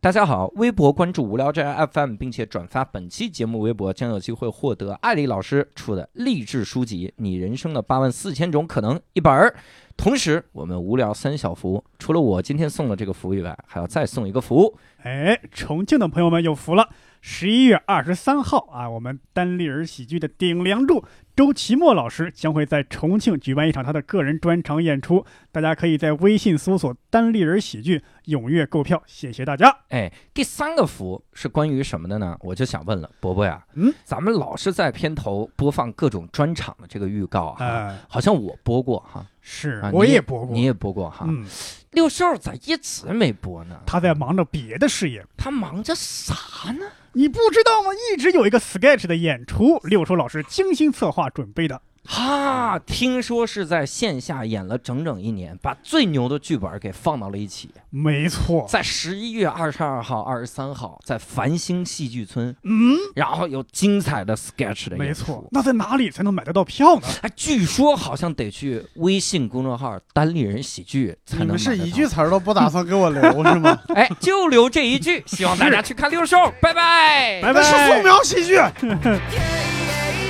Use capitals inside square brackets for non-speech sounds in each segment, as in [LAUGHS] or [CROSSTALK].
大家好，微博关注无聊斋 FM，并且转发本期节目微博，将有机会获得艾丽老师出的励志书籍《你人生的八万四千种可能》一本儿。同时，我们无聊三小福，除了我今天送的这个福以外，还要再送一个福。哎，重庆的朋友们有福了！十一月二十三号啊，我们单立人喜剧的顶梁柱周奇墨老师将会在重庆举办一场他的个人专场演出，大家可以在微信搜索“单立人喜剧”踊跃购票，谢谢大家。哎，第三个福是关于什么的呢？我就想问了，伯伯呀，嗯，咱们老是在片头播放各种专场的这个预告啊，呃，好像我播过哈，是啊，我你也也播过你，也啊播过哈。嗯，六兽咋一直没播呢？他在忙着别的事业，他忙着啥呢？你不知道吗？一直有一个 sketch 的演出，六叔老师精心策划准备的。哈，听说是在线下演了整整一年，把最牛的剧本给放到了一起，没哦错，在十一月二十二号、二十三号在繁星戏剧村，嗯，然后有精彩的 sketch 的没演错出。。那在哪里才能买得到票呢？哎，据说好像得去微信公众号“单立人喜剧”才你能。们是一句，词儿都不打算给我留是吗？ [LAUGHS] 哎，就留这一 [LAUGHS] 句，希望大家去看六兽，拜拜。拜那拜。是素描喜剧。 Yeah, yeah, yeah,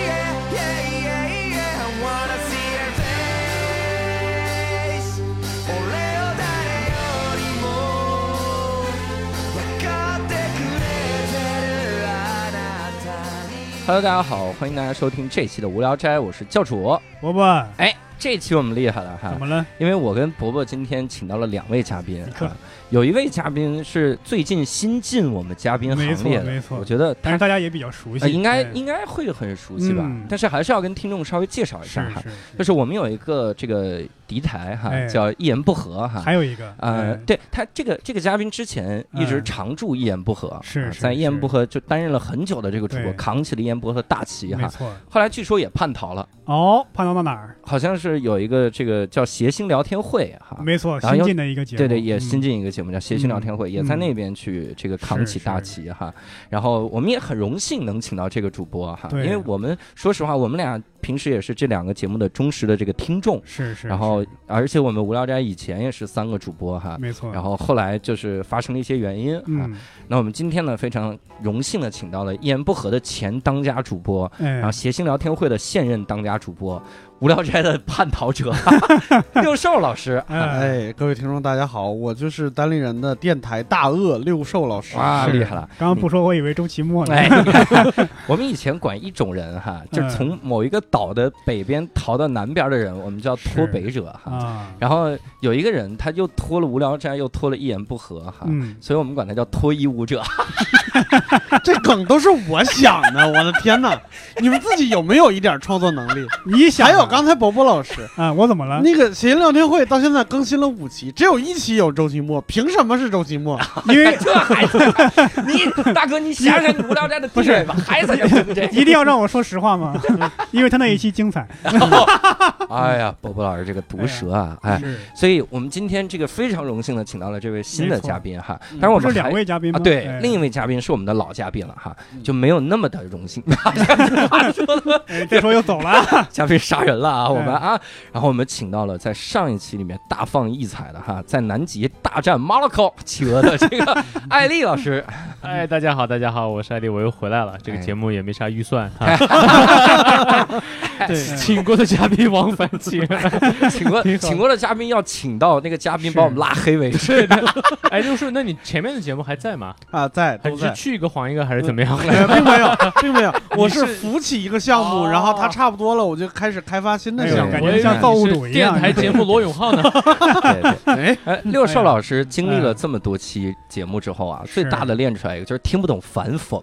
yeah, yeah. I wanna see her face. 俺を誰よりも分かってくれてるあなたに。 Hello，大家好，欢迎大家收听这期的无聊斋，我是教主。伯伯，哎，这期我们厉害了哈怎，么了？因为我跟伯伯今天请到了两位嘉宾 [LAUGHS] 你，看啊有一位嘉宾是最近新进我们嘉宾行列的，没错没错我觉得他但是大家也比较熟呃悉，应该对应该会很熟悉吧，哎嗯但是还是要跟听众稍微介绍一下是哈，是，就是我们有一个这个敌台哈，哎叫一言不合哈。还有一个呃，嗯对他这个这个嘉宾之前一直嗯常驻一言不合，是啊是在一言是不合就担任了很久的这个主播，对扛起了一言不合的大旗没哈。错。后来据说也叛逃了，哦，判断到哪儿？好像是有一个这个叫谐星聊天会哈，没错，啊然后新又进的一个节目，对对，也嗯新。进一个节目叫《谐星聊天会》，也在嗯那边去这个扛是起是大旗哈。然后我们也很荣幸能请到这个主播哈，因对为我们说实话，我们俩平时也是这两个节目的忠实的这个听众。是是，然后是，而且我们无聊斋以前也是三个主播哈，没错。然后，后后来就是发生了一些原因啊。嗯，那我们今天呢，非常荣幸的请到了一言不合的前当家主播，哎然后，谐星聊天会的现任当家主播，无聊斋的叛逃 [LAUGHS] 者六兽老师。 [LAUGHS] 哎，哎，各位听众大家好，我就是单立人的电台大鳄六兽老师。哇，是厉害了！刚刚不说，我以为周奇墨呢。哎，你 [LAUGHS] 看我们以前管一种人哈，就是嗯从某一个岛的北边逃到南边的人，我们叫脱北者哈。啊，然后有一个人，他又脱了无聊斋，又脱了一言不合哈，嗯，所以我们管他叫脱衣舞 [LAUGHS] 者。这梗都是我想的， [LAUGHS] 我的天哪！你们自己有没有一点创作能力？你想还有刚才伯伯老师。啊，我怎么了？那个谐音聊天会到现在更新了五期，只有一期有周奇墨，凭什么是周奇墨？[LAUGHS] 因为这孩子，你大哥，你想想你无聊斋的地位吧，孩子也不 [LAUGHS] 这。一定要让我说实话吗？ [LAUGHS] 因为他那一期精彩。哎呀，波波老师这个毒舌啊， [LAUGHS] 哎。是，所以，我们今天这个非常荣幸的请到了这位新的没错嘉宾哈，嗯当然我不是们两还位嘉宾啊，吗？对，哎另一位嘉宾是我们的老嘉宾了哈，嗯就没有那么的荣幸，话说的哎再说又走 [LAUGHS] 了啊。嘉宾杀人了啊，我们哎啊，然后我们请到了在上一期里面大放异彩的哈，在南极大战马拉考企鹅的这个 [LAUGHS] 艾丽老师，哎，大家好，大家好，我是艾丽，我又回来了。这个哎节目也没啥预算，哈对 [LAUGHS] 请过的嘉宾王凡 [LAUGHS] 请。请过挺好请过的嘉宾要请到那个嘉宾是把我们拉黑为 [LAUGHS] 止，对的，哎，六叔，那你前面的节目还在吗？啊，在还都是在。去一个黄一个，还是怎么 [LAUGHS] 样？呃并 [LAUGHS] 没有，并没有，我是你是扶起一个项目，哦然后它差不多了，我就开始开发新的哎项呦，目感。我以觉为像造物主你一是电样。台节目罗永浩呢？对对哎，哎，六哎少呀老师经历了这么多期节目之后啊，是最大的练出来一个就是听不懂反 [LAUGHS] 讽，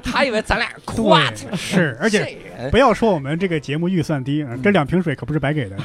他以为咱俩夸他，对，是，而 [LAUGHS] 且这人不要说我们这个节目预算嗯低，这两瓶水可不是白 [LAUGHS] 给的。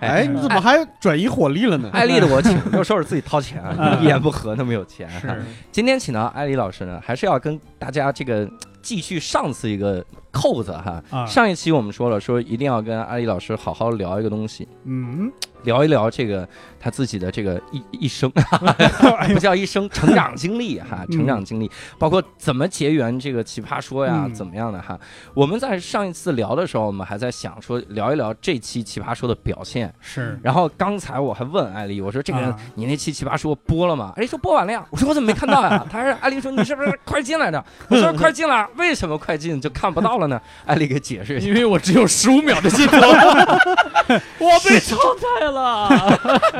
哎，你怎么还转移火力了呢？艾丽的我请，六兽是自己掏钱啊，嗯一言不合那么有钱啊。是，今天请到艾丽老师呢，还是要跟大家这个继续上次一个扣子哈。啊上一期我们说了，说一定要跟艾丽老师好好聊一个东西，嗯，聊一聊这个他自己的这个一一生， [LAUGHS] 哎不呦，叫一生，成长经历哈，嗯成长经历，包括怎么结缘这个《奇葩说》呀，嗯怎么样的哈。我们在上一次聊的时候，我们还在想说聊一聊这期《奇葩说》的表现。是然后刚才我还问艾丽，我说这个、啊你那期《奇葩说》播了吗？艾丽哎说播完了呀。我说我怎么没看到 [LAUGHS] 呀？她说艾丽说你是不是快进来的？我说快进了，为什么快进就看不到了呢？ [LAUGHS] 艾丽给解释一下。 [LAUGHS] 因为我只有十五秒的镜头，我被淘汰了。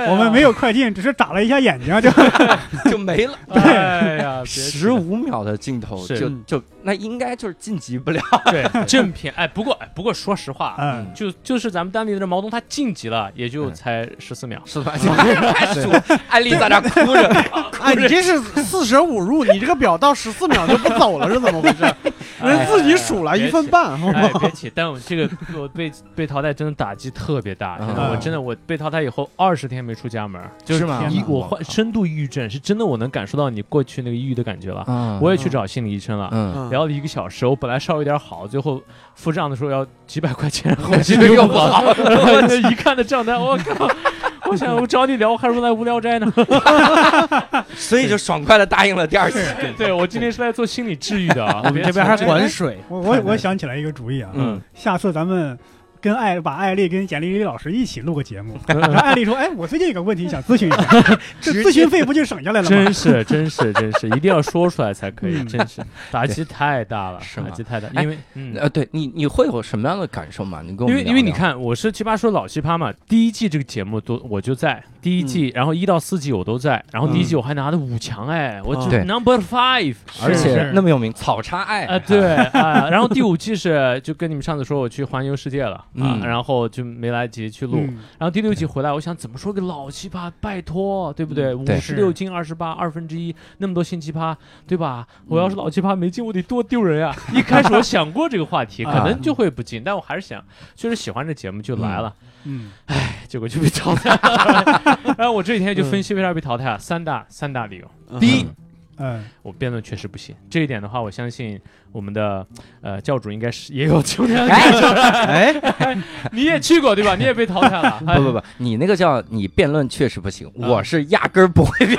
我们没有快进，只是眨了一下眼睛就。 [LAUGHS] 就没 [LAUGHS] 了哎呀，十五秒的镜头，是就就那应该就是晋级不了。 [LAUGHS] 对正片。哎，不过哎，不过说实话，嗯，就就是咱们单立人的毛东他晋级了，也就才十四秒。是吧？太熟， [LAUGHS] 艾丽在那哭 [LAUGHS] 着，哎，你这是四舍五入，你这个表到十四秒就不走了，是怎 [LAUGHS] 么回事？哎人自己数了一分半，好哎吗，？别提，但我这个我被被淘汰真的打击特别大，真啊的，我真的我被淘汰以后二十天没出家门，就是吗一天哪我患深度抑郁症，是真的，我能感受到你过去那个抑郁的感觉了。啊我也啊去找心理医生了，嗯，聊了一个小时，我本来稍微有点好，最后付账的时候要几百 [LAUGHS] 块钱，然后我就又又不不好，然后 [LAUGHS] 就 [LAUGHS] 一看的账单，我靠！我想我找你聊，我还说来无 [LAUGHS] 聊斋呢。所以就爽快的答应了第二次。对我今天是来做心理治愈 [LAUGHS] 的啊，我我们这边还管水，哎我我我想起来一个主意啊，嗯，下次咱们跟艾把艾丽跟简丽丽老师一起录个节目，然后艾丽说：“哎，我最近有个问题想咨询一下，这咨询费不就省下来了吗真是，真是，真是，一定要说出来才可以，嗯 [LAUGHS] 真是打击太大了，是吗打击太大，哎因为嗯。 [LAUGHS] 呃，对你你会有什么样的感受吗？你跟我因们为因为你看，我是奇葩说老奇葩嘛，第一季这个节目都我就在第一嗯季，然后一到四季我都在，然后第一季我还拿了五强哎，我哦对就 number five，而且是那么有名，草叉爱啊，对啊，然后第五季是就跟你们上次说我去环游世界了啊嗯，然后就没来得及去？”录，嗯然后第六集回来，我想怎么说个老奇葩，拜托，对不对？五对十六进二十八，二分之一，那么多新奇葩，对吧？我要是老奇葩没进，我得多丢人啊！一开始我想过这个话题，可啊能就会不进，但我还是想，确实喜欢这节目就来了，嗯，结果就被淘汰了。 [LAUGHS] 然后我这几天就分析为啥被淘汰啊，三大三大理由。第一，嗯，我辩论确实不行，这一点的话，我相信我们的呃教主应该是也有这样 [LAUGHS] 的感受。哎，你也去过对吧？你也被淘汰 [LAUGHS] 了。哎不不不，你那个叫你辩论确实不行，嗯我是压根儿不会辩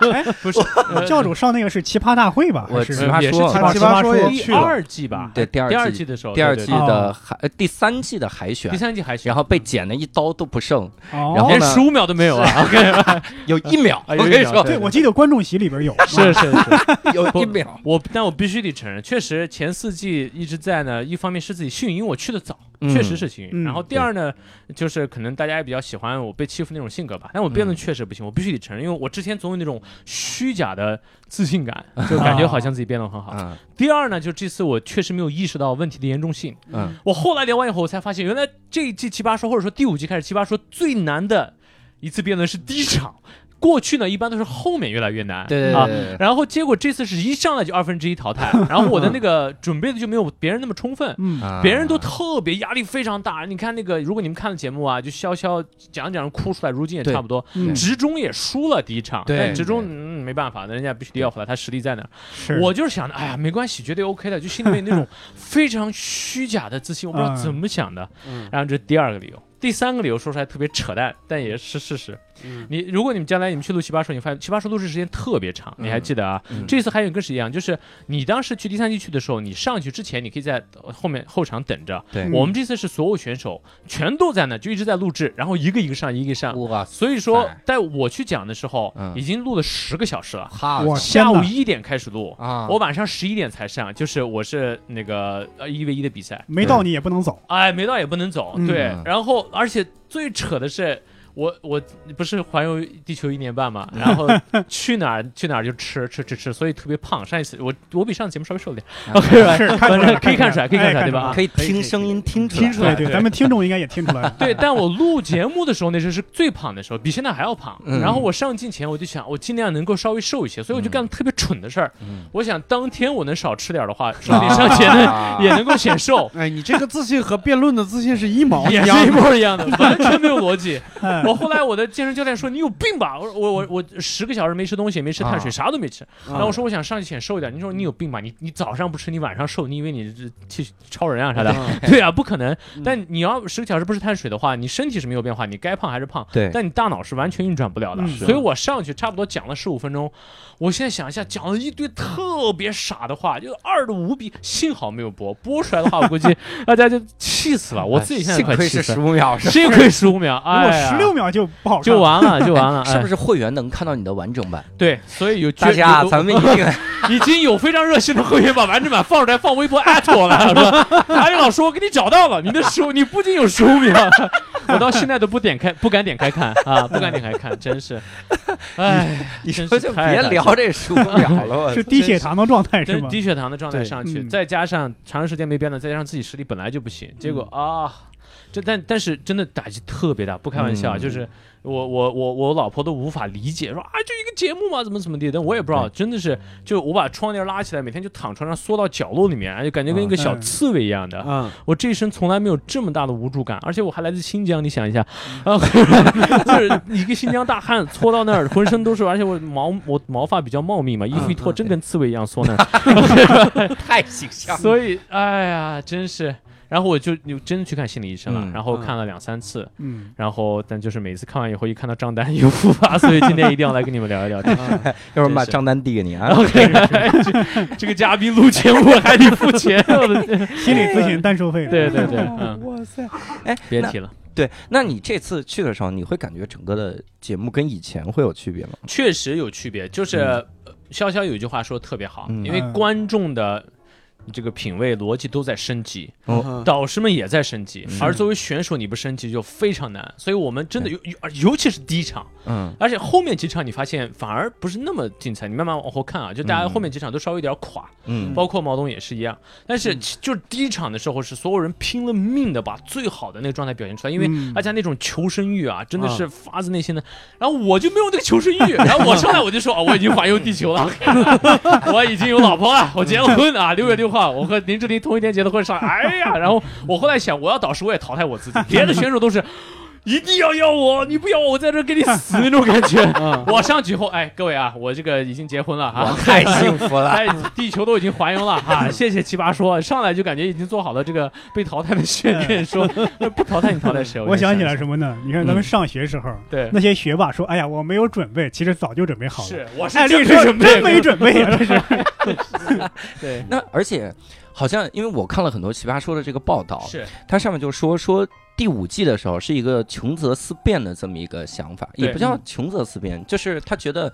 论。不是，呃教主上那个是奇葩大会吧？我还奇是葩也是说奇葩他奇葩说也第去了，二季吧，对第第二二季季的时候，第二对季对对哦的海，呃第三季的海选第，三季还行，然后被剪了一刀都不剩， [LAUGHS] 哦然后连呢十五秒都没有啊。OK，有 [LAUGHS] 一秒，我啊有跟一你秒说，对，我记得观众席里边有，是 [LAUGHS] 是是，有一秒。我但我必须得承认，确实前四季一直在呢，一方面是自己幸运，因为我去的早，嗯确实是幸运。嗯然后第二呢，就是可能大家也比较喜欢我被欺负那种性格吧，但我辩嗯论确实不行，我必须得承认，因为我之前总有那种虚假的自信感，就感觉好像自己辩论很 [LAUGHS] 好。啊嗯第二呢，就这次我确实没有意识到问题的严重性。嗯，我后来聊完以后，我才发现，原来这一季奇葩说，或者说第五季开始奇葩说最难的一次辩论是第一场。过去呢，一般都是后面越来越难，对对 [LAUGHS] 啊。对对然后结果这次是一上来就二分之一淘汰， [LAUGHS] 然后我的那个准备的就没有别人那么充分，嗯，对，别人都特别压力非常大。你看那个，如果你们看了节目啊，就潇潇讲着讲着哭出来，如今也对差不多。嗯职中也输了第一场，对但职中对嗯没办法，那人家必须得要回来，他实力在那儿。是我就是想的，哎呀，没关系，绝对 OK 的，就心里面那种非常虚假的自信，我不知道嗯怎么 [LAUGHS] 想的。嗯然后这是第二个理由，第三个理由说出来特别扯淡，但也是事实。嗯你如果你们将来你们去录奇葩说，你发现奇葩说录制时间特别长，你还记得啊？嗯这次还有一个是一样，就是你当时去第三季去的时候，你上去之前你可以在呃后面后场等着。对嗯我们这次是所有选手全都在那，就一直在录制，然后一个一个上，一个一个上。哇所以说塞，在我去讲的时候，嗯已经录了十个小时了。哈我天下哪午一点开始录，啊，我晚上十一点才上，就是我是那个呃一 v 一的比赛，没到你也不能走，哎，没到也不能走，嗯对。然后而且最扯的是，我我不是环游地球一年半嘛，然后去哪儿去哪儿就吃吃吃吃，所以特别胖。上一次我我比上次节目稍微瘦了点啊，OK 吧？是看出来了，可以看出来可以看出来哎对吧可以听声音听出来，听出来对对，对咱们听众应该也听出来了，对，但我录节目的时候，那时候是最胖的时候，比现在还要胖。嗯然后我上镜前我就想，我尽量能够稍微瘦一些，所以我就干了特别蠢的事儿。嗯我想当天我能少吃点儿的话，上点上前 [LAUGHS] 呢、啊 [LAUGHS] 也能够显瘦。哎，你这个自信和辩论的自信是一毛一嗯也样是一的。 [LAUGHS] 模一样的，完全没有逻辑。我后来我的健身教练说你有病吧，我说我我我十个小时没吃东西，没吃碳水，啊啥都没吃。然然后我说我想上去显瘦一嗯点，你说你有病吧，你你早上不吃，你晚上瘦，你以为你是去超人啊啥的？对啊，不可能嗯。但你要十个小时不吃碳水的话，你身体是没有变化，你该胖还是胖。对，但你大脑是完全运转不了的。嗯所以我上去差不多讲了十五分钟，我现在想一下，讲了一堆特别傻的话，就二的无比。幸好没有播，播出来的话，我估计大家就气死了。我自己现在幸快亏气是死十了，五秒，是吧幸亏十五秒，如果哎呀，十六秒就不好看就了。完了，[LAUGHS] 就完了，是不哎？是会员能看到你的完整版？对，所以有大绝家啊有咱们一定 [LAUGHS] 已经有非常热心的会员把完整版放出来，放微博艾特我了，说：“阿里老师，我给你找到了，你的十五，你不仅有十五秒， [LAUGHS] 我到现在都不点开，不敢点开看啊，不敢点开看，真是，哎，你真说是就太别感聊谢这十五秒 [LAUGHS] 了，我是低血糖的状态 [LAUGHS] 是真吗？低血糖的状态对上去，嗯再加上长时间没变动，再加上自己实力本来就不行，结果啊，这但但是真的打击特别大，不开玩笑，嗯就是我我我我老婆都无法理解，说啊就一个节目嘛，怎么怎么地，但我也不知道，真的是就我把窗帘拉起来，每天就躺床上缩到角落里面，就感觉跟一个小嗯刺猬一样的，嗯，我这一生从来没有这么大的无助感，而且我还来自新疆，你想一下，嗯啊， [LAUGHS] 就是一个新疆大汉搓到那儿，浑身都是，而且我毛我毛发比较茂密嘛，衣服一脱嗯真跟刺猬一样缩那儿，太形 [LAUGHS] 象了。所以哎呀，真是。然后我就就真去看心理医生了，嗯然后看了两三次，嗯，然后但就是每次看完以后一看到账单又复发，所以今天一定要来跟你们聊一聊。 [LAUGHS] 哦一会儿把真是账单递给你啊。这这个嘉宾录节目还得 [LAUGHS] 付钱，我的天！心理咨询单收费。对对对，哦嗯，哇塞！哎，别那提了。对，那你这次去的时候，你会感觉整个的节目跟以前会有区别吗？确实有区别，就是嗯呃潇潇有一句话说的特别好，嗯因为嗯观众的。这个品味逻辑都在升级，嗯导师们也在升级，是而作为选手你不升级就非常难，所以我们真的尤尤尤其是第一场，嗯，而且后面几场你发现反而不是那么精彩，你慢慢往后看啊，就大家嗯后面几场都稍微有点垮，嗯包括毛东也是一样。但是嗯其就是第一场的时候是所有人拼了命的把最好的那个状态表现出来，因为嗯大家那种求生欲啊，真的啊是发自内心的。然后我就没有那个求生欲，然后我上来我就说啊，我已经环游地球了， [LAUGHS] 我已经有老婆了，我结了婚啊，六月六号我和林志玲同一天结的婚上，哎呀，然后我后来想，我要导师我也淘汰我自己，别的选手都是。一定要要我，你不要我，我在这儿跟你死那种感觉。嗯我上去以后，哎，各位啊，我这个已经结婚了哈、我太幸福了。哎，地球都已经环游了 [LAUGHS] 哈、谢谢奇葩说，上来就感觉已经做好了这个被淘汰的训 [LAUGHS] 练，说不淘汰你淘汰谁？我想起来是，什么呢？你看咱们上学时候，嗯对，那些学霸说：“哎呀，我没有准备，其实早就准备好了。”是我是哎，这真个准没准备备真没准备呀，这是。 [LAUGHS] [LAUGHS] 对，那而且好像因为我看了很多奇葩说的这个报道，是它上面就说说第五季的时候是一个穷则思变的这么一个想法，对嗯也不叫穷则思变，就是他觉得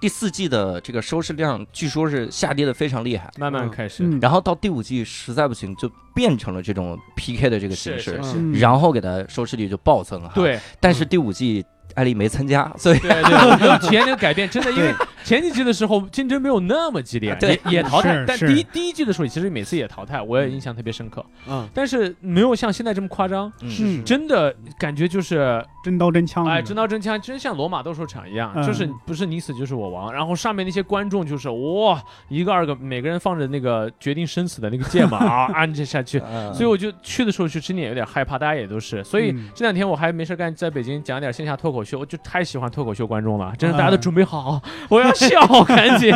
第四季的这个收视量据说是下跌的非常厉害，慢慢嗯开始， [LAUGHS] 嗯然后到第五季实在不行就变成了这种 PK 的这个形是式，是嗯然后给它收视率就暴增哈。，对嗯但是第五季艾丽没参加，所以对 [LAUGHS] 对，有前年改变，真的，因为前几季的时候竞争没有那么激烈，对也也淘汰是，但是第一第一季的时候，其实每次也淘汰，我也印象特别深刻，嗯，但是没有像现在这么夸张，嗯真的感觉就是真刀真枪的，哎，真刀真枪，真像罗马斗兽场一样，嗯就是不是你死就是我亡。然后上面那些观众就是哇，一个二个，每个人放着那个决定生死的那个剑嘛啊，按着下去。 [LAUGHS] 嗯所以我就去的时候就真的有点害怕，大家也都是。所以嗯这两天我还没事干，在北京讲点线下脱口秀，我就太喜欢脱口秀观众了，真的大家都准备好，我要笑，赶紧，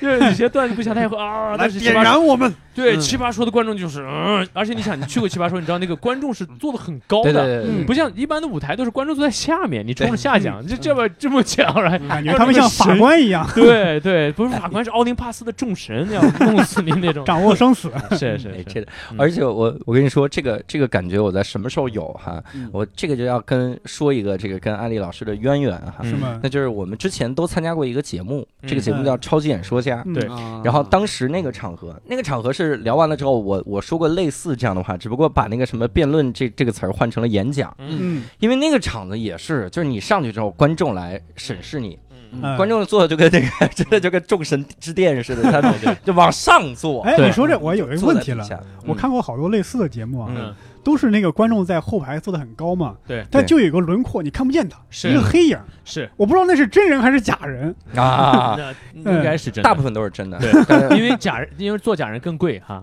就是有些段子不想太会啊，来但是奇点葩说燃我们，对嗯奇葩说的观众就是，嗯，而且你想，你去过奇葩说，你知道那个观众是做的很高对的对，对对嗯不像一般的舞台都是观众坐在下面，你冲着下讲，这这么这么讲来，感觉他们像法官一哎样对对，不是法官是奥林帕斯的众神那样弄死你那种，掌握生死。是是哎是，这个嗯而且我我跟你说，这个这个感觉我在什么时候有哈？嗯我这个就要跟说一个这个跟安利老师的渊源哈。嗯是吗那？就是我们之前都参加过一个节目，嗯这个节目叫《超级演说家》。嗯对啊然后当时那个场合，那个场合是聊完了之后，我我说过类似这样的话，只不过把那个什么辩论这这个词儿换成了演讲，嗯嗯因为那个场子也是，就是你上去之后，观众来审视你，嗯，嗯观众坐的就跟那个真的就跟众神之殿似的，他就就往上坐。哎，对你说这我有一个坐问在题底了，嗯下，我看过好多类似的节目啊，嗯都是那个观众在后排坐的很高嘛，对，但对就有一个轮廓，你看不见他，是一个黑影，是我不知道那是真人还是假人。啊，那嗯应该是 [LAUGHS] 真的，大部分都是真的。 [LAUGHS] 对对因为假人，因为做假人更贵哈，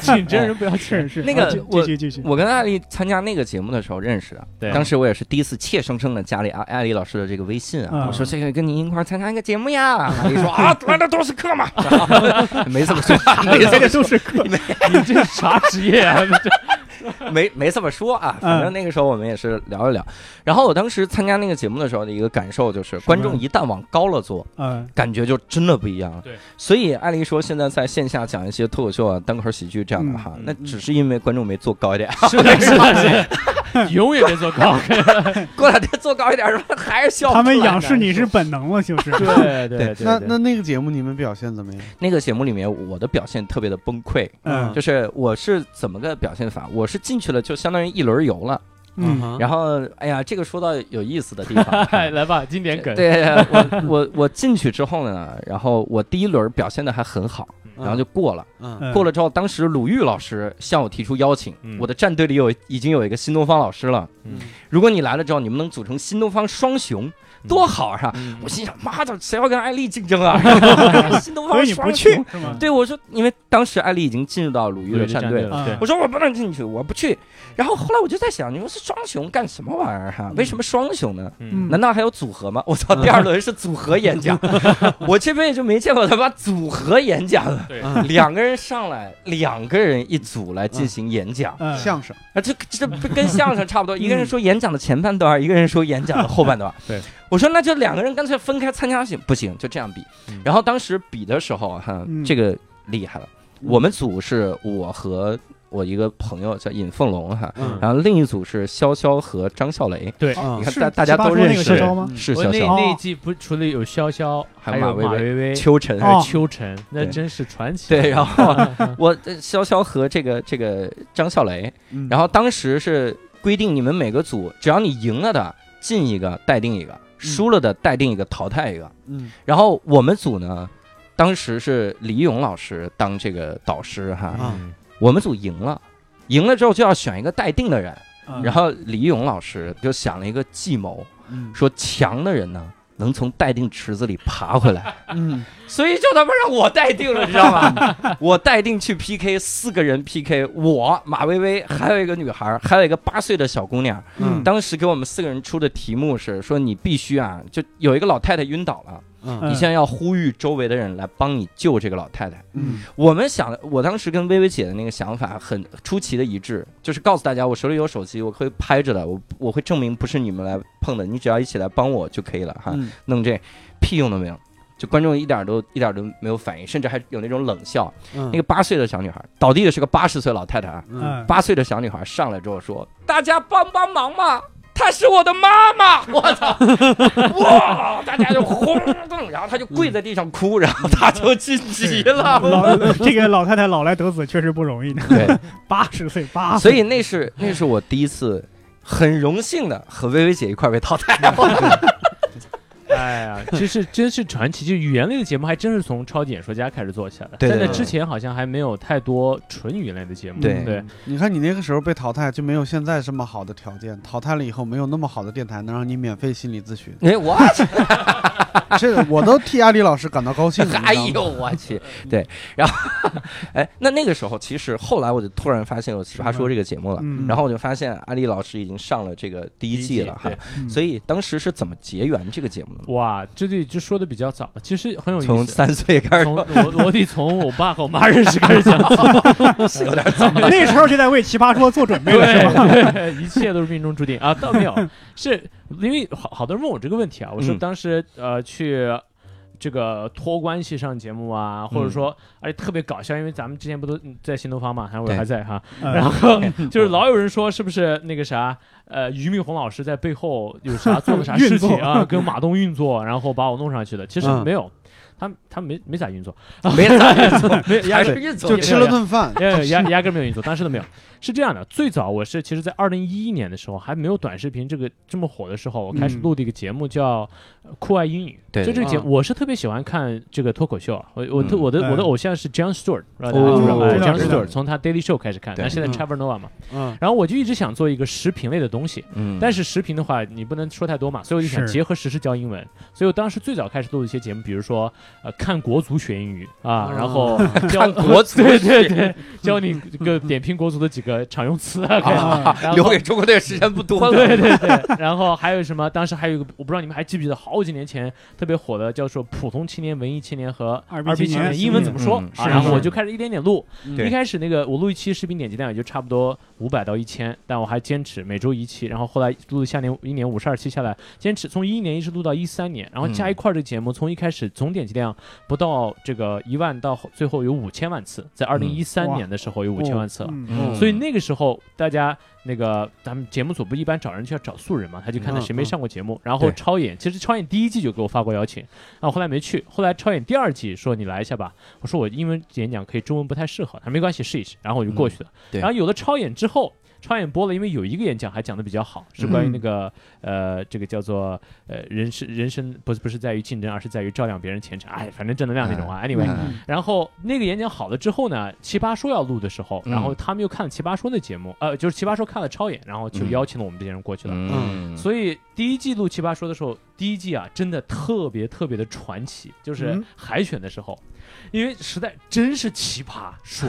请真人不要钱。是是，那个啊继我继续继续，我跟艾丽参加那个节目的时候认识的，对，当时我也是第一次切生生的加了艾艾丽老师的这个微信啊，嗯我说这个跟您一块儿参加一个节目呀，艾丽说 [LAUGHS] 啊来的都是客嘛，没这么说，啊没这么都是客，你这啥职业啊？这没没这么说啊，嗯反正那个时候我们也是聊一聊。然后我当时参加那个节目的时候的一个感受就是，观众一旦往高了做，嗯，感觉就真的不一样了。对，所以艾丽说现在在线下讲一些脱口秀啊、单口喜剧这样的哈，嗯那只是因为观众没做高一点，是的，是的，是，永远别做高跟。过两天做高一点，是吧还是笑不出他来们仰视你是本能了，就是对对。那那那个节目你们表现怎么样？那个节目里面，我的表现特别的崩溃，嗯就是我是怎么个表现法？我是进去了就相当于一轮游了，嗯，啊哈然后哎呀，这个说到有意思的地方哎，来吧，经典梗。对，我我我进去之后呢，然后我第一轮表现的还很好，然后就过了。嗯嗯过了之后，当时鲁豫老师向我提出邀请，嗯我的战队里有已经有一个新东方老师了。嗯如果你来了之后，你们能组成新东方双雄，多好啊！嗯我心想，妈的，谁要跟艾丽竞争 [LAUGHS] 啊？新东所方以你不双去雄。是吗？对，我说，因为当时艾丽已经进入到鲁豫的战队了。了对我说我不能进去，我不去。然后后来我就在想，你们是双雄干什么玩意儿、哈？为什么双雄呢？嗯难道还有组合吗？ [LAUGHS] 我操，第二轮是组合演讲， [LAUGHS] 我这辈子就没见过他妈组合演讲了。对嗯两个人上来，两个人一组来进行演讲，嗯，相声啊，这这不跟相声差不多，一个人说演讲的前半段，一个人说演讲的后半段。对，我说那就两个人干脆分开参加行不行？就这样比嗯。然后当时比的时候啊哈嗯，这个厉害了，我们组是我和我一个朋友叫尹凤龙哈，嗯然后另一组是潇潇和张笑雷。对。啊你看是大大家奇葩都说那认个识潇潇吗？是我潇那潇、那一季不除了有潇潇，还还有有马马薇薇薇，秋晨。还有哦秋晨，那对真是传奇。 [LAUGHS] 嗯对，啊 [LAUGHS] 然后 [LAUGHS] 我呃潇潇和这个这个张笑雷，嗯然后当时是规定你们每个组，只要你赢了的进一个待定一个，输了的待定一个淘汰一个。嗯然后我们组呢，当时是李勇老师当这个导师哈，啊嗯我们组赢了，赢了之后就要选一个待定的人。嗯然后李勇老师就想了一个计谋，嗯说强的人呢能从待定池子里爬回来。嗯所以就他妈让我待定了，你知道吗？ [LAUGHS] 我待定去 PK，四个人 PK，我马薇薇，还有一个女孩儿，还有一个八岁的小姑娘。嗯当时给我们四个人出的题目是说，你必须啊，就有一个老太太晕倒了，嗯你嗯现在要呼吁周围的人来帮你救这个老太太。嗯我们想的，我当时跟薇薇姐的那个想法很出奇的一致，就是告诉大家，我手里有手机，我会拍着的，我我会证明不是你们来碰的，你只要一起来帮我就可以了哈。嗯弄这屁用都没有，就观众一点都一点都没有反应，甚至还有那种冷笑。那个八岁的小女孩倒地的是个八十岁老太太啊，嗯嗯，八岁的小女孩上来之后说：“大家帮帮忙嘛！”她是我的妈妈，我操！哇，大家就轰动，然后她就跪在地上哭，然后她就晋级了。老这个老太太老来得子确实不容易， [LAUGHS] 对，八十岁八，所以那是那是我第一次很荣幸的和薇薇姐一块儿被淘汰。嗯哎呀，这是真是传奇！就语言类的节目，还真是从超级演说家开始做起来的。对对在那对之前好像还没有太多纯语言类的节目。对。对，你看你那个时候被淘汰，就没有现在这么好的条件。淘汰了以后，没有那么好的电台能让你免费心理咨询哎，我这个我都替阿里老师感到高兴了。 [LAUGHS] 哎你知呦道吗，我去！嗯对，然后哎，那那个时候其实后来我就突然发现有《奇葩说》这个节目了，嗯，然后我就发现阿丽老师已经上了这个第一季了哈对，嗯所以当时是怎么结缘这个节目的呢？哇，这对就说的比较早，其实很有意思。从三岁开始从我我得从我爸和我妈认识开始讲 [LAUGHS] 起，[LAUGHS] 是有点早， [LAUGHS] 那时候就在为《奇葩说》做准备对了，是吧？对，一切都是命中注定啊！倒没有，是因为好好多人问我这个问题啊，我说嗯当时、呃去这个托关系上节目啊，或者说而且特别搞笑，因为咱们之前不都嗯在新东方嘛，还我对还在哈，嗯然后 [LAUGHS] 就是老有人说是不是那个啥，呃，俞敏洪老师在背后有啥做了啥运事情作啊，跟马东运作，然后把我弄上去的，其实嗯没有。他他没没咋运作，没咋运作， [LAUGHS] 没压还根是运作就就一下吃了顿饭， [LAUGHS] 呃，压压根儿没有运作，当时都没有。是这样的，最早我是其实，在二零一一年的时候，还没有短视频这个这么火的时候，我开始嗯录的一个节目叫呃《酷爱英语》。对就这个节啊目，我是特别喜欢看这个脱口秀啊。我我特嗯我的我的嗯偶像是 Jon Stewart，不知道大家哦知道吗知道？Jon 知道 Stewart 从他 Daily Show 开始看，对但现在嗯 Trevor Noah 嘛。嗯，然后我就一直想做一个时评类的东西，嗯，但是时评的话，你不能说太多嘛，所以我就想是结合时事教英文。所以我当时最早开始录一些节目，比如说呃看国足学英语啊，哦 [LAUGHS] 然后教看国足 [LAUGHS] 对对对，教你这个点评国足的几个常用词嗯啊，啊然后留给中国队的时间不多 [LAUGHS] 了。对对对，然后还有什么？当时还有一个，我不知道你们还记不记得，好几年前特别火的叫做“普通青年”“文艺青年”和二二逼逼青青年年，英文怎么说嗯啊？是然后是我就开始一点点录。对一开始那个我录一期视频点击量也就差不多五百到一千，但我还坚持每周一期。然后后来录下年一年五十二期下来，坚持从一一年一直录到一三年，然后加一块儿这个节目，从一开始总点击量不到这个一万，到后最后有五千万次，在二零一三哇年的时候有五千万次了。嗯嗯所以那个时候，大家那个咱们节目组不一般找人就要找素人嘛，他就看看谁没上过节目，然后嗯对超演，其实超演第一季就给我发过邀请，然后后来没去，后来超演第二季说你来一下吧，我说我英文演讲可以，中文不太适合，他说没关系试一试，然后我就过去了。对然后有了超演之后。超演播了，因为有一个演讲还讲的比较好，是关于那个、呃，这个叫做呃，人生人生不是不是在于竞争，而是在于照亮别人前程。哎，反正正能量那种啊。anyway，、嗯然后那个演讲好了之后呢，奇葩说要录的时候，嗯然后他们又看了奇葩说的节目，呃，就是奇葩说看了超演，然后就嗯邀请了我们这些人过去了。嗯，所以第一季录奇葩说的时候，第一季啊，真的特别特别的传奇，就是嗯海选的时候，因为实在真是奇葩说，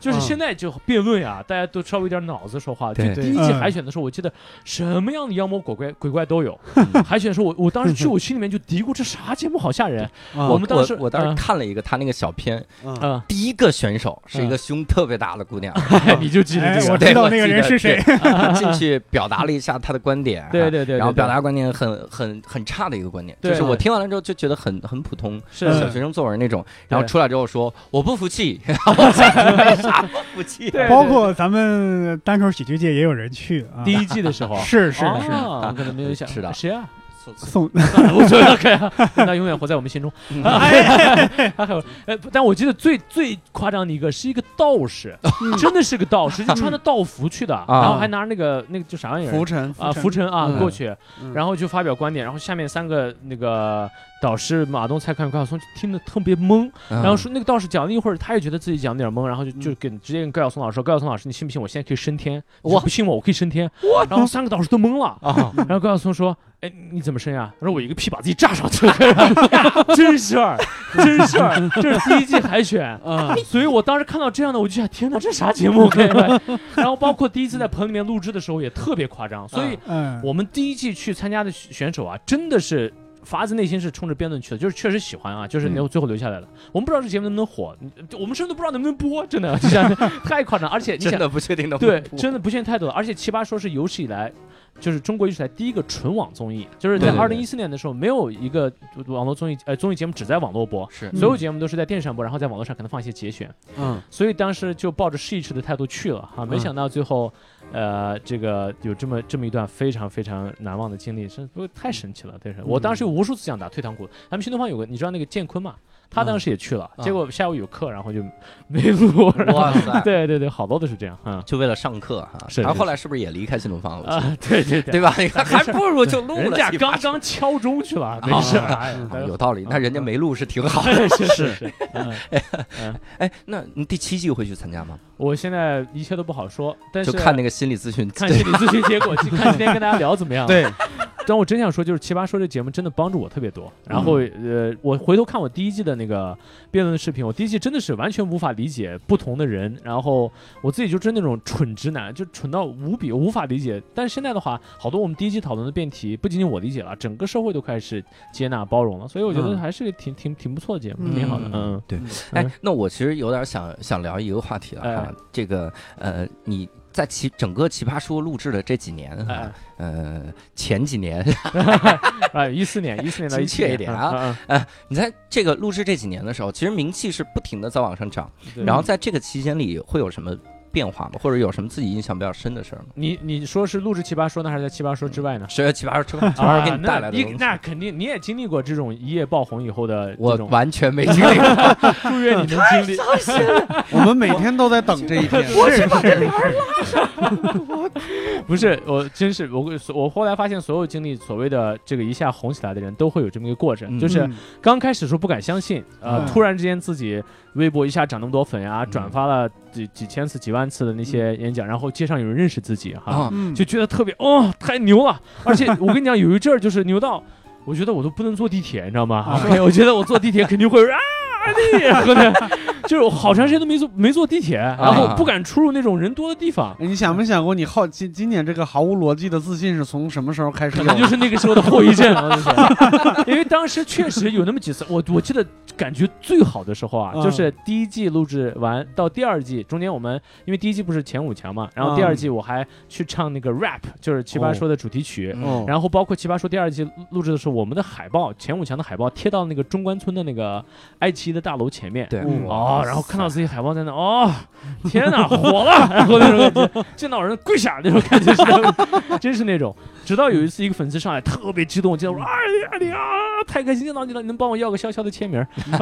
就是现在就辩论啊，大家都稍微有点脑子说话。就对第一季嗯海选的时候，我记得什么样的妖魔鬼怪鬼怪都有。海选的时候，我我当时去，我心里面就嘀咕这啥节目好吓人。我们当时我我当时嗯看了一个他那个小片，嗯嗯，第一个选手是一个胸特别大的姑娘， [LAUGHS] 你就记得哎这，个我。知道那个人是谁，她 [LAUGHS] 进去表达了一下她的观点，对对对，然后对表达观点很很很差的一个观点，对就是我听完了之后就觉得很很普通，是小学生作文那种。然后出来之后说我不服 [LAUGHS] 气，然后为啥不服气？对包括咱们单口喜剧界也有人去啊。，第一季的时候是是哦啊是，我可能没有想是的谁啊？宋算了，无所谓了，可以啊， [LAUGHS] 那永远活在我们心中。嗯 [LAUGHS] 哎，还有，哎，不但我记得最最夸张的一个是一个道士，真的是个道士，就穿着道服去的，然后还拿着那个那个叫啥玩意儿浮？沉，啊，浮浮尘啊，嗯过去，嗯然后就发表观点，然后下面三个那个导师马东、蔡康永、高晓松就听得特别懵，然然后说那个道士讲了一会儿，他也觉得自己讲得有点懵，然后就就跟直接跟高晓松老师说：“高晓松老师，你信不信我现在可以升天？我说不信我，我可以升天。”然后三个道士都懵了。啊，然后高晓松说：“哎，你怎么升呀、他说：“我一个屁把自己炸上去了。” [LAUGHS] 真事儿，真事儿，嗯这是第一季海选。啊，所以我当时看到这样的，我就想：天哪，这啥节 [LAUGHS] 目？各位然后包括第一次在棚里面录制的时候也特别夸张，所以嗯，我们第一季去参加的选手啊，真的是发自内心是冲着辩论去的，就是确实喜欢啊，就是嗯留最后留下来了。我们不知道这节目能不能火，我们甚至都不知道能不能播，真 [LAUGHS] 的，就像 [LAUGHS] 太夸张。而且你嗯真想，的不确定能不对能，播真的不限太多了。而且奇葩说是有史以来。就是中国有史以来第一个纯网综艺，就是在对二对零一四年的时候，没有一个网络综艺呃综艺节目只在网络播，是 [LAUGHS] 所有节目都是在电视上播，然后在网络上可能放一些节选。嗯，所以当时就抱着试一试的态度去了哈、没嗯想到最后，呃，这个有这么这么一段非常非常难忘的经历，是不是太神奇了？对，是我当嗯时有无数次想打退堂鼓。咱们新东方有个，你知道那个建坤嘛？他当时也去了，嗯结果下午有课，然后就没录。然后哇塞， [LAUGHS] 对对对，好多都是这样啊、就为了上课哈。是然后是后来是不是也离开新东方了？啊！对 [LAUGHS] 对对对，吧？你看还不如就录了。 [LAUGHS] 人家奇葩刚说刚敲钟去了，没事儿。哎啊有道理，那人家嗯没录是挺好的。 [LAUGHS] 是是是，嗯哎，那你第七季会去参加吗？我现在一切都不好说，但是啊就看那个心理咨询，看心理咨询结果，看今天跟大家聊怎么样。对， [LAUGHS] [LAUGHS] 但我真想说，就是《奇葩说》这节目真的帮助我特别多。然后，嗯呃，我回头看我第一季的那个辩论视频，我第一季真的是完全无法理解不同的人，然后我自己就是那种蠢直男，就蠢到无比无法理解。但是现在的话，好多我们第一季讨论的辩题，不仅仅我理解了，整个社会都开始接纳包容了，所以我觉得嗯还是个挺挺挺不错的节目，嗯挺好的。嗯，对嗯。哎嗯，那我其实有点想想聊一个话题了哈哎，这个呃，你在奇整个奇葩说录制的这几年哈，哎呃，前几年， [LAUGHS] 哎， [LAUGHS] 一四年，一四年到一精七确年一点啊嗯嗯你在这个录制这几年的时候，其实名气是不停的在往上涨。嗯对然后在这个期间里，会有什么变化吗？或者有什么自己印象比较深的事儿吗？ [LAUGHS] 你你说是录制奇葩说呢，还是在奇葩说之外呢？十月七八十七 [LAUGHS] 八啊给你带来的那东西你那肯定你也经历过这种一夜爆红以后的这我种，嗯完全 [LAUGHS] 没经历过。祝愿你能经历。我们每天都在等这一天。是是，不是，我真是我，我后来发现，所有经历所谓的这个一下红起来的人都会有这么一个过程，嗯就是嗯刚开始的时候不敢相信，呃，嗯突然之间自己微博一下涨那么多粉啊，嗯转发了几几千次、几万次的那些演讲，然后街上有人认识自己哈，啊，嗯就觉得特别哦，太牛了！而且我跟你讲，有一阵儿就是牛到，我觉得我都不能坐地铁，你知道吗啊？我觉得我坐地铁肯定会有人啊。 [LAUGHS] 那个的，就是我好长时间都没坐没坐地铁，然后不敢出入那种人多的地方。哎你想没想过，你好今今年这个毫无逻辑的自信是从什么时候开始可有能就的？是那个时候的后遗症了，就是，因为当时确实有那么几次，我我记得感觉最好的时候啊，嗯就是第一季录制完到第二季中间，我们因为第一季不是前五强嘛，然后第二季我还去唱那个 rap，就是《奇葩说》的主题曲。嗯然后包括《奇葩说》第二季录制的时候，我们的海报前五强的海报贴到那个中关村的那个爱奇艺的大楼前面，对，嗯哦，然后看到自己海报在那，哦，天哪，火了！然后那种感觉，见到人跪下那种感觉是，真是那种。直到有一次，一个粉丝上来特别激动，见到我说：“哎呀你啊，太开心见到你了，你能帮我要个潇潇的签名儿？” [LAUGHS]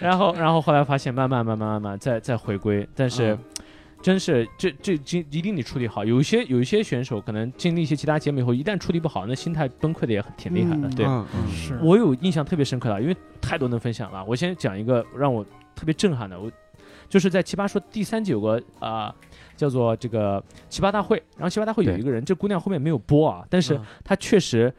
然后，然后后来发现，慢慢慢慢慢慢再再回归，但是。嗯真是，这这这一定得处理好。有一些有一些选手可能经历一些其他节目以后，一旦处理不好，那心态崩溃的也很挺厉害的。嗯对，嗯嗯是我有印象特别深刻的，因为太多能分享了。我先讲一个让我特别震撼的，我就是在《奇葩说》第三季有个啊、呃叫做这个奇葩大会，然后奇葩大会有对一个人，这姑娘后面没有播啊，但嗯是她确实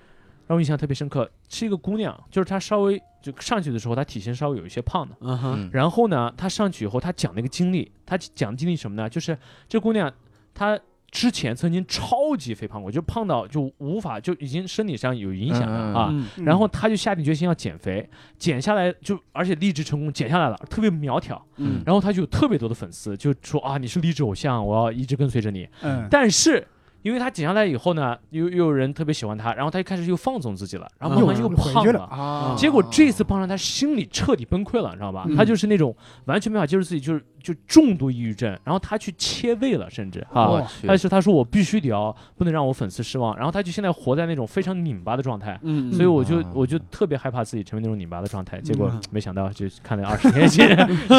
让我印象特别深刻，是一个姑娘，就是她稍微就上去的时候，她体型稍微有一些胖的。嗯哼，嗯然后呢，她上去以后，她讲那个经历，她讲的经历什么呢？就是这姑娘她。之前曾经超级肥胖过，就胖到就无法，就已经身体上有影响了嗯嗯嗯啊。嗯然后他就下定决心要减肥，减下来就而且励志成功，减下来了，特别苗条。嗯然后他就有特别多的粉丝，就说啊，你是励志偶像，我要一直跟随着你。嗯但是因为他减下来以后呢，又又有人特别喜欢他，然后他就开始又放纵自己了，然后慢嗯慢又又回胖去了。了啊结果这次胖让他心里彻底崩溃了，你知道吧？嗯他就是那种完全没法接受自己，就是就重度抑郁症，然后他去切胃了，甚至啊，我去但是他说我必须得要，不能让我粉丝失望。然后他就现在活在那种非常拧巴的状态，嗯，所以我就啊我就特别害怕自己成为那种拧巴的状态，结果嗯没想到就看了二十年前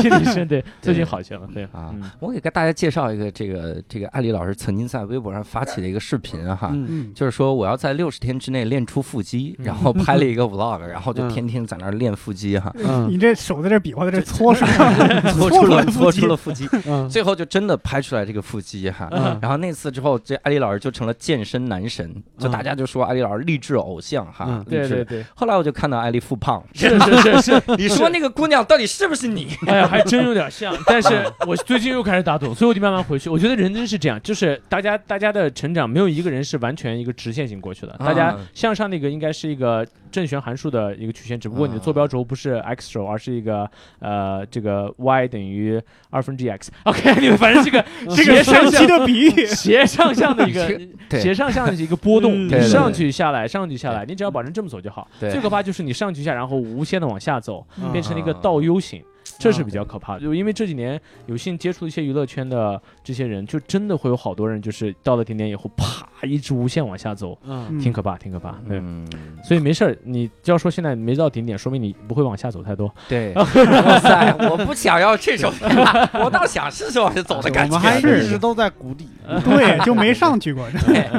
心理医生，对，最近好些了，对啊嗯，我给大家介绍一个这个这个艾丽老师曾经在微博上发起的一个视频啊哈，嗯嗯就是说我要在六十天之内练出腹肌，嗯然后拍了一个 vlog，然后就嗯天天在那儿练腹肌 [LAUGHS] 哈，嗯你这手在这比划，在这搓是吧？搓出出了了腹搓出肌了腹肌，嗯最后就真的拍出来这个腹肌哈。嗯然后那次之后，这艾丽老师就成了健身男神，就嗯大家就说艾丽老师励志偶像哈嗯，励对对志。对，后来我就看到艾丽复胖，是是是是，你说那个姑娘到底是不是你？哎呀，还真有点像，但是我最近又开始打赌，所以我就慢慢回去。我觉得人真是这样，就是大家大家的成长，没有一个人是完全一个直线性过去的，大家啊向上那个应该是一个正弦函数的一个曲线，只不过你的坐标轴不是 x 轴，而是一个呃这个 y 等于二分之一 x。OK，你们反正这个这斜个上神向奇的比喻，斜上向的一个对斜上向的一个波动，嗯对对对上去下来，上去下来，你只要保证这么走就好。对最可怕就是你上去下，然后无限的往下走， [LAUGHS] 嗯变成了一个倒 U 型。这是比较可怕的，就因为这几年有幸接触一些娱乐圈的这些人，就真的会有好多人，就是到了顶点以后，啪，一直无限往下走，嗯嗯 [LAUGHS] 挺可怕，挺可怕。对，嗯，所以没事儿，你要说现在没到顶点，说明你不会往下走太多。对，哇塞，我不想要这种， [LAUGHS] 我倒想是说往下走的感我觉。嗯们还一是直都在谷底。对，就没 [LAUGHS] 上去 [LAUGHS] 过。嗯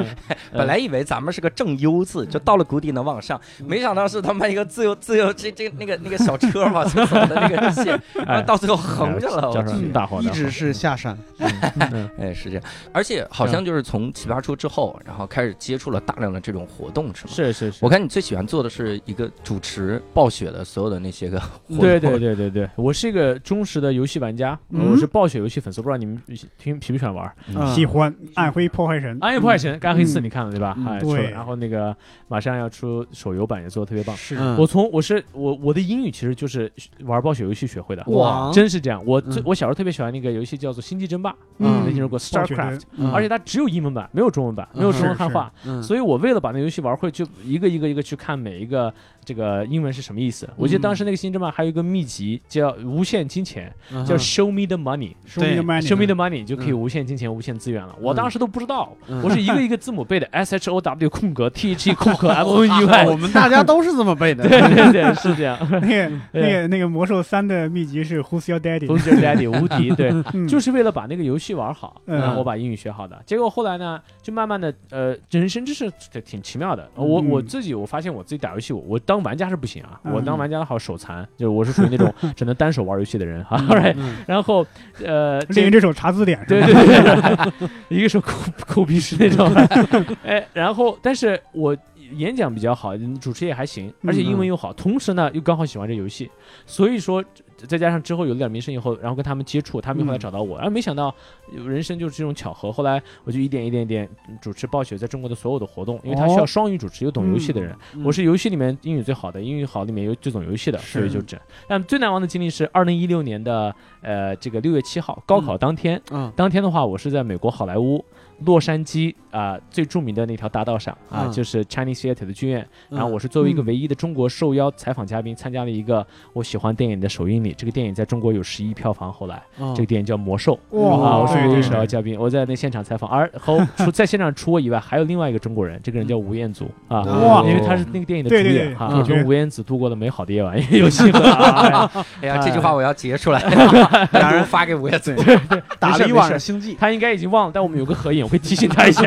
本来以为咱们是个正 U 字，就到了谷底能往上，没想到是他妈一个自由自由这这那个那个小车往前走的那个线，然后到最后横着了。哎叫我什去么？大伙一直是下山，嗯哎，是这样，而且好像就是从奇葩说之后，然后开始接触了大量的这种活动，是吗？是是是我，看你最喜欢做的是一个主持暴雪的所有的那些个活动，对对对对对，我是一个忠实的游戏玩家，嗯我是暴雪游戏粉丝，不知道你们听喜不喜欢玩儿？嗯喜欢暗黑破坏神，《暗夜破坏神》《暗黑四》嗯你看了对吧？嗯哎，对出了然后那个马上要出手游版，也做的特别棒。是嗯我从我是我我的英语其实就是玩暴雪游戏学会的，哇真是这样。我最嗯我小时候特别喜欢那个游戏叫做《星际争霸》，嗯没听说过暴雪人嗯 StarCraft，而且它只有英文版，没有中文版，没有中文汉化。嗯所以我为了把那游戏玩会，就一个一个一个去看每一个这个英文是什么意思。我记得当时那个《星之曼》还有一个秘籍叫《无限金钱》，嗯叫《Show Me the Money》 show me the 对 money ，Show me the money 就可以无限金钱、无限资源了。我当时都不知道，嗯 [LAUGHS] 我是一个一个字母背的 S H O W 空格 T H E 空格 M O N E 嗯啊我 Y。们大家都是这么背的。 [LAUGHS] 嗯对对对，是这样。 [LAUGHS] 那个那嗯对个那个魔兽三的秘籍是 Who's Your Daddy？ Who's your daddy？无敌，对， [LAUGHS] 嗯就是为了把那个游戏玩好，嗯然后我把英语学好的。结果后来呢，就慢慢的，呃，人生真是挺挺奇妙的。我嗯我自己我发现我自己打游戏，我我当玩家是不行啊，嗯我当玩家好手残，就是我是属于那种 [LAUGHS] 只能单手玩游戏的人哈。right，嗯 [LAUGHS] 然后呃，这练这首查字典是对吧？对对，对 [LAUGHS] 一个手抠抠鼻屎那种。 [LAUGHS] 哎，然后但是我演讲比较好，嗯主持也还行，而且英文又好，同时呢又刚好喜欢这游戏，所以说。再加上之后有了点名声以后，然后跟他们接触，他们后来找到我，呃然后没想到有人生就是这种巧合。后来我就一点一点一点主持暴雪在中国的所有的活动，因为他需要哦双语主持，又懂游戏的人，嗯我是游戏里面英语最好的，英语好里面有最懂游戏的，所以是就这。但最难忘的经历是二零一六年的呃这个六月七号高考当天，嗯当天的话，我是在美国好莱坞洛杉矶啊、最著名的那条大道上啊、嗯就是 Chinese Theater 的剧院。嗯然后我是作为一个嗯唯一的中国受邀采访嘉宾，参加了一个我喜欢电影的首映礼。这个电影在中国有十亿票房，后来、嗯这个电影叫《魔兽》啊， [LAUGHS] 哇，我是哦对唯对一受邀对，嘉宾，我在那现场采访。而后除在现场除我以外，还有另外一个中国人，这个人叫吴彦祖啊，哇因为他是那个电影的主哦对对演对哈，嗯我跟吴彦祖度过了美好的夜晚， [LAUGHS] 也有幸福啊。哎哎呀，这句话我要截出来，俩单人独发给吴彦祖。嗯打了一没晚事上星际，他应该已经忘了，但我们有个合影，我会提醒他 [LAUGHS] 一下，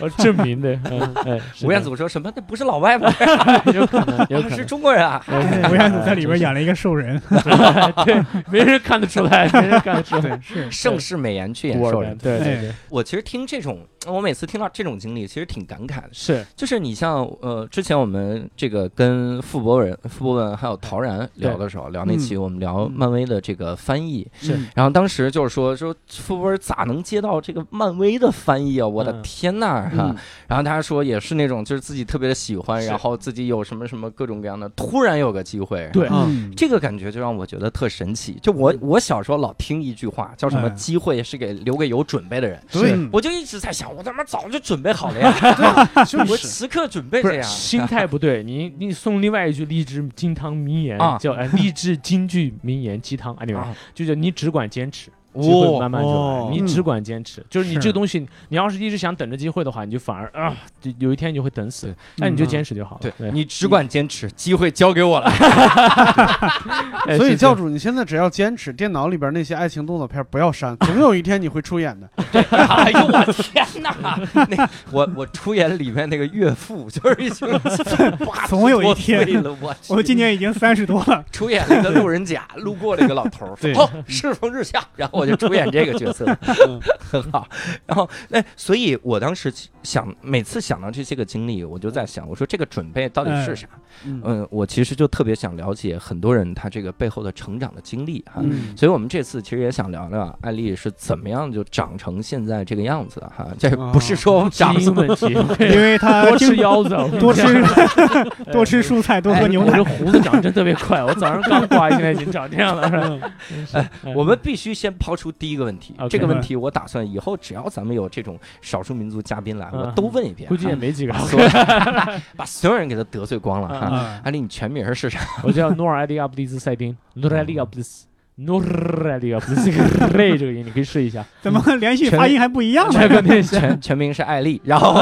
我证明的。嗯，哎，是的吴彦，祖说什么？那不是老外吗？ [LAUGHS] 有可能，有可能哎是。中国人啊！有可能 [LAUGHS] [LAUGHS] 对吴彦祖在里边， [LAUGHS] 演了一个兽人，哎真是对，没人看得出来，没人看得出来，是盛世美颜去演孤儿兽们人，对对对，哎我其实听这种，我每次听到这种经历，其实挺感慨的。是，就是你像呃，之前我们这个跟傅博文、傅博文还有陶然聊的时候，聊那期嗯我们聊漫威的这个翻译，是嗯然后当时就是说说傅博文咋能接到这个漫威的翻译啊？我的嗯天呐！哈、嗯然后他说也是那种就是自己特别的喜欢，是然后自己有什么什么各种各样的，突然有个机会，对嗯这个感觉就让我觉得特神奇。就我我小时候老听一句话，叫什么“嗯机会是给留给有准备的人”，对，我就一直在想，我他妈早就准备好了呀，就我是时刻准备不这是样。心态不对，你你送另外一句励志金汤名言啊，叫哎励志金句名言 [LAUGHS] 鸡汤啊，你们啊就叫你只管坚持。机会哦慢慢就来，哦你嗯只管坚持。就是你是这个东西，你要是一直想等着机会的话，你就反而啊，就有一天你就会等死对。那你就嗯坚持就好了。对你只管坚持，机会交给我了。哎所以是教是主，你现在只要坚持，电脑里边那些爱情动作片不要删，总有一天你会出演的。哎呦我天哪！那我我出演里面那个岳父，就是已经 [LAUGHS] 八十总有一多天岁了，我去我今年已经三十多 [LAUGHS] 了，出演了一个路人 [LAUGHS] 甲，路过了一个老头儿，说对哦，世风日 [LAUGHS] 下，然后我就出演这个角色，嗯很好。然后，哎，所以我当时想，每次想到这些个经历，我就在想，我说这个准备到底是啥？嗯嗯，我其实就特别想了解很多人他这个背后的成长的经历哈。嗯所以，我们这次其实也想聊聊艾丽是怎么样就长成现在这个样子的哈。这哦不是说我们长基因问题，因为他 [LAUGHS] 多吃哎经腰子，我跟你 [LAUGHS] 多吃 [LAUGHS] 讲多 [LAUGHS] 吃蔬菜，多喝牛我奶这。胡子长真特别快，我早上刚刮，现在已经长这样了。是吧真是哎我们必须先抛出第一个问题。 OK 这个问题我打算以后只要咱们有这种少数民族嘉宾来，嗯我都问一遍。估计也没几个把，所有 [LAUGHS] 把所有人给他得罪光了嗯哈。啊，艾丽，你全名是啥？我叫诺尔埃利亚布利兹塞丁，诺尔埃利亚布利斯，诺尔埃利亚布利斯这个 [LAUGHS] 瑞这个音，你可以试一下。怎么连续发音还不一样呢？全国内全全名是艾丽，然后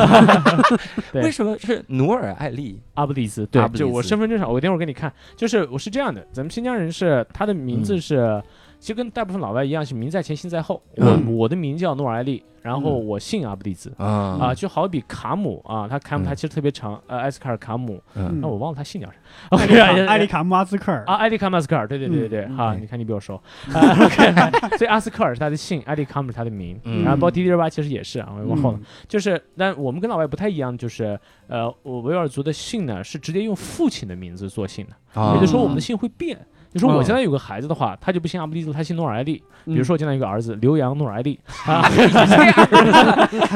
[LAUGHS] 对为什么是努尔艾丽？阿布利斯，对阿，布利就我兹身份证上，我等会儿给你看。就是我是这样的，咱们新疆人是他的名字嗯是，其实跟大部分老外一样是名在前姓在后。我嗯我的名叫诺尔埃利，然后我姓阿布利兹。啊，啊就好比卡姆啊，他卡姆他嗯其实特别长，呃，埃斯卡尔卡姆，嗯那我忘了他姓叫啥。艾丽 OK，卡啊艾丽卡穆阿兹克尔啊，埃利卡马斯克尔，对对对对对，嗯哈，嗯你看你比我熟。啊 OK，所以阿斯克尔是他的姓，埃利卡姆是他的名。嗯然后包括 D 六八其实也是啊，我往后了嗯。就是，但我们跟老外不太一样，就是呃，我维吾尔族的姓呢是直接用父亲的名字做姓的，啊也就是说我们的姓会变。就说我哦将来有个孩子的话，他就不姓阿布利兹，他姓诺尔埃利。比嗯如说我将来有个儿子刘洋诺尔埃利，啊， [LAUGHS]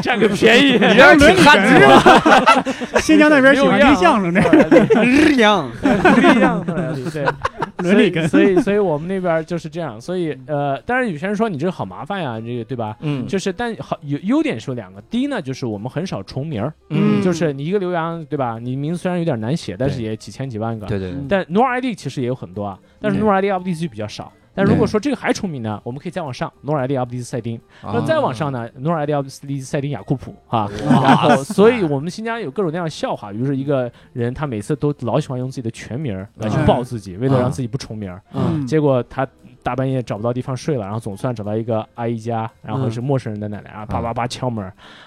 占个便宜。 [LAUGHS] 你这挺汉伦理字人 [LAUGHS] 新疆那边喜欢听相声这诺尔埃利 [LAUGHS] [LAUGHS] 日阳， [LAUGHS] 不一样的，对，伦理根所以所以所以我们那边就是这样，所以呃，当然有些人说你这个好麻烦呀，这个对吧？嗯就是但好有优点是有两个，第一呢就是我们很少重名儿，嗯，就是你一个浏阳对吧？你名字虽然有点难写，但是对也几千几万个。对对嗯对，但 Nor ID 其实也有很多啊，但是对 Nor ID LBDC 比较少。但嗯如果说这个还出名呢，我们可以再往上，Nor ID LBDC 赛丁，啊那再往上呢，Nor ID LBDC 赛丁雅库普啊。然后，所以我们新疆有各种各样的笑话，于是一个人他每次都老喜欢用自己的全名儿来去嗯报自己，为了啊让自己不重名儿。嗯结果他大半夜找不到地方睡了，然后总算找到一个阿姨家，然后是陌生人的奶奶嗯啊，叭叭叭敲门，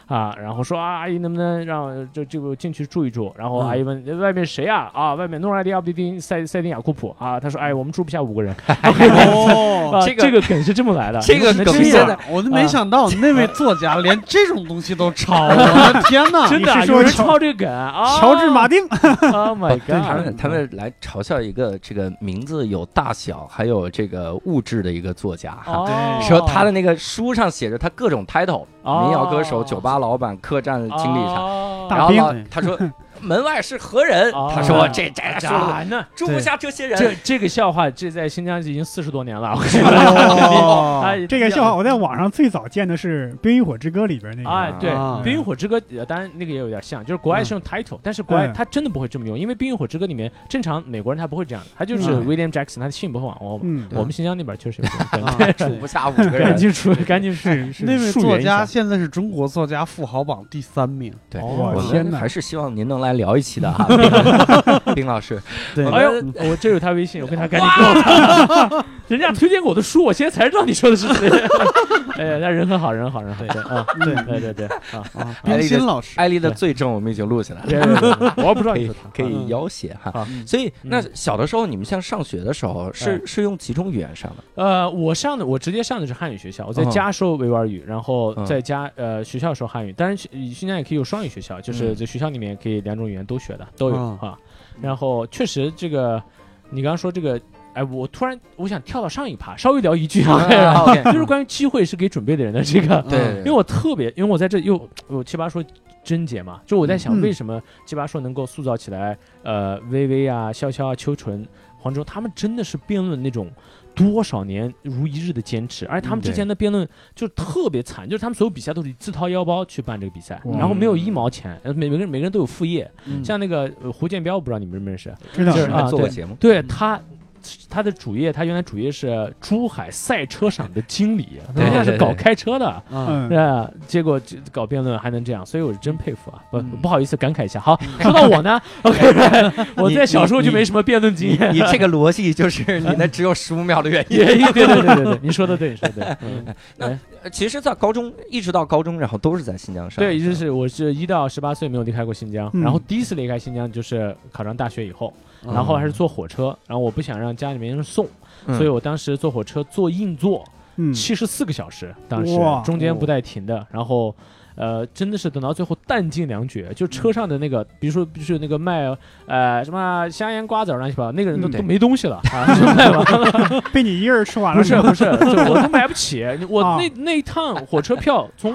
啊，然后说啊，阿姨能不能让这这个进去住一住？然后嗯阿姨问、外面谁啊？啊，外面诺莱迪奥布丁塞塞丁雅库普啊，他说哎，我们住不下五 [LAUGHS] 个人，哎哦，啊这个这个梗是这么来的，这个梗真现的啊在我都没想到那位作家连这种东西都抄， [LAUGHS] 我的天 [LAUGHS] 哪！真的你啊是有说人乔抄这个梗啊，嗯乔治马丁， ，Oh my 哦 [LAUGHS] 对他 god，们他们来嘲笑一个这个名字有大小还有这个物质的一个作家哈。哦，说他的那个书上写着他各种 title，哦民谣歌手、酒吧老板、客栈经理啥。啥大然后兵老他说门外是何人？哦他说这这这咋呢？住不下这些人。这这个笑话，这在新疆已经四十多年了。我哎跟你哎 [LAUGHS] 哦 [LAUGHS] 说，这个笑话我在网上最早见的是《冰与火之歌》里边那个，哎，对，啊《冰与火之歌》呃当然那个也有点像，就是国外是用 title，但是国外嗯他真的不会这么用，因为《冰与火之歌》里面正常美国人他不会这样的，他就是嗯 William Jackson，他的姓不会往后。嗯，我们新疆那边确实有这种啊梗，哎住不下五个赶人。紧出，赶紧出。是是那位溯作源一家下现在是中国作家富豪榜第三名。对，哦我天们哪还是希望您能来聊一期的哈，丁老师。对我哎呦们，我这有他微信，我跟他赶紧告他。 [LAUGHS] 人家推荐过我的书，我现在才知道你说的是谁。 [LAUGHS] 哎呀，他人很好，人很好，人很好。对啊，对对对对啊，啊，哎冰心老师，艾丽的罪证我们已经录下来了，对对对对我不知道可你以说他。可以嗯要挟哈。啊嗯所以那小的时候，你们像上学的时候是是用几种语言上的？呃，我上的我直接上的是汉语学校，我在嗯家说维吾尔语，然后嗯在家呃学校说汉语，当然去新疆也可以有双语学校，就是嗯在学校里面可以两种语言都学的都有嗯啊。然后确实这个，你刚刚说这个，哎，我突然我想跳到上一趴，稍微聊一句 [LAUGHS] 啊，啊 OK 就是关于机会是给准备的人的这个，嗯对因为我特别，因为我在这又有奇葩说贞洁嘛，就我在想嗯为什么奇葩说能够塑造起来，呃，薇薇啊、潇潇啊、秋纯、黄忠，他们真的是辩论那种多少年如一日的坚持，而且他嗯们之前的辩论就特别惨，就是他们所有比赛都是自掏腰包去办这个比赛，哇然后没有一毛钱，呃每每个人每个人都有副业，嗯像那个呃胡建彪，不知道你们认不认识？知道就 [LAUGHS] 就是是啊还做过对节目。 [LAUGHS] 对他。他的主业，他原来主业是珠海赛车场的经理，对人家是对对搞开车的。嗯，嗯，啊，结果这搞辩论还能这样，所以我是真佩服啊！不、嗯不好意思，感慨一下。好，说到 [LAUGHS] 我呢，OK，我在小时候就没什么辩论经验。你这个逻辑就是你那只有十五秒的原因。 [LAUGHS] 也对对对对 [LAUGHS] 对，你说的对，你说的对。嗯、呃其实，在高中一直到高中，然后都是在新疆上的。对，就是我是一到十八岁没有离开过新疆，嗯然后第一次离开新疆就是考上大学以后，嗯然后还是坐火车，然后我不想让家里面人送，嗯所以我当时坐火车坐硬座，嗯，七十四个小时，当时哇哦中间不带停的，然后。呃，真的是等到最后弹尽粮绝，就车上的那嗯个，比如说就是那个卖呃什么香烟、瓜子儿乱七八糟，那个人都、嗯都没东西 [LAUGHS] 了，啊、就卖完了。被你一个人吃完了，不是不是，就我都买 [LAUGHS] 不起。我啊那那一趟火车票从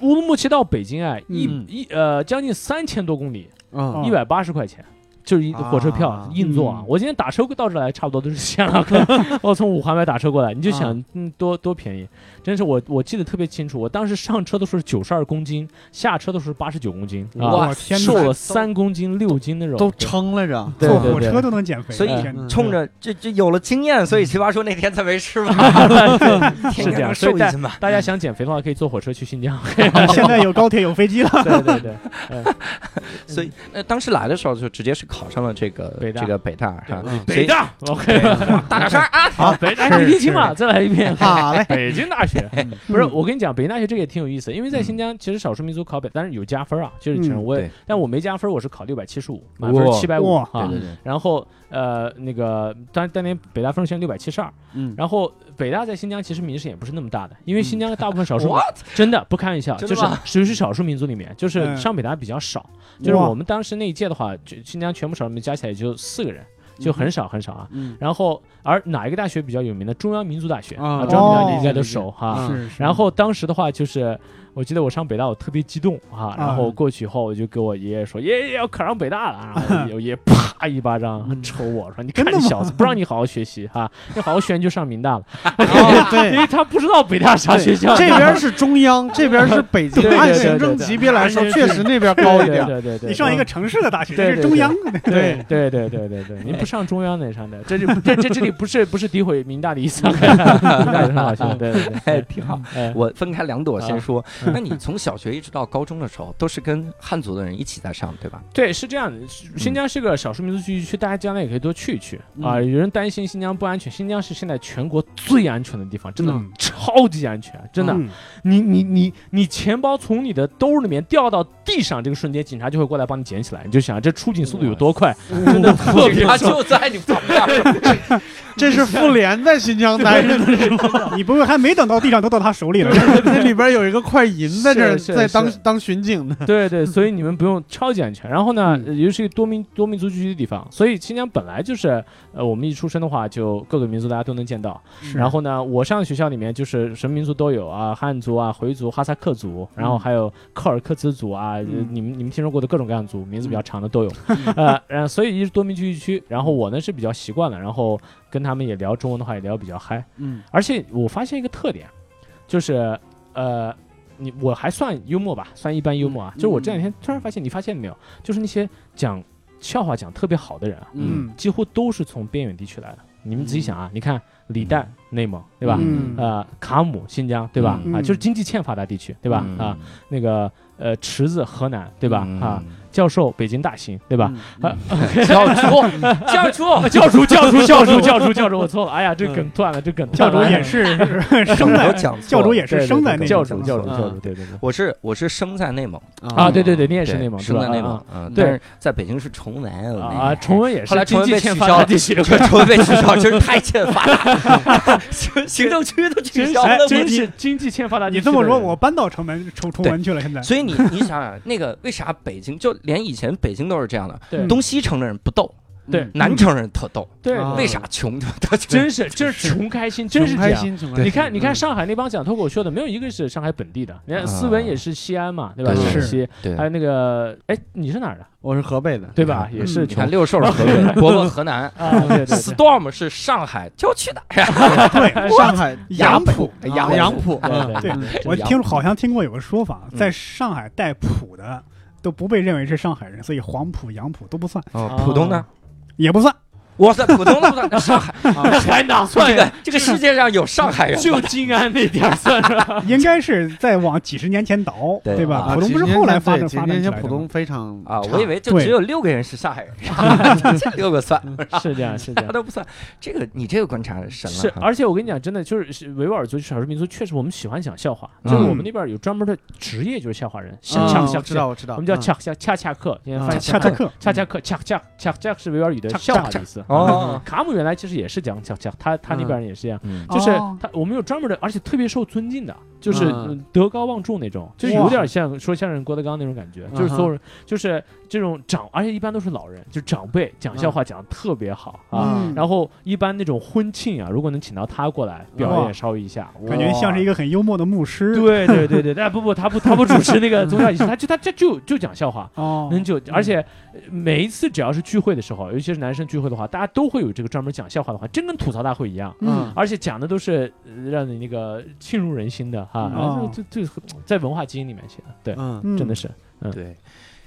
乌鲁木齐到北京，哎，一嗯一呃将近三千多公里，嗯哦一百八十块钱，就是一个火车票啊硬座啊嗯！我今天打车到这来，差不多都是这样了。我从五环外打车过来，你就想嗯多多便宜，真是我我记得特别清楚。我当时上车的时候是九十二公斤，下车的时候八十九公斤啊，我天瘦哪，了三公斤六斤的肉，都撑来着。对坐对火对车都能减肥，所以天哪冲着这这有了经验，所以奇葩说那天才没吃 [LAUGHS] 嘛， [LAUGHS] 天嗯是这天样能所以瘦一斤吧。大家想减肥的话，可以坐火车去新疆。嗯 [LAUGHS] 现在有高铁有飞机了，对对 [LAUGHS] 对，所以呃，当时来的时候就直接是考上了这个嗯北大这个北大哈，嗯北大 OK，大点声啊！好，北大你听清嘛，再来一遍。 [LAUGHS] 好嘞，北京大学 [LAUGHS] 嗯不是，我跟你讲，北京大学这个也挺有意思，因为在新疆其实少数民族考北，但是有加分啊，就是其实嗯我也对，但我没加分，我是考六百七十五，满分七百五哇啊对。对对，然后呃，那个当当年北大分数线六百七十二，嗯，然后北大在新疆其实名声也不是那么大的，因为嗯新疆大部分 [LAUGHS] 少数 What？真的不开玩笑，真就的是吗属于是少数民族里面，就是嗯上北大比较少，就是哇我们当时那一届的话，就新疆全部少数民族加起来也就四个人，就很少很少啊。嗯然后，而哪一个大学比较有名呢？中央民族大学啊啊，中央民族大哦学应该都熟哈。嗯是，是然后当时的话就是，我记得我上北大，我特别激动啊，然后过去以后，我就跟我爷爷说：“爷爷要考上北大了。” [LAUGHS] 啊！我爷爷啪一巴掌抽我说：“你嗯真看的你吗小子，不让你好好学习哈，你好好学你就上民大了，哦 [LAUGHS] 因哦对为。他不知道北大啥学校。”这边是中央，这边是北京。对对对按行政级别来说，确实那边高一点。 [LAUGHS] 对对对，你上一个城市的大学，对这对是中央的，对对对对对对，您不上中央那上的，这是这这这里不是不是诋毁民大的 [LAUGHS] 意思，啊，民大也很好学，对对哎，对，挺好。哎，我分开两朵先说，嗯那你从小学一直到高中的时候，都是跟汉族的人一起在上，对吧？对，是这样的，新疆是个少数民族聚居区，大家将来也可以多去一去啊、嗯有人担心新疆不安全，新疆是现在全国最安全的地方，真的、嗯超级安全，真的。嗯你你你你钱包从你的兜里面掉到地上这个瞬间，警察就会过来帮你捡起来，你就想这出警速度有多快，真的特别他爽。就在你旁边。 [LAUGHS] 这是妇联在新疆待着， [LAUGHS] 你不会还没等到地上都到他手里了？那里边有一个快银在这儿是是在当是当巡警呢。对对，所以你们不用超级安全。然后呢，呃尤其是多民多民族聚居的地方，所以新疆本来就是，呃，我们一出生的话，就各个民族大家都能见到。然后呢，我上的学校里面就是什么民族都有啊，汉族啊、回族、哈萨克族，啊然后还有柯尔克孜族啊，呃嗯你们你们听说过的各种各样的族，名字比较长的都有。呃，然后所以一直多民族聚居区。然后我呢是比较习惯了，然后跟他们也聊中文的话也聊得比较嗨。嗯而且我发现一个特点，就是呃，你我还算幽默吧，算一般幽默啊。就是我这两天突然发现，你发现没有，就是那些讲笑话讲特别好的人啊，嗯几乎都是从边远地区来的。你们仔细想啊，你看李诞内蒙对吧？嗯呃，卡姆新疆对吧？嗯啊，就是经济欠发达地区对吧？嗯啊，那个呃池子河南对对吧？啊，，嗯教授北京大兴对吧？嗯啊小猪， [LAUGHS] 教主，教主，教主， [LAUGHS] 教主，教主，教主，我错了，哎呀，这梗断了，这梗教断主了也 [LAUGHS] 是生我在讲错教主了也是生在那对对对个教教主主教教主主教教主，主对对对。我是我是生在内蒙，嗯啊，对对对，你也是对内蒙，生在内蒙啊，嗯，对但是在北京是崇文，我们啊，崇文也是，后来崇文经被济欠取发消达了 [LAUGHS] 地区，这崇文被取消，真是太欠发达 [LAUGHS] 了，行行政区都取真消了是，我真天是哎经济欠发达地你区这的人。么说，我搬到城门崇崇文去了，现在所以你你想想，那个为啥北京就连以前北京都是这样的，对嗯东西城的人不逗，对南城人特逗，对，啊为啥穷就他真是这是穷开心，真是这开样。心，嗯穷开你心看，你看上海那帮讲脱口秀的，没有一个是上海本地的。你看思文也是西安嘛，对吧？对陕是西，对还有那个，哎，你是哪儿的？我是河北的，对吧？你也是你穷看六兽是河北， [LAUGHS] 伯伯河南啊，对对对。 ，Storm [LAUGHS] 是上海郊区的，对。上海杨浦，啊啊浦杨杨浦，对对对对，我这听样好像听过有个说法，嗯在上海带浦的都不被认为是上海人，所以黄浦、杨浦都不算，哦，浦东呢？也 [LAUGHS] 不算。哇塞，浦东不算上海，哎那还啊哎哪算这呀个？这个世界上有上海人吗，就静安那点儿算是 [LAUGHS] 吧？应该是再往几十年前倒， [LAUGHS] 对对吧？啊浦东不是后来发展对几发十展年起前来浦的东吗？非常啊，差我以为就对只有六个人是上海 [LAUGHS] 人，这六个算是这样，是这样。他都不算。这个你这个观察神是了，哈，而且我跟你讲，真的就是是维吾尔族、少数民族，确实我们喜欢讲笑话，就是嗯我们那边有专门的职业，就是笑话人，像啊像我像知道，我知道，我们叫嗯恰恰恰恰克，现在翻译啊恰成恰克，恰恰克恰恰恰恰是维吾尔语的恰恰笑话的意思。哦，卡姆原来其实也是讲恰恰，他他那边人也是这样， [LAUGHS] 嗯，就是哦他我们有专门的，而且特别受尊敬的，就是嗯嗯德高望重那种，就是有点像说相声郭德纲那种感觉，就是所有人就是这种长，而且一般都是老人，就长辈讲笑话讲的特别好啊。嗯然后一般那种婚庆啊，如果能请到他过来表演稍微一下，感觉像是一个。个很幽默的牧师。对对对对，哎但不不，他不他不主持那个宗 [LAUGHS] 教仪式，他就他这就就讲笑话，哦，能就而且呃每一次只要是聚会的时候，尤其是男生聚会的话，大家都会有这个专门讲笑话的话，真跟吐槽大会一样。嗯嗯，而且讲的都是呃让你那个沁入人心的哈，啊然后哦就就就在文化基因里面写的，对，嗯嗯真的是对。哦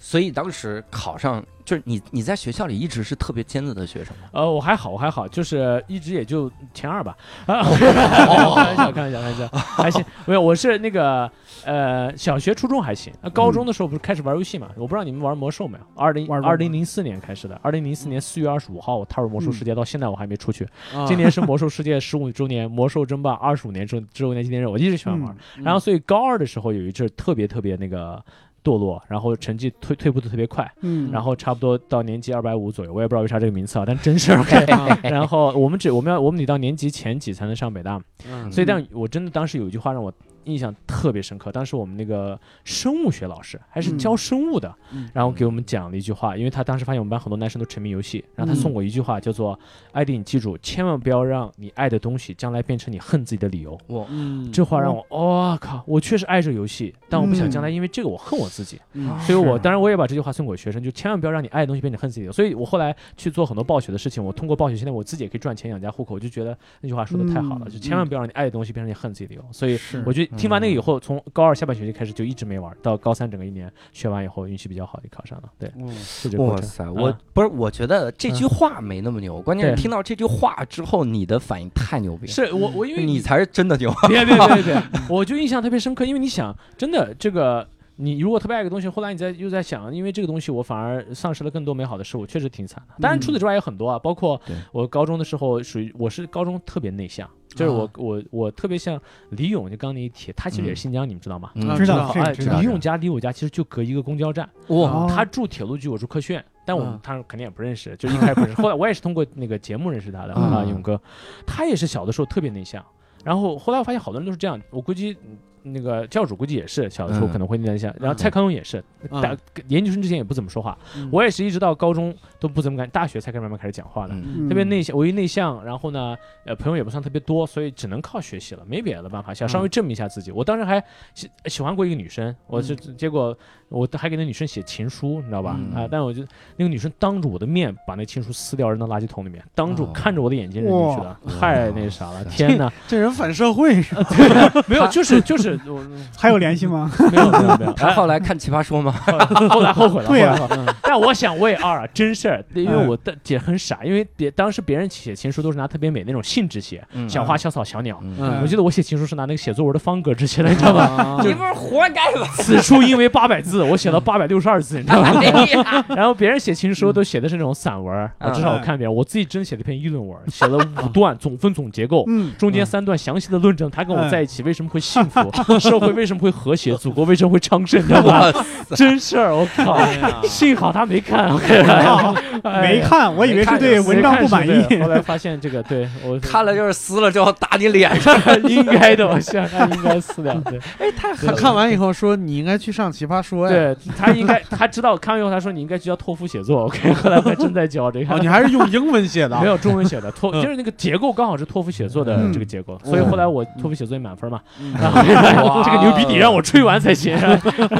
所以当时考上，就是你你在学校里一直是特别尖子的学生吗？呃，我还好，我还好，就是一直也就前二吧。啊， [LAUGHS] 开玩笑，开玩笑，开玩笑，还行。没有，我是那个呃，小学、初中还行。那高中的时候不是开始玩游戏嘛？我不知道你们玩魔兽没有？二零嗯玩过嗯二零零四年开始的，二零零四年四月二十五号我踏入魔兽世界，到现在我还没出去。啊今年是魔兽世界十五周年，魔兽争霸二十五年周周年纪念日，我一直喜欢玩。嗯然后所以高二的时候有一阵儿特别特别那个堕落，然后成绩退退步的特别快，嗯，然后差不多到年级二百五左右，我也不知道为啥这个名次啊，但真是 OK。 [LAUGHS] 啊 [LAUGHS] 然后我们只我们要我们得到年级前几才能上北大嘛，嗯所以但我真的当时有一句话让我印象特别深刻。当时我们那个生物学老师还是嗯教生物的，嗯然后给我们讲了一句话，因为他当时发现我们班很多男生都沉迷游戏，然后他送我一句话叫做：“艾迪，你记住，千万不要让你爱的东西将来变成你恨自己的理由。”嗯这话让我，我、靠！我确实爱这游戏，但我不想将来因为这个我恨我自己。嗯所以我是当然我也把这句话送给我学生，就千万不要让你爱的东西变成恨自己的。所以我后来去做很多暴雪的事情，我通过暴雪，现在我自己也可以赚钱养家糊口，我就觉得那句话说的太好了，嗯就千万不要让你爱的东西变成你恨自己的理由。哦所以是我就听完那个以后，从高二下半学期开始就一直没玩，到高三整个一年学完以后，运气比较好就考上了。对， [LAUGHS] 嗯就这个过哇程。塞，嗯我不是，我觉得这句话没那么牛，关键是对听到这句话之后，你的反应太牛逼了，是我我因为啊你才是真的牛。别别别 [LAUGHS] 别，我就印象特别深刻，因为你想，真的这个。你如果特别爱一个东西，后来你再又在想，因为这个东西我反而丧失了更多美好的事物，确实挺惨的。当然除此之外有很多啊，包括对我高中的时候，属于我是高中特别内向，就是我、啊我我特别像李勇，就刚那一提，他其实也是新疆，你们知道吗？嗯 [LAUGHS] 啊知知道道嗯这个哎，知道李勇家离我家其实就隔一个公交站，哇，他住铁路局，我住科学院，但我们哦嗯他肯定也不认识，就一开始 [LAUGHS] 不认识。后来我也是通过那个节目认识他的嗯啊，勇哥，他也是小的时候特别内向，然后后来我发现好多人都是这样，我估计。嗯那个教主估计也是小的时候嗯可能会内向，然后嗯蔡康永也是，嗯大研究生之前也不怎么说话，嗯我也是一直到高中都不怎么敢，大学才开始慢慢开始讲话的，嗯嗯特别内向，我一内向，然后呢，呃，朋友也不算特别多，所以只能靠学习了，没别的办法，想稍微证明一下自己。我当时还喜喜欢过一个女生，我是、结果我还给那女生写情书，你知道吧？嗯啊，但我就那个女生当着我的面把那情书撕掉扔到垃圾桶里面，当着我哦看着我的眼睛扔进去的，太那啥了，天哪！这人反社会是吧 [LAUGHS] 没有，就是 [LAUGHS] 就是我还有联系 [LAUGHS] 吗？没有没有没有，他哎 [LAUGHS] 后来看《奇葩说》吗？后来后来后悔 [LAUGHS] 了，对啊后来后悔了但我想我也二啊，真事儿，因为我的姐很傻，因为别当时别人写情书都是拿特别美那种信纸写，嗯小花、小草、小鸟。嗯嗯我记得我写情书是拿那个写作文的方格纸写的，你知道吧？啊你不是活该吗？ [LAUGHS] 此书因为八百字，我写了嗯八百六十二字，你知道吧？ [LAUGHS] 哎然后别人写情书都写的是那种散文，啊，嗯至少我看别人，我自己真写了一篇议论文，写了五段总分总结构。嗯，中间三段详细的论证，他跟我在一起为什么会幸福，社会为什么会和谐，祖国为什么会昌盛，你知道吧？真事儿，我靠！嗯哎 [LAUGHS] 呀幸好他没看，啊啊哎没看，我以为是对文章不满意。没看是对后来发现这个对我看了就是撕了之后打你脸上，应该的，我想他应该死掉。对，哎，太狠他了。看完以后说你应该去上奇葩说呀。啊对他应该他知道看完以后，他说你应该就叫托福写作。OK，后来他真在教这哦， [LAUGHS] 个。你还是用英文写的啊没。有中文写的托，就是那个结构刚好是托福写作的嗯这个结构，所以后来我托福写作也满分嘛。嗯然后 [LAUGHS] 这个牛逼 [LAUGHS] 哇你让我吹完才行， [LAUGHS]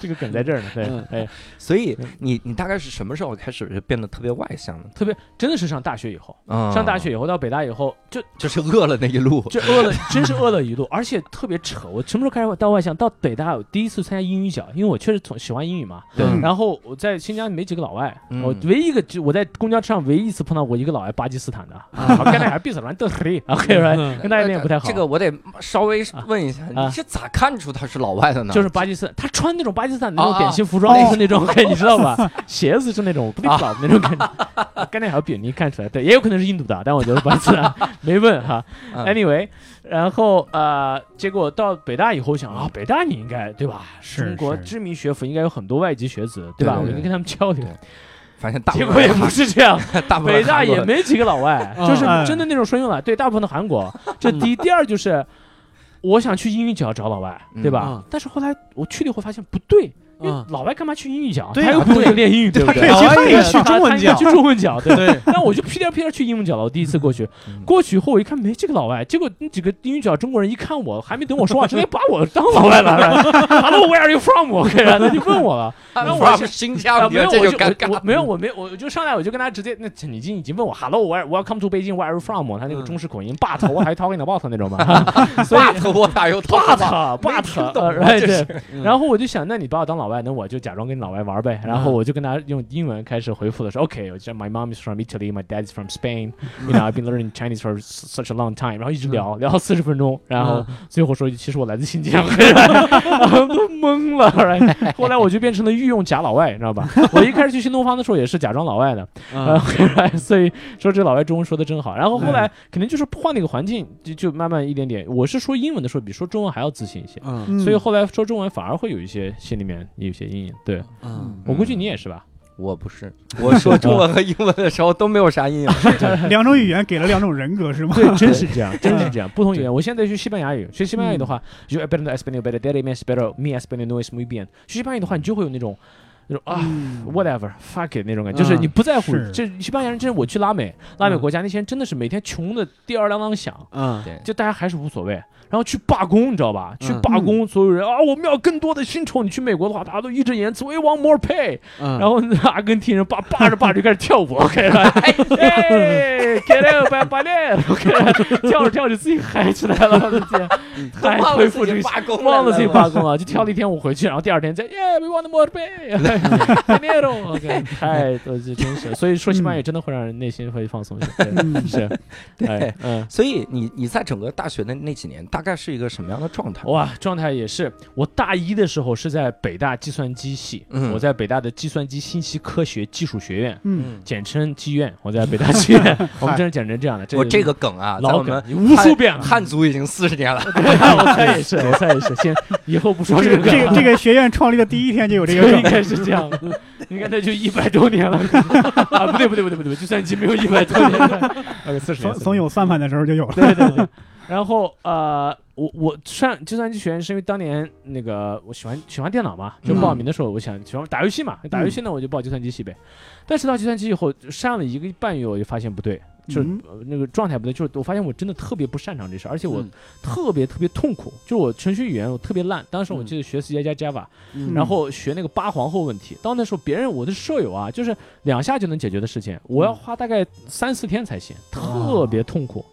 这个梗在这儿呢。对嗯，哎，所以你你大概是什么时候开始就变得特别外向的？特别真的是上大学以后，啊上大学以后到北大以后，就就是饿了那一路，就饿了， [LAUGHS] 真是饿了一路，而且特别扯。我什么时候开始到外向？到北大我第一次参加英语角，因为我确实从喜欢英语嘛。对 [LAUGHS] 然后我在新疆没几个老外，嗯我唯一一个就我在公交车上唯一一次碰到过一个老外，巴基斯坦的， [LAUGHS] 啊，跟那还闭嘴吧，你都黑啊，黑嗯人跟大家练不太好。这个我得稍微问一下，啊你是咋看出他是老外的呢？就是巴基斯坦，他穿那种巴基斯坦那啊种啊典型服装，哦是那种，你知道吧？鞋子是那种 flip flop 那种感觉， [LAUGHS] 跟那还有比你看出来，对，也有可能是印度的，但我觉得巴基斯坦没问哈。嗯 Anyway，然后呃，结果到北大以后想啊，北大你应该对吧？是中国是知名学府应该有很多外籍学子，对吧？对对我对就跟他们交流对，发现大结部果分也不是这样，大部分北大韩国也人没几个老外， [LAUGHS] 嗯就是哎真的那种说英文，对，大部分的韩国。这 [LAUGHS] 第一，第二就是我想去英语角找老外，对嗯吧嗯？但是后来我去了以后发现不对，因为嗯老外干嘛去英语角？对他呀又不会练英语，对不对对？呀他老外也去中文角他应该去中文 [LAUGHS] 角，对。对，那我就屁颠儿屁颠儿去英文角了。我第一次过去嗯，过去以后我一看没几个老外，结果那几个英语角中国人一看我，还没等我说话，直接把我当老外了。Hello, [LAUGHS] where are you from？我天，他就问我了。啊那我，from 是新啊，疆，你没有，看这我就尴我尬我。没有，我没有，我就上来我就跟他直接，那你经已经问我 hello where welcome to Beijing where are you from？他那个嗯中式口音，霸头还掏给你 what 那种嘛， [LAUGHS] [LAUGHS] 所以 but 我打又 but but，懂呃啊 [LAUGHS] 哎这对是。嗯然后我就想，那你把我当老外，那我就假装跟你老外玩呗。然后我就跟他用英文开始回复的时候，OK，我就 My mom is from Italy, my dad is from Spain. You know, I've been learning Chinese for such a long time. 然后一嗯直聊聊四十分钟，然后最后说一句，其实我来自新疆，都懵了。right？后来我就变成了御用假老外，你知道吧？我一开始去新东方的时候也是假装老外的，呃，嗯回来， [LAUGHS] 所以说这老外中文说的真好。然后嗯后来可能就是换了一个环境，就就慢慢一点点。我是说英文的时候比说中文还要自信一些，嗯 [LAUGHS] 嗯所以后来说中文反而会有一些心里面有一些阴影。对嗯， [LAUGHS] 我估计你也是吧？我不是，我说中文和英文的时候都没有啥 [LAUGHS] 阴影。两种语言给了两种人格是吗？对，真是这样，真是这样，不同语言。我现在学西班牙语，学西嗯班牙语的话，yo aprendo español, pero de mi espero mi español no es muy bien。学西班牙语的话，你就会有那种那种 [LAUGHS] 啊嗯，whatever fuck it 那种感觉，就是你不在乎。是嗯这西班牙人真是，我去拉美拉美国家那些人真的是每天穷的吊儿郎当响，嗯对，就大家还是无所谓。然后去罢工，你知道吧？去嗯罢工，所有人啊，我们要更多的薪酬。你去美国的话，大家都义正言辞，We want more pay。嗯，然后阿根廷人罢罢着罢着就开始跳 [LAUGHS] 舞，开始哎哎，给了拜拜 [LAUGHS] 嘞，开始跳着跳着自己嗨起来了，我的天，嗯 [LAUGHS] 太忘恢了嗯复自这己个。罢工，忘了自己罢工了，就跳了一天舞回去，然后第二天再耶，we want more pay，dinero，OK，太 [LAUGHS] 这这真是，所以说嗯西班牙语真的会让人内心会放松一些，嗯对是，哎，嗯。所以你你在整个大学的那几年，大概是一个什么样的状态？哇，状态也是。我大一的时候是在北大计算机系，嗯我在北大的计算机信息科学技术学院， [LAUGHS] 嗯，简称妓院，我在北大妓院，我们真是简称这样的。我这这个梗啊，在老我梗们无数遍了，汉族已经四十年了。 [LAUGHS] 我猜也是，我猜也是。先以后不说这个个这梗个了，这个学院创立的第一天就有这个应梗， [LAUGHS] 该是 [LAUGHS] 这样的。你看，那就一百多年了 [LAUGHS] 啊！不对，不对，不对，不对，计算机没有一百多年了，呃，四十从年。从有算盘的时候就有了。 [LAUGHS] 对对对。然后呃，我我上计算机学院是因为当年那个我喜欢喜欢电脑嘛，就报名的时候我想喜欢打游戏嘛，打游戏呢我就报计算机系呗。但是到计算机以后上了一个半月，我就发现不对，就是、嗯呃那个状态不对，就是我发现我真的特别不擅长这事，而且我嗯特别特别痛苦，就是我程序语言我特别烂。当时我记得学 C 加加 Java，、嗯然后学那个八皇后问题。到那时候，别人我的舍友啊，就是两下就能解决的事情，我要花大概三四天才行，特别痛苦。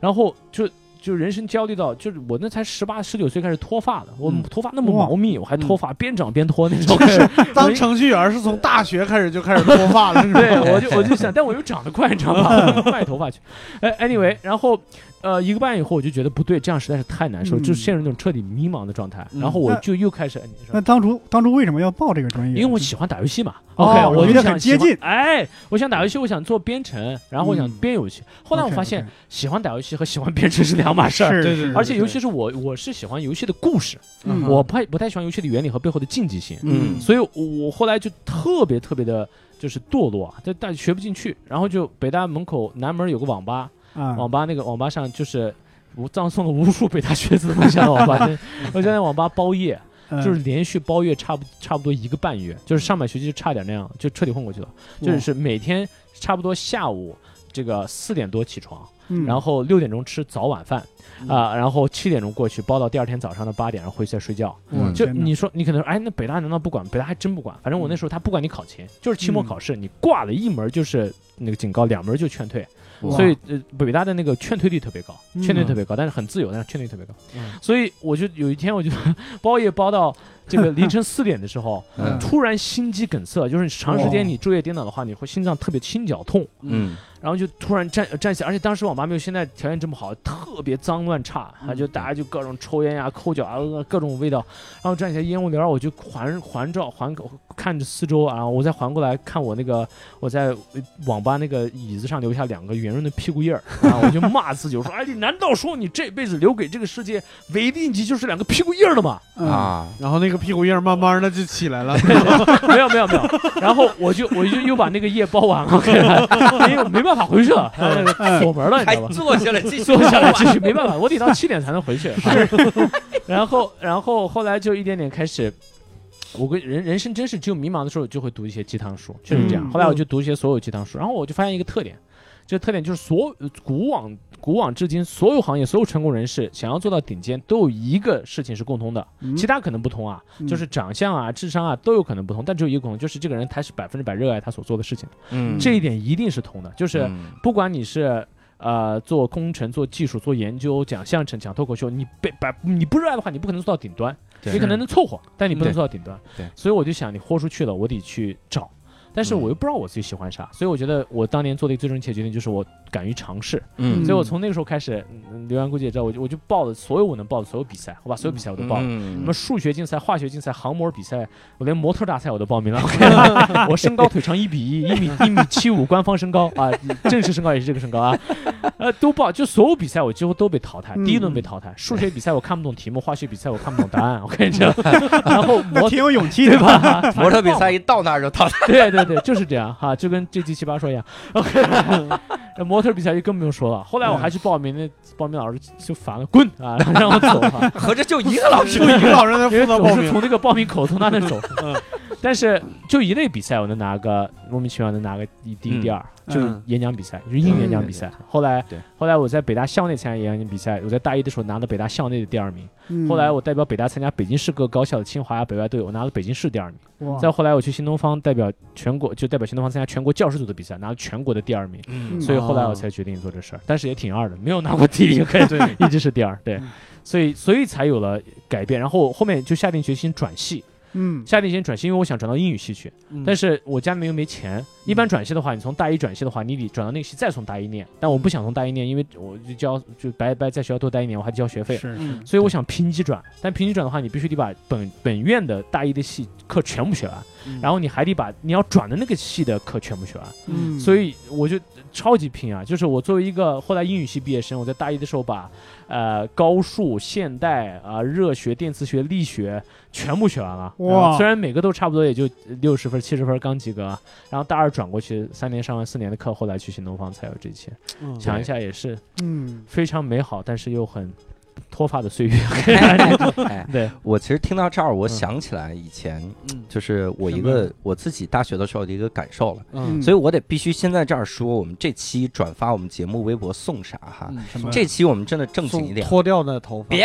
然后就就人生焦虑到，就是我那才十八十九岁开始脱发的，我嗯头发那么哇茂密，我还脱发，边长边脱那种。 [LAUGHS] 当程序员是从大学开始就开始脱发了，是吧？对，我就我就想，但我又长得快，你知道 [LAUGHS] 吗？卖头发去。哎，anyway，然后呃，一个半月以后，我就觉得不对，这样实在是太难受，嗯就陷入那种彻底迷茫的状态。嗯然后我那就又开始，哎你说那当初当初为什么要报这个专业？因为我喜欢打游戏嘛。哦 OK，我我觉就得想很接喜欢近哎，我想打游戏，我想做编程，然后我想嗯编游戏。后来我 OK，发现，喜欢打游戏和喜欢编程是两码事儿。是对对是而且尤其是我，我是喜欢游戏的故事，嗯我不太不太喜欢游戏的原理和背后的竞技性。嗯所以我后来就特别特别的，就是堕落啊，但但学不进去。然后就北大门口南门有个网吧，啊，网吧那个网吧上就是我葬送了无数北大学子梦想的 [LAUGHS] 网吧，我就在那网吧包夜，嗯就是连续包月差不差不多一个半月，就是上半学期就差点那样，就彻底混过去了。就是每天差不多下午这个四点多起床，嗯然后六点钟吃早晚饭啊、然后七点钟过去包到第二天早上的八点，然后回去再睡觉。我嗯就嗯天哪你说你可能说哎，那北大难道不管？北大还真不管。反正我那时候他不管你考勤，就是期末嗯考试你挂了一门就是那个警告，两门就劝退。哇所以呃，北大的那个劝退率特别高，嗯劝退特别高，但是很自由，但是劝退特别高。嗯所以我就有一天，我就 [LAUGHS] 包夜包到这个凌晨四点的时候，嗯突然心肌梗塞，就是长时哇间你昼夜颠倒的话，你会心脏特别心绞痛，嗯然后就突然站站起来，而且当时网吧没有现在条件这么好，特别脏乱差，啊，就大家就各种抽烟呀、抠脚啊，呃各种味道，然后站起来烟雾缭绕，我就环环照环看着四周啊，然后我再环过来看我那个我在呃网吧那个椅子上留下两个圆润的屁股印儿，啊，我就骂自己，我说， [LAUGHS] 哎，你难道说你这辈子留给这个世界唯一你就是两个屁股印儿了吗？ [LAUGHS] 啊，啊，然后那个屁股印儿慢慢的就起来了，没有没有没有，然后我就我就又把那个夜包完了， [LAUGHS] 没有没办法回去了，哎锁门了，你知还道吧？坐下来继 [LAUGHS] 续坐下来继续，没办法，我得到七点才能回去。啊然后，然后后来就一点点开始，我跟人人生真是只有迷茫的时候就会读一些鸡汤书，确实这样。嗯后来我就读一些所有鸡汤书，然后我就发现一个特点，这个特点就是所有古往古往至今，所有行业所有成功人士想要做到顶尖，都有一个事情是共通的，嗯其他可能不同啊，嗯就是长相啊、智商啊都有可能不同，但只有一个共同，就是这个人他是百分之百热爱他所做的事情，嗯这一点一定是通的，就是。嗯不管你是呃做工程、做技术、做研究、讲相声、讲脱口秀，你被把你不热爱的话，你不可能做到顶端，对你可能能凑合，但你不能对做到顶端。对所以我就想，你豁出去了，我得去找。但是嗯我又不知道我自己喜欢啥，所以我觉得我当年做的最正确的决定就是我敢于尝试。嗯所以我从那个时候开始，嗯看留言估计也知道，我就我就报了所有我能报的所有比赛，我把所有比赛我都报了。什嗯么数学竞赛、化学竞赛、航模比赛，我连模特大赛我都报名了。OK，我身高腿长一比一，一米一米七五，官方身高啊，正式身高也是这个身高啊，呃，都报，就所有比赛我几乎都被淘汰，第一轮被淘汰。数学比赛我看不懂题目，化学比赛我看不懂答案。OK，这样，然后那模挺有勇气的吧？吧，模特比赛一到那儿就淘汰，对对对，就是这样哈，就跟这期奇葩说一样。OK，那模特比赛就更不用说了。后来我还去报名，那报名老师就烦了，滚啊，让我走哈。合着就一个老师就。一个老人在因负为责报总是名，从那个报名口从他那走。 [LAUGHS] 但是就一类比赛，我能拿个莫名其妙能拿个第一、第二，嗯就是演讲比赛，就是硬演讲比赛。后来对，后来我在北大校内参加演讲比赛，我在大一的时候拿了北大校内的第二名。嗯后来我代表北大参加北京市各高校的清华呀、啊北外都有，我拿了北京市第二名。哇再后来我去新东方代表全国，就代表新东方参加全国教师组的比赛，拿了全国的第二名。嗯 [LAUGHS] 所以后来我才决定做这事儿，但是也挺二的，没有拿过第一，可以 [LAUGHS] 一直是第二，嗯对，所以所以才有了改变。然后后面就下定决心转系，嗯下定决心转系，因为我想转到英语系去，嗯但是我家里面又没钱。一般转系的话，你从大一转系的话，你得转到那个系再从大一念，但我不想从大一念，因为我就交就白白在学校多待一年，我还得交学费。是嗯所以我想平级转，但平级转的话，你必须得把本本院的大一的系课全部学完，嗯然后你还得把你要转的那个系的课全部学完。嗯，所以我就超级拼啊！就是我作为一个后来英语系毕业生，我在大一的时候把呃高数、现代啊、热学、电磁学、力学全部学完了。哇然后虽然每个都差不多也就六十分、七十分刚及格，然后大二转过去，三年上完四年的课，后来去新东方才有这些。嗯想一下也是嗯非常美好，但是又很脱发的岁月。哎，对，我其实听到这儿，我嗯想起来以前嗯就是我一什么个我自己大学的时候的一个感受了，嗯所以我得必须先在这儿说，我们这期转发我们节目微博送啥啊哈？嗯什么这期我们真的正经一送点，脱掉的头发，别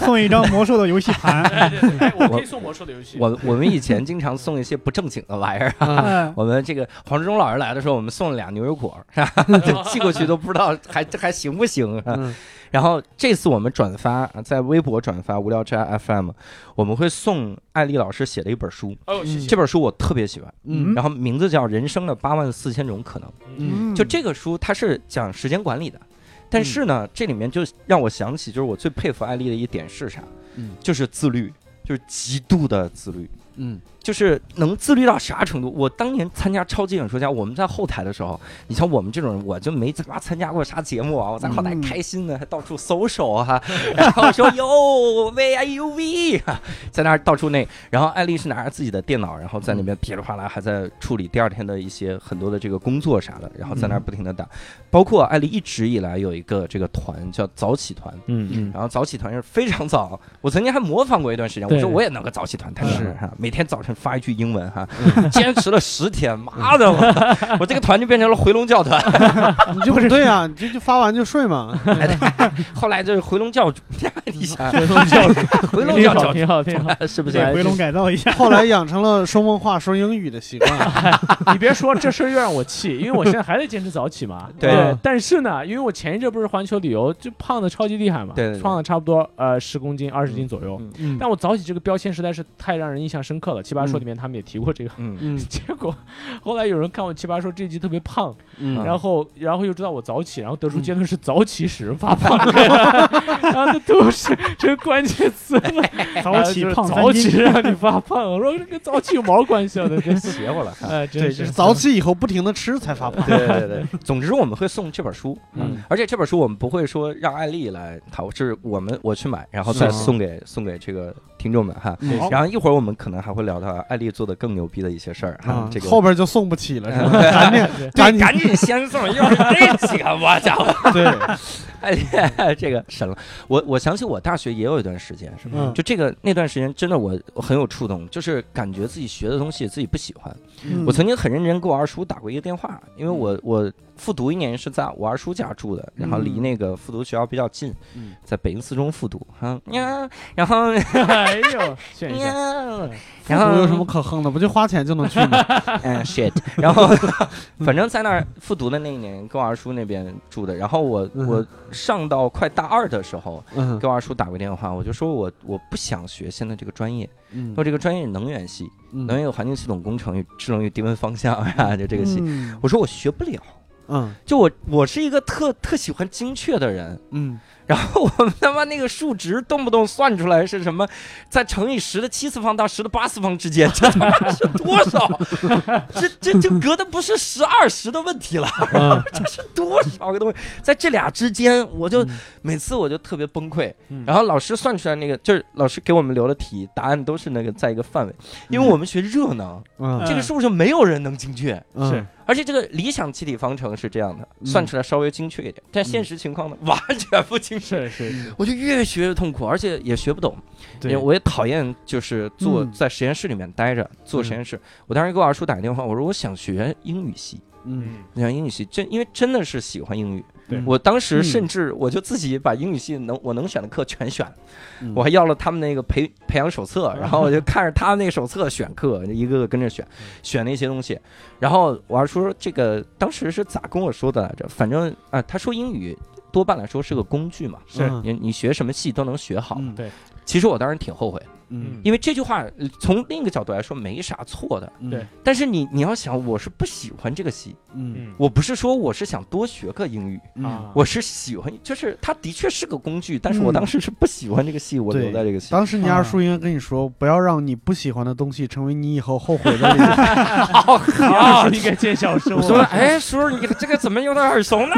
送一张魔兽的游戏 [LAUGHS] 盘，哎，我可可以以送魔兽的游戏。我我们以前经常送一些不正经的玩意儿。啊啊嗯 [LAUGHS] 我们这个黄志忠老师来的时候，我们送了俩牛油果，是吧？ [LAUGHS] 就寄过去都不知道还还行不行、啊。嗯然后这次我们转发呃在微博转发无聊斋 FM，我们会送艾丽老师写的一本书，哎嗯呦，谢这谢。本书我特别喜欢，嗯然后名字叫《人生的八万四千种可能》。嗯就这个书，它是讲时间管理的，但是呢，这里面就让我想起，就是我最佩服艾丽的一点是啥？嗯就是自律，就是极度的自律。嗯就是能自律到啥程度？我当年参加超级演说家，我们在后台的时候，你像我们这种人，我就没他妈参加过啥节目啊，我在后台嗯开心的还到处搜手啊， [LAUGHS] 然后说哟 V I U V，在 [LAUGHS] 那儿到处那，然后艾丽是拿着自己的电脑，然后在那边噼里啪啦还在处理第二天的一些很多的这个工作啥的，然后在那儿不停的打，包括艾丽一直以来有一个这个团叫早起团，嗯嗯，然后早起团是非常早，我曾经还模仿过一段时间，我对说我也弄个早起团，太爽了是哈，每天早晨发一句英文哈， [LAUGHS] 坚持了十天，妈的，我我这个团就变成了回笼觉团， [LAUGHS] 你就不对啊，你这就发完就睡 [LAUGHS] 嘛，后来就是回笼觉主， [LAUGHS] 你想回笼觉，回笼挺觉好，主挺好，挺好。 [LAUGHS] 是不对是？回笼改造一 [LAUGHS] 下，后来养成了说梦话、说英语的习惯。 [LAUGHS] 你别说这事儿又让我气，因为我现在还在坚持早起嘛。呃对但是呢，因为我前一阵不是环球旅游，就胖的超级厉害嘛，对对对胖了差不多呃十公斤、二十斤左右。嗯嗯但我早起这个标签实在是太让人印象深刻了，《奇葩说》里面他们也提过这个。 [LAUGHS] 嗯，嗯结果后来有人看我《奇葩说》这一集特别胖，嗯然后然后又知道我早起，然后得出结论是早起使人发胖， [LAUGHS] 然后那都是这是关键词嘛。早起胖哎早三起斤，让你发胖，我说这跟早起有毛关系啊？[LAUGHS] 那真是，邪乎了哈。哎，真就是是早起以后不停的吃才 [LAUGHS] 发胖。对对对，总之我们会送这本书，嗯而且这本书我们不会说让艾丽来淘，是我们我去买，然后再是送给送给这个听众们哈。嗯然后一会儿我们可能还会聊到艾丽做的更牛逼的一些事儿哈啊，嗯这个后边就送不起了，是吧？赶紧对，赶紧赶紧先 [LAUGHS] 送，要是这几个，我家伙，对， [LAUGHS] 哎，这个神了！我我想起我大学也有一段时间，是吧嗯就这个那段时间，真的我我很有触动，就是感觉自己学的东西自己不喜欢。嗯我曾经很认真给我二叔打过一个电话，因为嗯我我复读一年是在我二叔家住的，然后离那个复读学校比较近嗯，在北京四中复读哈呀，然后哎呦，炫一下。呀，然复后读有什么可哼的？不就花钱就能去吗？嗯，shit，然后反正在那儿复读的那一年，跟我二叔那边住的。然后我嗯我上到快大二的时候，嗯给我二叔打过电话，我就说我我不想学现在这个专业，嗯说这个专业是能源嗯系，能源有环境系统工程与智能与低温方向啊，就这个系。 [LAUGHS] 嗯我说我学不了，嗯就我我是一个特特喜欢精确的人，嗯， [LAUGHS] 然后我们他妈那个数值动不动算出来是什么，再乘以十的七次方到十的八次方之间， [LAUGHS] 这他妈是多少？这这这隔的不是十二十的问题了，嗯这是多少个东西？在这俩之间，我就、每次我就特别崩溃。嗯然后老师算出来那个，就是老师给我们留的题，答案都是那个在一个范围，因为我们学热闹，嗯这个数就没有人能精确。嗯是而且这个理想气体方程是这样的，嗯算出来稍微精确一点，但现实情况呢， [LAUGHS] 完全不精确。是是，我就越学越痛苦，而且也学不懂。因为对，我也讨厌就是坐嗯在实验室里面待着，做实验室。我当时给我二叔打个电话，我说我想学英语系，嗯我想英语系，真因为真的是喜欢英语。对我当时嗯甚至我就自己把英语系能我能选的课全选了，嗯我还要了他们那个培培养手册，然后我就看着他们那个手册选课，一个个跟着选，嗯选那些东西。然后我二叔说这个当时是咋跟我说的来着？反正啊、他说英语多半来说是个工具嘛，是你你学什么系都能学好。嗯对其实我当时挺后悔，嗯因为这句话呃从另一个角度来说没啥错的。嗯对但是你你要想，我是不喜欢这个系，嗯嗯我不是说我是想多学个英语，啊。嗯 [LAUGHS] 嗯我是喜欢，就是它的确是个工具，但是我当时是不喜欢这个系，我留在这个系。当时你二叔应该跟你说，不要让你不喜欢的东西成为你以后后悔的理由。啊，应该见小生我说，哎，叔叔，你这个怎么有点耳熟 [LAUGHS] 呢？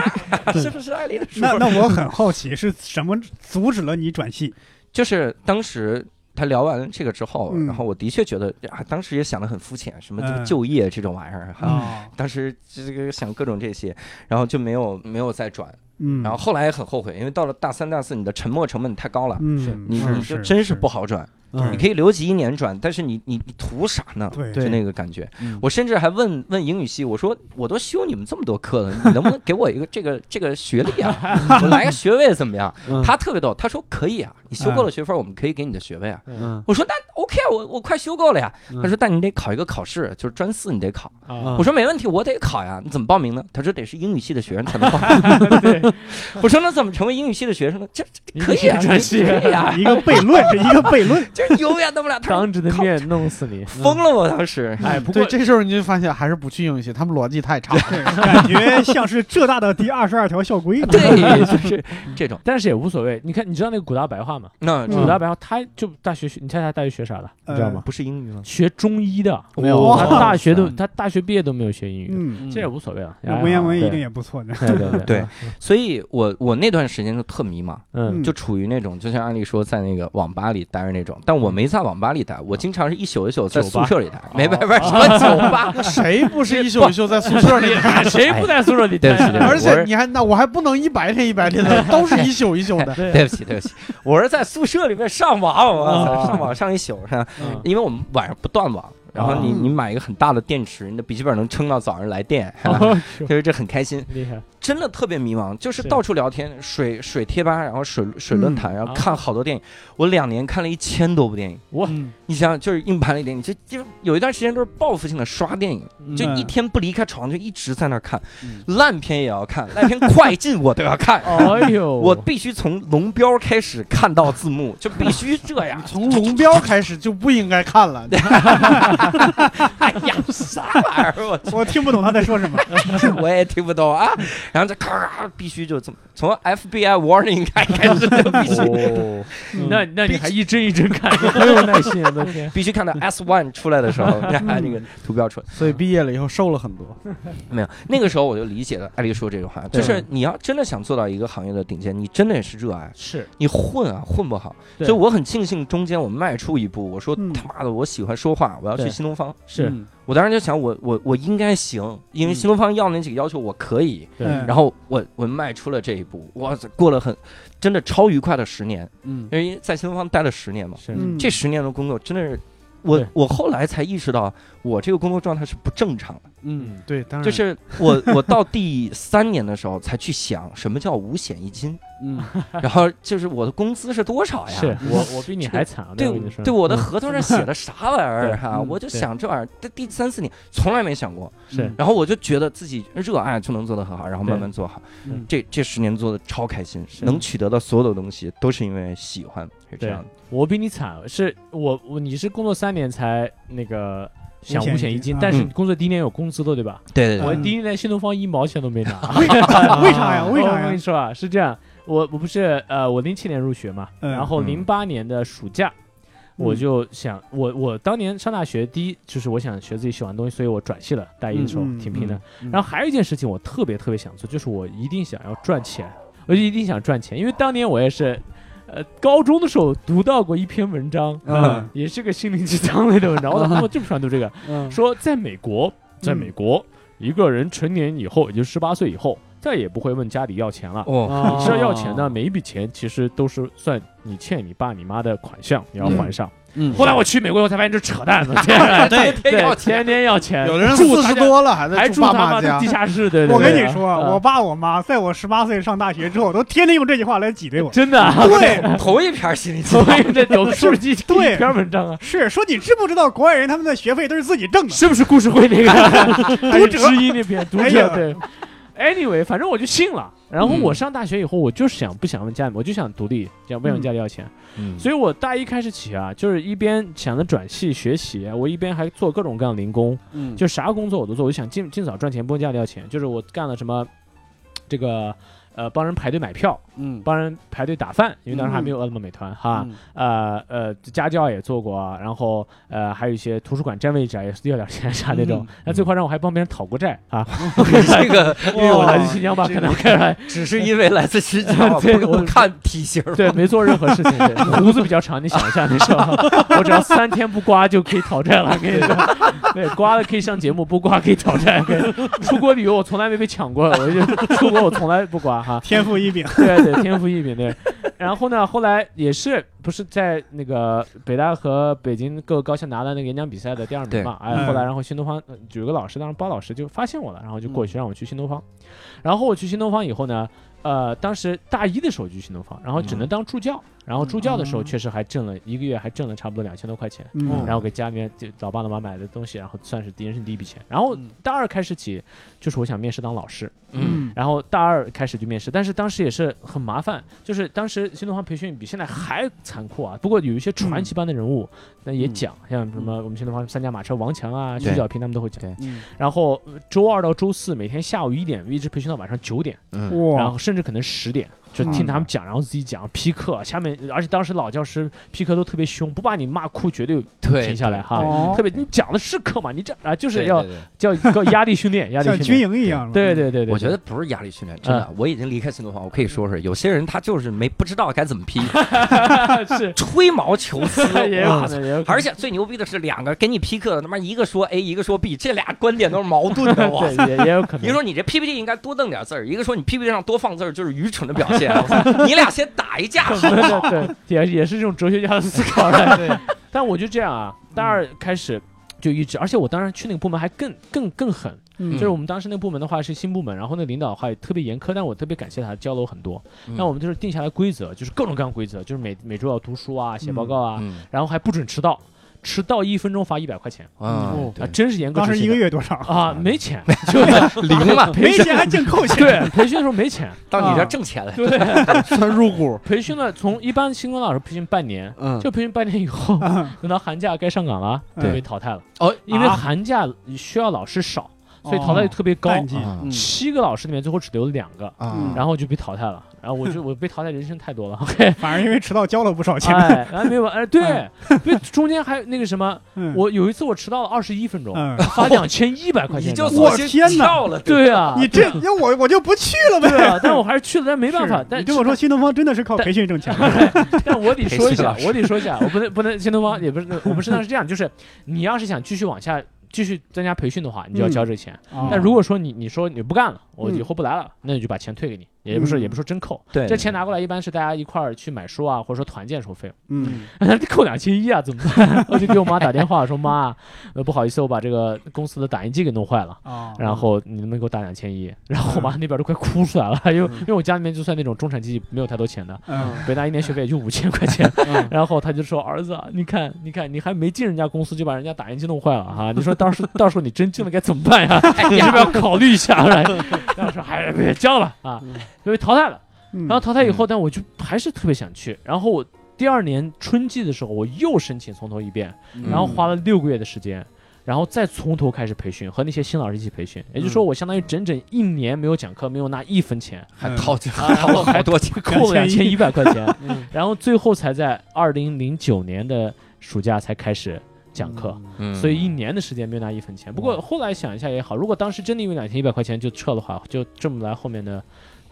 是不是艾琳的叔那叔？那我很好奇是什么阻止了你转系？就是当时他聊完这个之后，嗯然后我的确觉得啊，当时也想的很肤浅，什么这个嗯就业这种玩意儿哈。啊，当时这个想各种这些，然后就没有没有再转，嗯，然后后来也很后悔，因为到了大三、大四，你的沉没成本太啊高了，嗯，你你就真是不好转。嗯你可以留级一年转，但是你你你图啥呢？对就对那个感觉嗯。我甚至还问问英语系，我说我都修你们这么多课了，你能不能给我一个这个这个学历啊？我来个学位怎么样？嗯他特别逗，他说可以啊，你修够了学分，我们可以给你的学位啊。嗯我说那 OK 啊，我我快修够了呀。嗯他说但你得考一个考试，就是专四你得考。啊我说没问题，我得考呀。你怎么报名呢？他说得是英语系的学生才能报。 [LAUGHS] [LAUGHS] 我说那怎么成为英语系的学生呢？这这可以啊，英语系你可以啊，一个悖论，这一个悖 [LAUGHS] 论，就是永远都不了。他说当着的靠面弄死你。嗯疯了，我当 [LAUGHS] 时。哎，嗯不对，过这时候你就发现还是不去英语系，他们逻辑太差了。感觉像是浙大的第二十二条校规。对，就是这种。但是也无所谓，你看，你知道那个古大白话吗？那古大白话，他就大学学，你猜他大学学啥的？你知道吗？不是英语吗？学中医的，没有哇他大学都嗯他大学毕业都没有学英语，嗯，这也无所谓啊了。哎那文言文一定也也不错的。好对对对对，所以我我那段时间就特迷茫，嗯嗯就处于那种就像按理说在那个网吧里待着那种，但我没在网吧里待，我经常是一宿一宿在酒宿吧舍里待，没白白什 [LAUGHS] 么酒吧。谁不是一宿一宿在宿舍里？ [LAUGHS] [LAUGHS] 谁不在宿舍里对待不起，对着？不而起，我且是你还那我还不能一白天一白天的，都是一宿一宿的。对不起，对不起，我是在宿舍里面上网，我操上网上一宿是吧嗯因为我们晚上不断网，然后你啊你买一个很大的电池，你的笔记本能撑到早上来电，是吧哦 [LAUGHS] [LAUGHS] 所以这很开心。厉害，真的特别迷茫，就是是到处聊天，水水贴吧，然后水水嗯论坛，然后看好多电影。我两年看了一千多部电影，哇嗯你想想，就是硬盘里的电影，就就有一段时间都是报复性的刷电影，就嗯一天不离开床，就一直在那儿看，嗯。烂片也要看，烂片快进我都要 [LAUGHS] 看。哦哎呦，我必须从龙标开始看到字幕，就必须这样从龙标开始就不应该看了。哎呀，啥玩意儿？我我听不懂他在说什么。我也听不懂啊。然后就咔咔，必须就这么从 FBI warning 开开始就必须哦，那那你还一帧一帧看，很有耐心啊， [LAUGHS] 我的天，必须看到 S one 出来的时候， [LAUGHS] 那个图标出来所以毕业了以后瘦了很多。没有？那个时候我就理解了艾丽说这句话，对就是你要真的想做到一个行业的顶尖，你真的也是热爱，是你混啊混不好。对所以我很庆幸中间我迈出一步，我说嗯他妈的我喜欢说话，我要去对新东方。是，嗯我当时就想我我我应该行，因为嗯新东方要那几个要求我可以。对嗯然后我我迈出了这一步，哇塞，过了很真的超愉快的十年，嗯因为在新东方待了十年嘛。是，嗯这十年的工作真的是。我对我后来才意识到，我这个工作状态是不正常的。嗯，对，当然就是我 [LAUGHS] 我到第三年的时候才去想什么叫五险一金，嗯然后就是我的工资是多哎少呀？是我我比你还惨啊，对我跟你说，对，我的嗯合同上写的啥玩意儿哈？嗯我就对想这玩意儿，这第三四年从来没想过。是然后我就觉得自己热爱就能做得很好，然后慢慢做好嗯。这这十年做的超开心，能取得的所有的东西都是因为喜欢，是这对样的。啊我比你惨，是我我你是工作三年才那个想五险五一险一金金，但嗯是你工作第一年有工资的，对吧？对对对我嗯第一年新东方一毛钱都没拿，为啊啥？啊为啥呀？为我啥跟你呀？说啊，是这样，我我不是呃，我零七年入学嘛，嗯然后嗯零八年的暑假。我就想，我我当年上大学，第一就是我想学自己喜欢的东西，所以我转系了，大一的时候嗯嗯挺拼的。嗯然后还有一件事情我特别特别想做，就是我一定想要赚钱，我就一定想赚钱，因为当年我也是，呃，高中的时候读到过一篇文章，嗯也是个心灵鸡汤类的文章，我操，我就不喜欢读这个。嗯说在美国，在美国，一个人成年以后，也就是十八岁以后，再也不会问家里要钱了。哦，你知道要钱呢，，每一笔钱其实都是算你欠你爸你妈的款项，你要还上。嗯，后来我去美国以后才发现这是扯淡的，天天对 [LAUGHS] 对，天天要钱，有的人住四他十家多了还在还住住爸他妈妈家的地，下室，对对对。我跟你说，嗯我爸我妈在我十八岁上大学之后，都天天用这句话来挤兑我。真的啊， [LAUGHS] 对，头一篇心理鸡所汤，以这有是不是一对一篇文章啊？是说你知不知道国外人他们的学费都是自己 [LAUGHS] 挣的？是不是故事会那个 [LAUGHS] 读者还是之一那篇读哎者呀对？Anyway，反正我就信了。然后嗯我上大学以后，我就是想不想问家里，我就想独立，想不想问家里要钱。嗯所以我大一开始起啊，就是一边想着转系学习，我一边还做各种各样的零工，嗯，就啥工作我都做，我就想尽尽早赚钱，不问家里要钱。就是我干了什么，这个呃帮人排队买票，嗯帮人排队打饭，因为当时还没有饿了么美团哈。，呃呃，家教也做过，然后呃，还有一些图书馆占位置啊，也是要点钱啥那种嗯。哦那、最夸张，我还帮别人讨过债啊，这个因为我嗯来自哇新疆吧，这可个能看 [LAUGHS] 出来，只是因为来自新疆， [LAUGHS] 对不我看体型。对，没做任何事情，对，胡子比较长，你想一下那 [LAUGHS] 时候，我只要三天不刮就可以讨债了，跟你说，对，刮了可以上节目，不刮可以讨债。对出国旅游我从来没被抢过，我就出国我从来不刮哈。天赋异禀， [LAUGHS] 对对，天赋异禀对。然后呢，后来也是不是在那个北大和北京各个高校拿了那个演讲比赛的第二名嘛？哎，嗯后来然后新东方呃有个老师，当时包老师就发现我了，然后就过去让我去新东方。然后我去新东方以后呢，呃，当时大一的时候去新东方，然后只能当助教。然后助教的时候确实还挣了一个月，还挣了差不多两千多块钱。嗯然后给家里面就老爸老妈买的东西，然后算是人生第一笔钱。然后嗯大二开始起，就是我想面试当老师，嗯然后大二开始就面试，但是当时也是很麻烦，就是当时新东方培训比现在还残酷啊。不过有一些传奇般的人物，那、也讲，像什嗯么我们新东方三驾马车王强啊、对徐小平他们都会讲对。嗯然后呃周二到周四每天下午一点一直培训到晚上九点， [LAUGHS] 嗯，然哇，后甚至可能十点。就嗯听他们讲，然后自己讲批课，下面而且当时老教师批课都特别凶，不把你骂哭绝对对，停下来哈。哦啊特，别你讲的是课嘛，你这啊就就是要叫叫压力训练，压力像训军练。营一样。对，对对对，我觉得不是压力训练，真嗯的，我已经离开新东方，我可以说是有些人他就是没不知道该怎么批，对 [LAUGHS] 是。吹毛求疵 [LAUGHS] 也有可嗯能，也有可能。而且最牛逼的是，两个给你批课的，他妈一个说 A，一个说 B，这俩观点都是矛盾的。我 [LAUGHS] 对也也有可能。一个说你这 PPT 应该多弄点字儿，一个说你 PPT 上多放字儿就是愚蠢的表现。我操你俩先打一架好不好？ [LAUGHS] 对，也也是这种哲学家的思 [LAUGHS] 考了。对，但我就这样啊，大二嗯开始就一直，而且我当时去那个部门还更更更狠，嗯就是我们当时那个部门的话是新部门，然后那领导的话也特别严苛，但我特别感谢他教了我很多。嗯那我们就是定下来规则，就是各种各样的规则，就是每每周要读书啊，写报告啊，嗯然后还不准迟到，迟到一分钟罚一百块钱啊哦啊，真是严格当执行时一的。个月多少？啊，[LAUGHS] 没钱，就是嗯零嘛，没钱还净扣钱。对培训的时候 [LAUGHS] 没钱，到你这儿挣钱了。 [LAUGHS] 对，算入股，培训了从一般新工老师培训半年，嗯，就培训半年以后，啊等到寒假该上岗了，嗯就被淘汰了。哦因为啊寒假需要老师少，所以淘汰率特别高。淡季啊嗯七个老师里面最后只留了两个，嗯啊然后就被淘汰了。然后我 [LAUGHS] 就我被淘汰人生太多了，OK，反而因为迟到交了不少钱。哎，哎没有，哎对，因为中间还有那个什么， [LAUGHS] 嗯我啊有一次我迟到了二十一分钟，嗯，罚两千一百块你钱就人我民币。索性天哪跳了，对啊，你这要我我就不去了呗。对啊，但我还是去了，但没办法是，但你这么说，新东方真的是靠培训挣钱的。但我得说一裴西下老，师我得说一下，我不 [LAUGHS] 能不能新东方也不是，我们适当是这样，就是你要是想继续往下继续增加培训的话，你就嗯要交这个钱。哦啊 [LAUGHS] 但如果说你你说你不干了，我嗯以后不来了，那你就把钱退给你，也不是也不是说真嗯扣。对这钱拿过来一般是大家一块儿去买书啊，或者说团建时候费，嗯， [LAUGHS] 扣两千一啊，怎么办？ [LAUGHS] 我就给我妈打电话说妈，呃不好意思，我把这个公司的打印机给弄坏哦了。啊，然后你能不能给我打两千一？然后我嗯妈那边都快哭出来了，因为因为我家里面就算那种中产阶级没有太多钱的，嗯北大一年学费也就五千块钱，嗯然后他就说：“儿子啊，你看，你看，你还没进人家公司就把人家打印机弄坏了哈、你说到时候到时候你真进了该怎么办呀？你是不是要考虑一下？”然后说：“哎，别交了啊，就被淘汰了。”嗯，然后淘汰以后，但我就还是特别想去。然后我嗯嗯第二年春季的时候，我又申请从头一遍，然后花了六个月的时间。然后再从头开始培训，和那些新老师一起培训。也就是说，嗯我相当于整整一年没有讲课，没有拿一分钱，还嗯掏掏了好多钱，扣了两千 [LAUGHS] 一百块钱，嗯然后最后才在二零零九年的暑假才开始讲课。，嗯所以一年的时间没有拿一分钱。不过后来想一下也好，如果当时真的因为两千一百块钱就撤的话，就挣不来后面的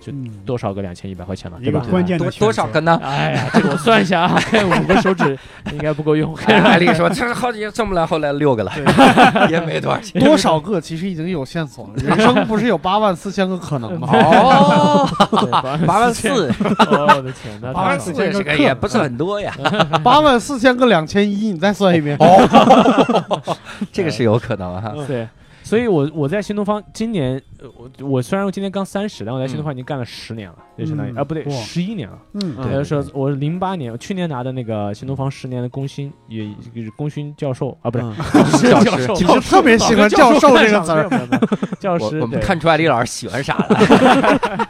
就嗯多少个两千一百块钱了，一对个吧？关键的多选多少择个 [LAUGHS] 呢？哎呀，这个我算一下啊，五个手指应该不 [LAUGHS] 够用。 [LAUGHS] 艾丽说：“这好几挣不来，后来六个了， [LAUGHS] 也没多少 [LAUGHS] 钱。多少个其实已经有线索了。人生不是有八万四千个可 [LAUGHS] 能吗？ [LAUGHS] 哦，对哎八八万千，四，哦我的天呐，那八万太四好这个也不是很多呀。八万四千个两千一，你再算一遍。哦 [LAUGHS] 这个是有可能啊哈。了对。所以我，我在新东方今年，呃我我虽然我今年刚三十，但我在新东方已经干了十年了，就相当于嗯啊不对，哇十一年了。嗯 [LAUGHS] 嗯还有说，我零八年，我去年拿的那个新东方十年的功勋，也就是功勋教授啊，不是嗯教教师授，你是特别喜欢教授这个词儿，儿，教我师我们对看出艾丽老师喜欢啥了。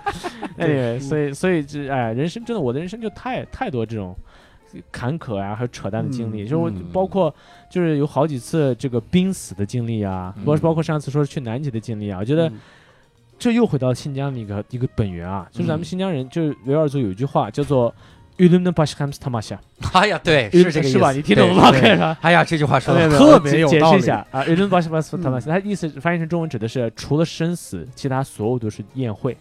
anyway，所以所以这哎，人生真的，我的人生就太太多这种坎坷啊，还有扯淡的经历，嗯就是我嗯包括就是有好几次这个濒死的经历啊，包、嗯包括上次说去南极的经历啊，我觉得嗯这又回到新疆的一个一个本源啊，就是咱嗯们新疆人就是维吾尔族有一句话叫做 “ulumna b a s h a m s tamasha”，哎呀，对，是这个意思吧？你听懂了吗？对可以吧？哎呀，这句话说没有的没有特我别解有解道释一理嗯下啊，人伦巴什巴斯塔马斯，它意思翻译成中文指的是除了生死，其他所有都是宴会。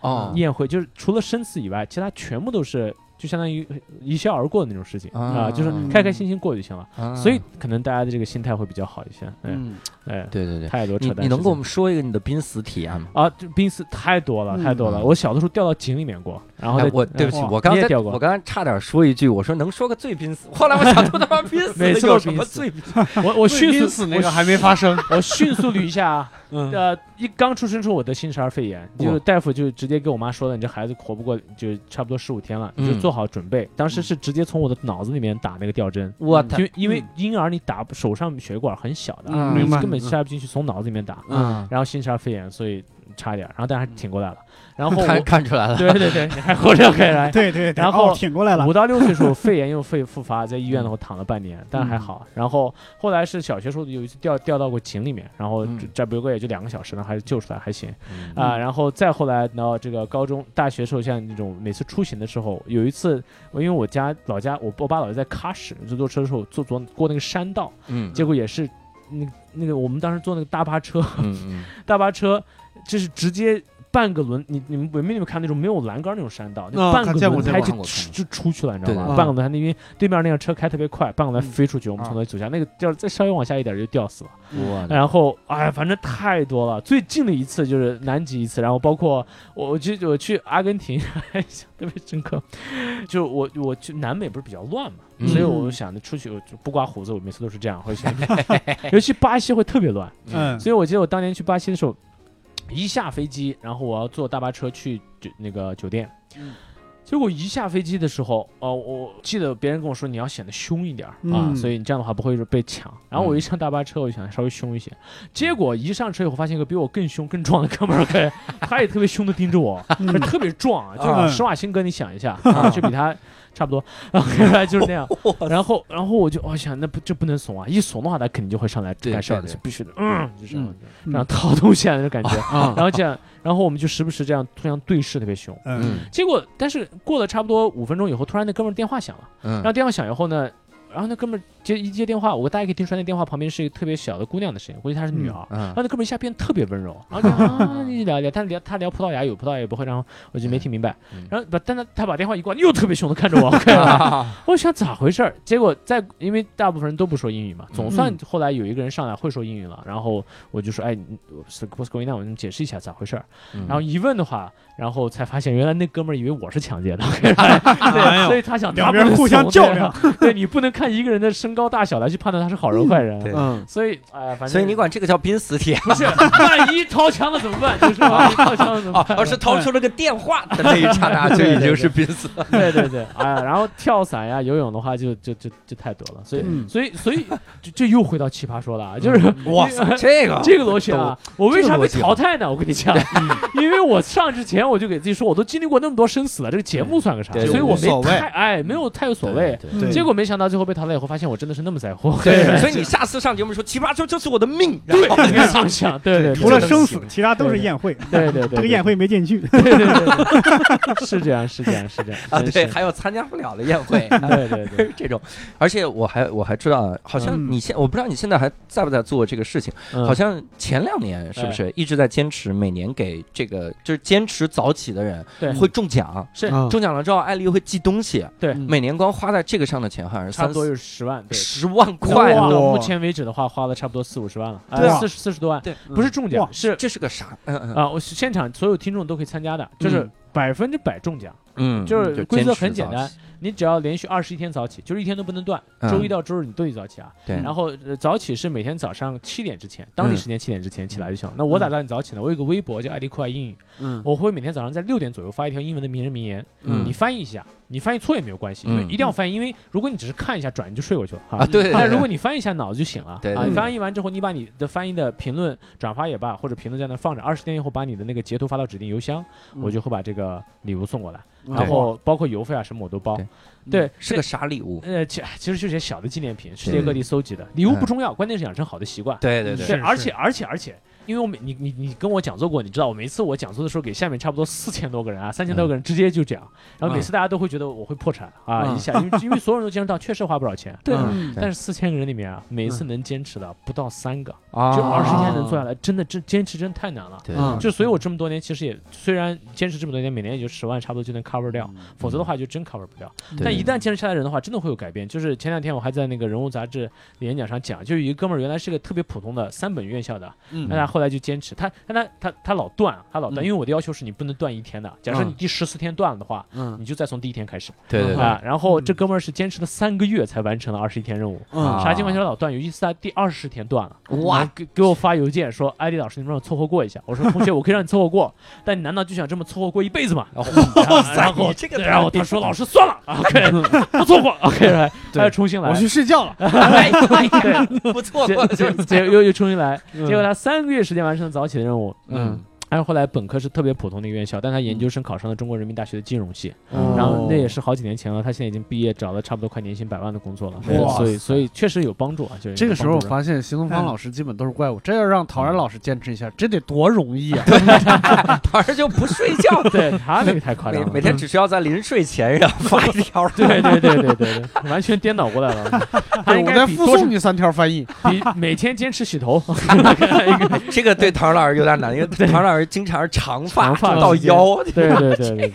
哦宴会就是除了生死以外，其他全部都是就相当于一笑而过的那种事情啊、就是嗯开开心心过就行了。啊所以可能大家的这个心态会比较好一些。嗯，嗯，哎，对对对，太多扯你淡事情。你能给我们说一个你的濒死体验吗？啊，这濒死太多了，太多了。嗯我小的时候掉到井里面过，然后哎再我对不起，哇我刚哦你也才掉过我刚才差点说一句，我说能说个最濒死，后来我想说他妈濒死每次有都什濒么死最濒死？我我迅速濒死那个还没发生。我迅速捋一下啊，嗯呃，一刚出生时候我得新生儿肺炎，就是大夫就直接跟我妈说了，你这孩子活不过就差不多十五天了，你就嗯做好准备。当时是直接从我的脑子里面打那个吊针，我嗯他因为因为婴儿你打手上血管很小的，嗯啊你明白根本塞不进去，从脑子里面打。嗯，然后新生儿肺炎，所以差一点儿，然后但还挺过来了。[LAUGHS] 然后看我看出来了，对对对，你还活着可以来。对对，对然后哦挺过来了五，到六岁时候肺炎又肺复发，在医嗯院的话躺了半年，但还好。然后后来是小学时候有一次掉掉到过井里面，然后嗯这这不过也就两个小时呢，还是救出来还行嗯啊、然后再后来到这个高中、大学时候，像那种每次出行的时候，有一次我因为我家老家我我爸老家在喀什，就坐车的时候坐坐过那个山道，嗯结果也是那那个我们当时坐那个大巴车，嗯嗯大巴车就是直接。半个轮，你你们有没有你们看那种没有栏杆那种山道，就啊半个看见过轮见胎过就看过看过就出去了，你知道对吗？对半个轮胎那边对面那辆车开特别快，半个轮胎嗯飞出去，我们啊从那里走下，那个掉再稍微往下一点就吊死了。嗯，我的然后哎，反正太多了，最近的一次就是南极一次，然后包括我我记得我去阿根廷， [LAUGHS] 特别深刻，就我我去南美不是比较乱嘛，嗯所以我想着出去我就不刮胡子，我每次都是这样，会去， [LAUGHS] 尤其巴西会特别乱。 [LAUGHS] 嗯，所以我记得我当年去巴西的时候，一下飞机，然后我要坐大巴车去酒那个酒店。结果一下飞机的时候，呃，我记得别人跟我说你要显得凶一点儿、啊，嗯所以你这样的话不会被抢。然后我嗯一上大巴车，我就想稍微凶一些。结果一上车以后，发现一个比我更凶、更壮的哥们儿，嘿 [LAUGHS] 他也特别凶的盯着我，嗯特别壮啊，就嗯是施瓦辛格，你想 [LAUGHS] 一下，啊就比他差不多， [LAUGHS] 然后就是那样。然后，然后我就我想，那不这不能怂啊！一怂的话，他肯定就会上来对干事儿的，对就必须的，嗯，就这样嗯，这样掏东西啊，那种感觉。啊然后这样，然后我们就时不时这样互相对视，特别凶。嗯嗯结果，但是过了差不多五分钟以后，突然那哥们儿电话响了，然后嗯电话响以后呢，然后那哥们儿接一接电话，我大家可以听出来，那电话旁边是一个特别小的姑娘的声音，估计她是女嗯孩儿。嗯然后那哥们儿一下变特别温柔，然后就啊，你聊一聊，他聊他聊葡萄牙语，葡萄牙语不会，然后我就没听明白嗯，然后把但他他把电话一挂，又特别凶的看着我， [LAUGHS] 我想咋回事儿？结果在因为大部分人都不说英语嘛，嗯总算后来有一个人上来会说英语了，然后我就说，哎你，what's what's going on？我们解释一下咋回事儿。嗯然后一问的话，然后才发现原来那哥们儿以为我是抢劫的，哎 [LAUGHS] 对，呦所以他想两边互相较量，他不能怂对对你不能看一个人的身高大小来去判断他是好人坏人。对嗯，所以，哎、反正所以你管这个叫濒死体 [LAUGHS] 不是，万一掏枪了怎么办？就是万一掏枪了怎么哦，办？而是掏出了个电话的那一刹那就已经是濒死了。对对对，哎呀，然后跳伞呀、游泳的话就就就就太多了， [LAUGHS] 所以嗯所以所以这这又回到奇葩说了，啊，就是嗯哇塞，这个这个螺旋啊，我为啥这个被逻辑啊嗯淘汰呢？我跟你讲，因为我上之前我就给自己说，我都经历过那么多生死了，这个节目算个啥？对所以我无所没谓太哎，没有太有所谓。对对结果没想到最后被他了以后，发现我真的是那么在乎。 [LAUGHS] 对，所以你下次上节目说奇葩说这是我的命，对然后非常像，对对，除了生这死个，其他都是宴会。对对对，这个宴会没进去， [LAUGHS] [LAUGHS] 对，对对对对，是这样，是这样，是这样 [LAUGHS] 啊，对，真是还有参加不了的宴会，对对对， [LAUGHS] 这种，而且我还我还知道，好像嗯你现我不知道你现在还在不在做这个事情，嗯哎好像前两年是不是一直在坚持每年给这个就是坚持早起的人嗯对会中奖，是啊中奖了之后艾丽会寄东西，对每年光花在这个上的钱好像是差不三多四有十万，对。十万到块啊，到哇目前为止的话，花了差不多四五十万了，对呃，啊四十四十多万，对嗯不是中奖哇，是这是个啥？嗯嗯啊，我现场所有听众都可以参加的，就是嗯百分之百中奖。嗯，就是规则很简单坚持早起，你只要连续二十一天早起，就是一天都不能断，嗯周一到周日你都得早起啊。对，然后呃早起是每天早上七点之前，嗯当地时间七点之前起来就行。那我咋让你早起呢？我有个微博叫“爱丽酷爱英语”，嗯我会每天早上在六点左右发一条英文的名人名言，嗯你翻译一下，你翻译错也没有关系，因为嗯一定要翻译，因为如果你只是看一下转你就睡过去了 [LAUGHS] 哈。啊，对，但如果你你翻译一下脑子就醒了对啊！对你对翻译完之后，你把你的翻译的评论转发也罢，或者评论在那放着，二十天以后把你的那个截图发到指定邮箱，嗯我就会把这个礼物送过来，嗯然后包括邮费啊什么我都包对。嗯对，是个啥礼物？呃，其其实就是些小的纪念品，世界各地搜集的礼物不重要，关键是养成好的习惯。嗯对对对，对，而且而且而且，因为我每你你你跟我讲座过，你知道我每次我讲座的时候，给下面差不多四千多个人啊，嗯三千多个人直接就讲，然后每次大家都会觉得我会破产啊，嗯一下，因为因为所有人都坚持到，确实花不少钱。对嗯对但是四千个人里面啊，每次能坚持的不到三个，啊就二十天能做下来，真的真坚持真太难了。对，嗯就所以，我这么多年其实也虽然坚持这么多年，每年也就十万差不多就能 cover 掉，否则的话就真 cover 不了。对但一旦坚持下来的人的话，真的会有改变。就是前两天我还在那个人物杂志的演讲上讲，就有一个哥们儿原来是个特别普通的三本院校的，嗯但他后来就坚持，他但他他他老断，他老断，嗯因为我的要求是你不能断一天的。假设你嗯第十四天断了的话，嗯你就再从第一天开始对对对啊。然后这哥们儿是坚持了三个月才完成了二十一天任务。嗯啊啥金完全老断，有一次他第二十天断了，哇然后给给我发邮件说，艾丽老师，你能让我凑合过一下。我说 [LAUGHS] 同学，我可以让你凑合过，但你难道就想这么凑合过一辈子 [LAUGHS] 吗？然后你这个然后他说老师算了，OK，不 [LAUGHS] 凑合，OK，来对他又重新来我， [LAUGHS] 去睡觉了。哎呀不错 [LAUGHS] 结不错结结又又重新来，嗯结果他三个月时间完成了早起的任务，嗯。 [LAUGHS] 然后后来本科是特别普通的一个院校，但他研究生考上了中国人民大学的金融系，哦嗯然后那也是好几年前了，他现在已经毕业，找了差不多快年薪百万的工作了，对哇所以塞所以确实有帮助啊，就是这个时候有我帮助发现邢东方老师基本都是怪物，这要让陶然老师坚持一下，这得多容易啊！反正就不睡觉， [LAUGHS] 对他那个太夸张每了，每天只需要在临睡前然后发一条，对对对对对对，完全颠倒过来了。 [LAUGHS] 他对应我该再比附多送你三条翻译。比每天坚持洗 [LAUGHS] 头， [LAUGHS] 这个对唐老师有点难，因为唐老师经常是长发长发到直接腰。对对对对对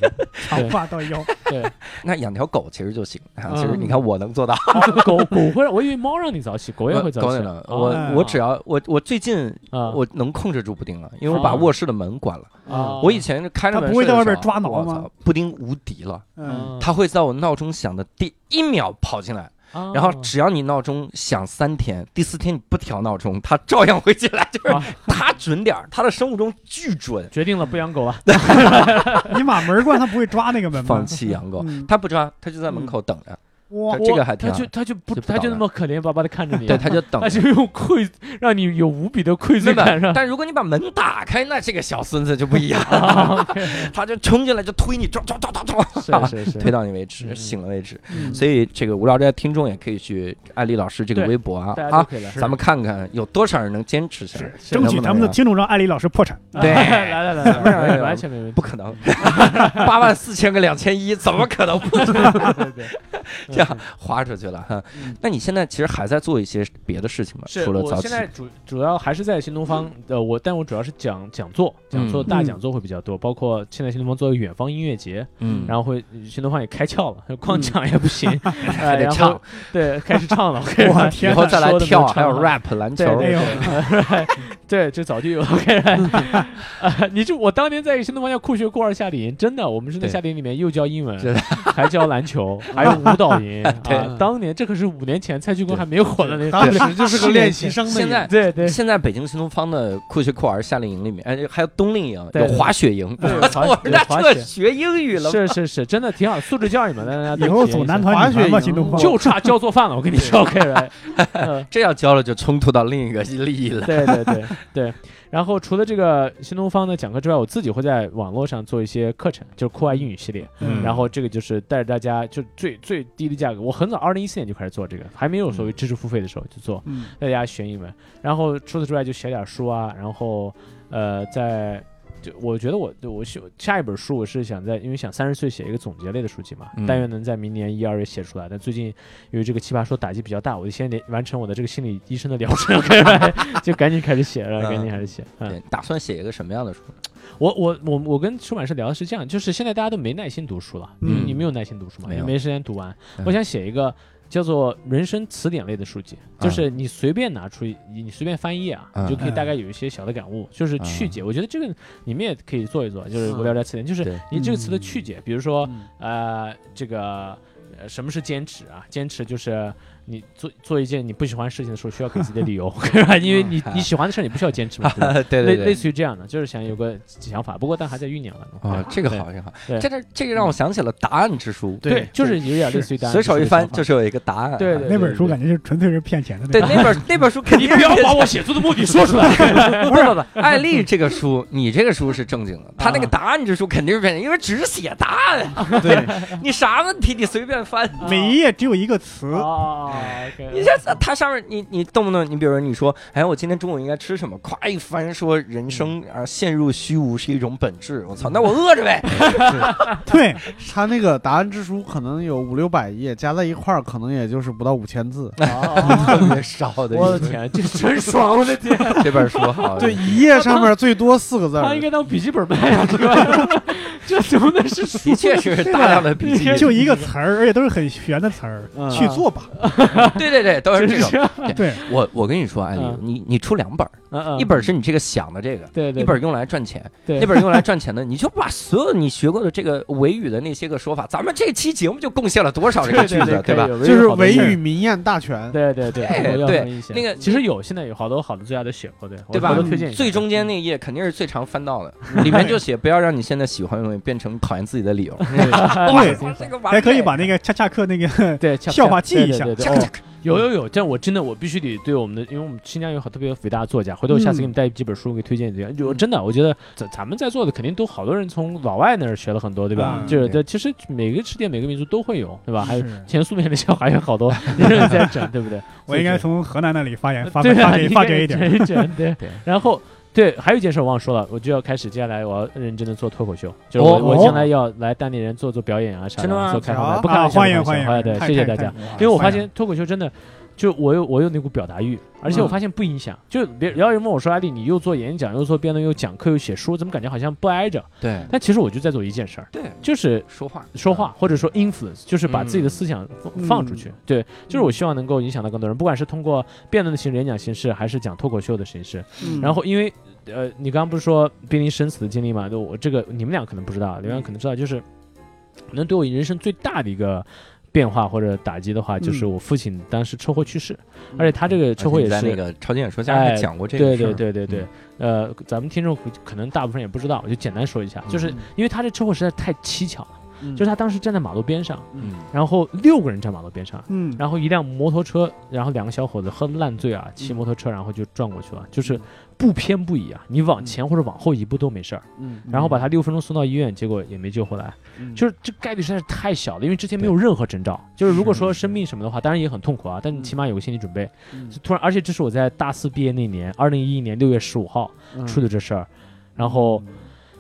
长发到腰，对。 [LAUGHS] 那养条狗其实就行，啊嗯其实你看我能做到，狗狗会，我以为猫让你早起，狗也会早狗也起。能。啊我我只要我我最近啊，我能控制住布丁了，因为我把哦卧室的门关了。 [LAUGHS] 啊我以前就开着它门不会睡的在外时边候抓挠我吗操布丁无敌了，嗯，它会在我闹钟响的第一秒跑进来，啊然后只要你闹钟响三天，第四天你不调闹钟，它照样会进来，就是啊它准点儿，它的生物钟巨准。决定了不养狗啊了。啊你把门关，它不会抓那个门 [LAUGHS] 吗？放弃养狗，嗯他不抓，他就在门口等着， [LAUGHS] 哇， [LAUGHS] 这个还挺他好就他就不就不他就捣那么可怜巴巴的看着你，啊对，他就 [LAUGHS] 等他着就。用愧让你有无比的愧罪对吧感，让？但如果你把门打开，那这个小孙子就不一样， [LAUGHS] 啊，OK，他就冲进来就推你，抓抓抓抓抓，是是推是，到你为止，嗯醒了为止。嗯所以这个无聊斋听众也可以去艾丽老师这个对微博啊大家都啊，可以来，咱们看看有多少人能坚持下来，争能不取能咱们的啊听众让艾丽老师破 [LAUGHS] 产。[LAUGHS] 啊对来来来来 [LAUGHS] 没有没来，有完全没问题，不可能，八万四千个两千一，怎么可能不对对， [LAUGHS] 嗯这样花出去了？哈，那你现在其实还在做一些别的事情吗？是除了我早现起，嗯在主主要还是在新东方，呃，我但我主要是讲讲座，讲座嗯大嗯讲座会比较多，包括现在新东方做远方音乐节，嗯，然后会新东方也开窍了，光讲也不行， [LAUGHS] 还还得唱，，对，开始 [LAUGHS] 唱了，我我以天后哪！再来说得跳，啊没啊有还有唱 rap 篮球对，哎呦， [LAUGHS] 对，这早就有了。 [LAUGHS] 啊，你就我当年在新东方叫酷学酷二夏令营，真的，我们是在对夏令营里面又教英文真的，还教篮球， [LAUGHS] 还有舞蹈营。啊对，当年这可是五年前蔡徐坤还没火的那时候。当时就是个练习生 [LAUGHS] 的，现在对对，现在北京新东方的酷学酷儿夏令营里面，哎，还有冬令营，对有滑雪营。 [LAUGHS] 对 [LAUGHS] 我操，滑我雪们家滑这雪学英语了，是是是，真的挺好，素质教育嘛，大家都以后体验走一男下团女团吧，滑雪新东方。就差教做饭了，我跟你说，OK，right，嗯这要教了就冲突到另一个利益了。对对对，然后除了这个新东方的讲课之外，我自己会在网络上做一些课程，就是酷爱英语系列。嗯然后这个就是带着大家，就最最低的价格，我很早二零一四年就开始做这个，还没有所谓知识付费的时候就做，嗯带大家学英文。然后除此之外就写点书啊，然后呃，在就我觉得我我希下一本书我是想在，因为想三十岁写一个总结类的书籍嘛，嗯但愿能在明年一二月写出来。但最近因为这个奇葩说打击比较大，我就先得完成我的这个心理医生的疗程， [LAUGHS] 就赶紧开始写了，嗯赶紧开始写。嗯，对，打算写一个什么样的书？我我我我跟出版社聊的是这样，就是现在大家都没耐心读书了，嗯你你没有耐心读书吗？没你有没时间读完。嗯我想写一个叫做人生词典类的书籍，啊就是你随便拿出一，你随便翻一页啊，啊你就可以大概有一些小的感悟，就是嗯去解。我觉得这个你们也可以做一做，就是无聊斋词典，就是对你这个词的去解，比如说嗯呃，这个呃什么是坚持啊？坚持就是你做做一件你不喜欢事情的时候，需要给自己的理 [LAUGHS] 由，对吧？因为你你喜欢的事儿你不需要坚持嘛，对吧？对类嗯 [LAUGHS] 对类似于这样的，就是想有个想法，不过但还在酝酿当中。啊，这个好，这个好，嗯对这这这个让我想起了《答案之书对，就是有点类似于》，随手一翻就是是有一个答案啊。对对那本书感觉就纯粹是骗钱的那对，种。那本那本书肯你定不要是把我写作的目的说出 [LAUGHS] 来。 [LAUGHS] 不是不是，艾丽这个书，你这个书是正经的，他那个答案之书肯定是骗人，因为只写答案，对，你啥问题你随便翻。 [LAUGHS] 每一页只有一个词，啊哦，你这它上面你你动不动你比如说你说，哎，我今天中午应该吃什么？咵一翻说人生啊陷入虚无是一种本质，我操，那我饿着呗。 [LAUGHS] [LAUGHS] 对，他那个答案之书可能有五六百页，加在一块儿可能也就是不到五千字。 [LAUGHS] 啊啊 [LAUGHS] 特别少的我的天，这真爽！我的天，这本书好，对， [LAUGHS] 一页上面最多四个字儿。他应该当笔记本卖啊，这个这怎么能是书啊的确是大量的笔记，就一个词儿，而且都是很玄的词儿，嗯去做吧。对对对，都是啊这种。对，我我跟你说，艾丽嗯，你你出两本儿，嗯嗯一本是你这个想的这个，对对一本用来赚钱，对那本用来赚钱的，你就把所有你学过的这个维语的那些个说法，咱们这期节目就贡献了多少这个句对子，对吧？？就是维语，名谚大全。对对对哎对那个其实有现在有好多好的作家都写过，对对吧我回头推荐一下嗯最中间那一页肯定是最常翻到 [LAUGHS] 的，里面就写不要让你现在喜欢的东西变成讨厌自己的理由。对哇这个完美还可以把那个恰恰克那个对，恰笑话记对一对下对对哦有嗯有有，但我真的我必须得对我们的，因为我们新疆有好特别伟大的作家，回头我下次给你嗯们带几本书给推荐一下。有真的，我觉得咱咱们在座的肯定都好多人从老外那儿学了很多，对吧？嗯就是对这其实每个世界每个民族都会有，对 [LAUGHS] 吧？还有是前苏联的小孩有好 [LAUGHS] 多人在整，对不对？我应该从河南那里发 [LAUGHS] 言发对啊发你给应发该给一点整儿。一整，对对。然后对，还有一件事我忘了说了，我就要开始接下来我要认真的做脱口秀，就是我、哦我将来要来当地人做做表演啊啥真的吗做开放麦，不开啊，玩笑欢迎不开欢玩迎笑哎，对，太谢谢太大家太。因为我发欢迎现脱口秀真的，就我有我有那股表达欲，而且我发现不影响。就别要有人问我说，艾丽，你又做演讲，又做辩论，又讲课，又写书，怎么感觉好像不挨着？对但其实我就在做一件事儿，对，就是说话嗯说话，或者说 influence，就是把自己的思想放嗯放出去。对，就是我希望能够影响到更多人，不管是通过辩论的形式、演讲形式，还是讲脱口秀的形式。嗯然后因为呃，你刚刚不是说濒临生死的经历嘛？就我这个你们俩可能不知道，你们俩可能知道，就是能对我人生最大的一个。变化或者打击的话，就是我父亲当时车祸去世，嗯而且他这个车祸也在那是，个超级演说家还哎讲过这个对事儿对对对对，呃，咱们听众可能大部分也不知道，我就简单说一下，就是嗯因为他这车祸实在太蹊跷了，嗯就是他当时站在马路边上，嗯然后六个人站马路边上，嗯， [LAUGHS] [LAUGHS] 然后一辆摩托车，然后两个小伙子喝烂醉啊，骑摩托车然后就撞过去了，就是不偏不倚啊，你往前或者往后一步都没事儿，嗯然后把他六分钟送到医院，结果也没救回来，嗯就是这概率实在是太小了，因为之前没有任何征兆，就是如果说生病什么的话，当然也很痛苦啊，但你起码有个心理准备。嗯就突然，而且这是我在大四毕业那年，二零一一年六月十五号嗯出的这事儿，然后。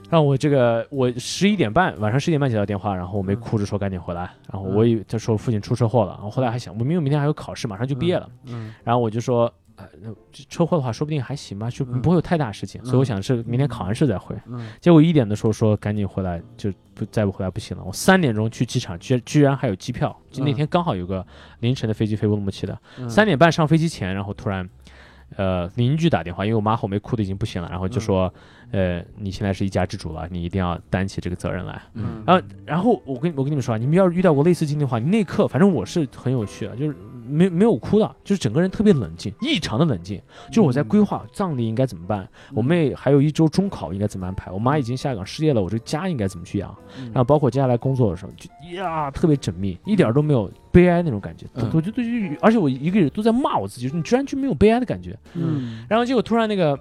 让我这个，我十一点半晚上十一点半接到电话，然后我没哭着说赶紧回来，然后我以为他说父亲出车祸了，然后后来还想，我明明明天还有考试，马上就毕业了，嗯然后我就说，呃，那这车祸的话说不定还行吧，就嗯不会有太大事情，所以我想是明天考完试再回。嗯结果一点的时候说赶紧回来，就不再不回来不行了。我三点钟去机场，居居然还有机票，就那嗯天刚好有个凌晨的飞机飞乌鲁木齐的，嗯三点半上飞机前，然后突然，呃，邻居打电话，因为我妈后面哭的已经不行了，然后嗯就说，呃，你现在是一家之主了，你一定要担起这个责任来。嗯然后，然后我跟我跟你们说啊，你们要是遇到过类似经历的话，你那一刻反正我是很有趣的，就是没没有哭的，就是整个人特别冷静，异常的冷静。就是我在规划葬礼应该怎么办，我妹还有一周中考应该怎么安排，我妈已经下岗失业了，我这个家应该怎么去养，啊嗯然后包括接下来工作的时候，就呀特别缜密，一点儿都没有悲哀那种感觉。嗯我就对，而且我一个人都在骂我自己，你居然就没有悲哀的感觉。嗯然后结果突然那个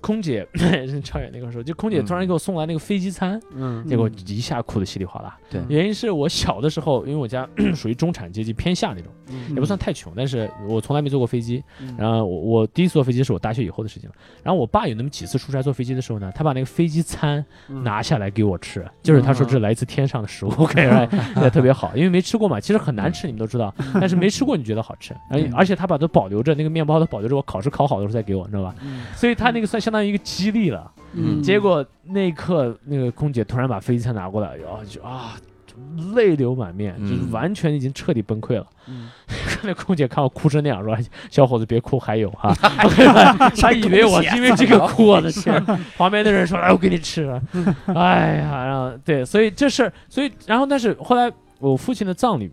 空姐 [LAUGHS] 超远那个时候，就空姐突然给我送来那个飞机餐，嗯结果一下哭的稀里哗啦。对原因是我小的时候，因为我家 [CLEARS THROAT] 属于中产阶级偏下那种，嗯也不算太穷，但是我从来没坐过飞机。嗯然后我我第一次坐飞机是我大学以后的事情了。然后我爸有那么几次出差坐飞机的时候呢，他把那个飞机餐嗯拿下来给我吃，就是他说这是来自天上的食物，看起来 [LAUGHS] 也特别好，因为没吃过嘛，其实很嗯难吃，你们都知道，但是没吃过你觉得好吃，而且而且他把它保留着，那个面包他保留着，我考试考好的时候再给我，你知道吧？所以他那个算相当于一个激励了。嗯嗯结果那一刻，那个空姐突然把飞机餐拿过来，然后就啊。泪流满面，就嗯是完全已经彻底崩溃了。嗯那空姐看我哭成那样，说：“ [LAUGHS] 哎小伙子别哭，还有啊。” [LAUGHS] 她以为我是因为这个哭，我的天！旁边的人说：“来，我给你吃。”哎呀，然后对，所以这事儿，所以然后但是后来我父亲的葬礼，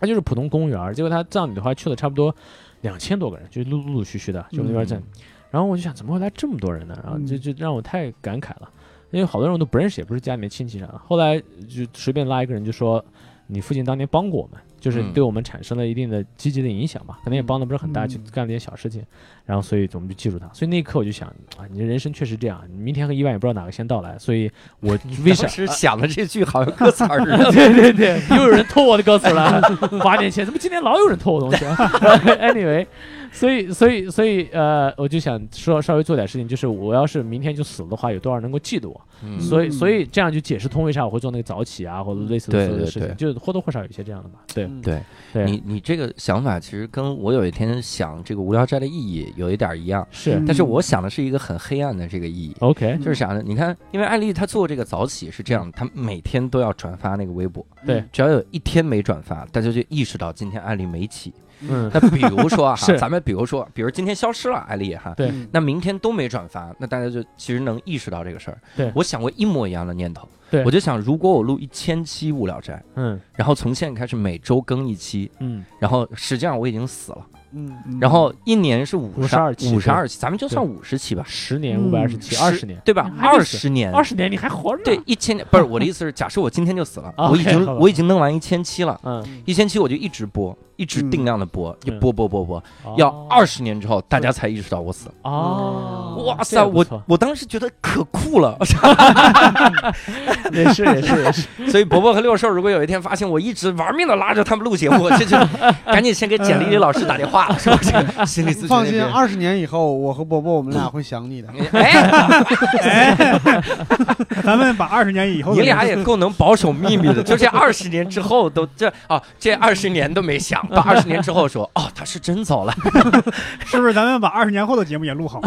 他就是普通公务员儿，结果他葬礼的话去了差不多两千多个人，就陆陆陆续续的，就那边站。然后我就想，怎么会来这么多人呢？然后就就让我太感慨了，因为好多人我都不认识，也不是家里面亲戚啥的。后来就随便拉一个人就说，你父亲当年帮过我们，就是嗯对我们产生了一定的积极的影响吧，可能也帮的不是很大，嗯就干了点小事情。然后所以我们就记住他。所以那一刻我就想，啊，你的人生确实这样，你明天和意外也不知道哪个先到来。所以我为啥当？时想的这句 [LAUGHS] 好像歌词儿似的。对对对， [LAUGHS] 又有人偷我的歌词了。八年前，怎么今天老有人偷我东西、啊、？Anyway，所以所以所以呃，我就想说稍微做点事情，就是我要是明天就死了的话，有多少人能够记得我？嗯所以所以这样就解释通为啥我会做那个早起啊，或者类似的对所有的对事对情，就是或多或少有些这样的吧。对嗯对对，你你这个想法其实跟我有一天想这个无聊斋的意义有一点儿一样，是嗯但是我想的是一个很黑暗的这个意义。 OK，就是想着，你看，因为艾丽她做这个早起是这样，她每天都要转发那个微博，嗯对，只要有一天没转发，大家就意识到今天艾丽没 [LAUGHS] 起。嗯，那比如说啊哈，是咱们比如说，比如今天消失了艾丽哈，对嗯那明天都没转发，那大家就其实能意识到这个事儿。对我想过一模一样的念头，对我就想，如果我录一千期无聊斋，嗯然后从现在开始每周更一期，嗯，然后实际上我已经死了，嗯嗯然后一年是五52期五十二期，咱们就算五十期吧，十年五百二十七，二十年，对吧？还二得死十年，嗯二十年你还活 [LAUGHS] 着？对，，一千年不是我的意思是，假设我今天就死 [LAUGHS] 了，啊我已 OK，经好吧我已经弄完一千期了，嗯，一千期我就一直播，一直定量的播，就嗯播播播播，要二十年之后大家才意识到我死了。哦，哇这塞，也不我错 [LAUGHS] 我当时觉得可酷了。也是也是也 [LAUGHS] 是，所以伯伯和六兽如果有一天发现我一直玩命的拉着他们录节目， [LAUGHS] 这就赶紧先给简历里老师打电话，说这个心理咨询那边。放心，二十年以后，我和伯伯我们俩会想你的。哎，咱们把二十年以后的你俩也够能保守秘密 [LAUGHS] 的，就这二十年之后都这啊，这二十年都没 [LAUGHS] 想，到二十年之后说哦，他是真走了。是不是咱们把二十年后的节目也录好？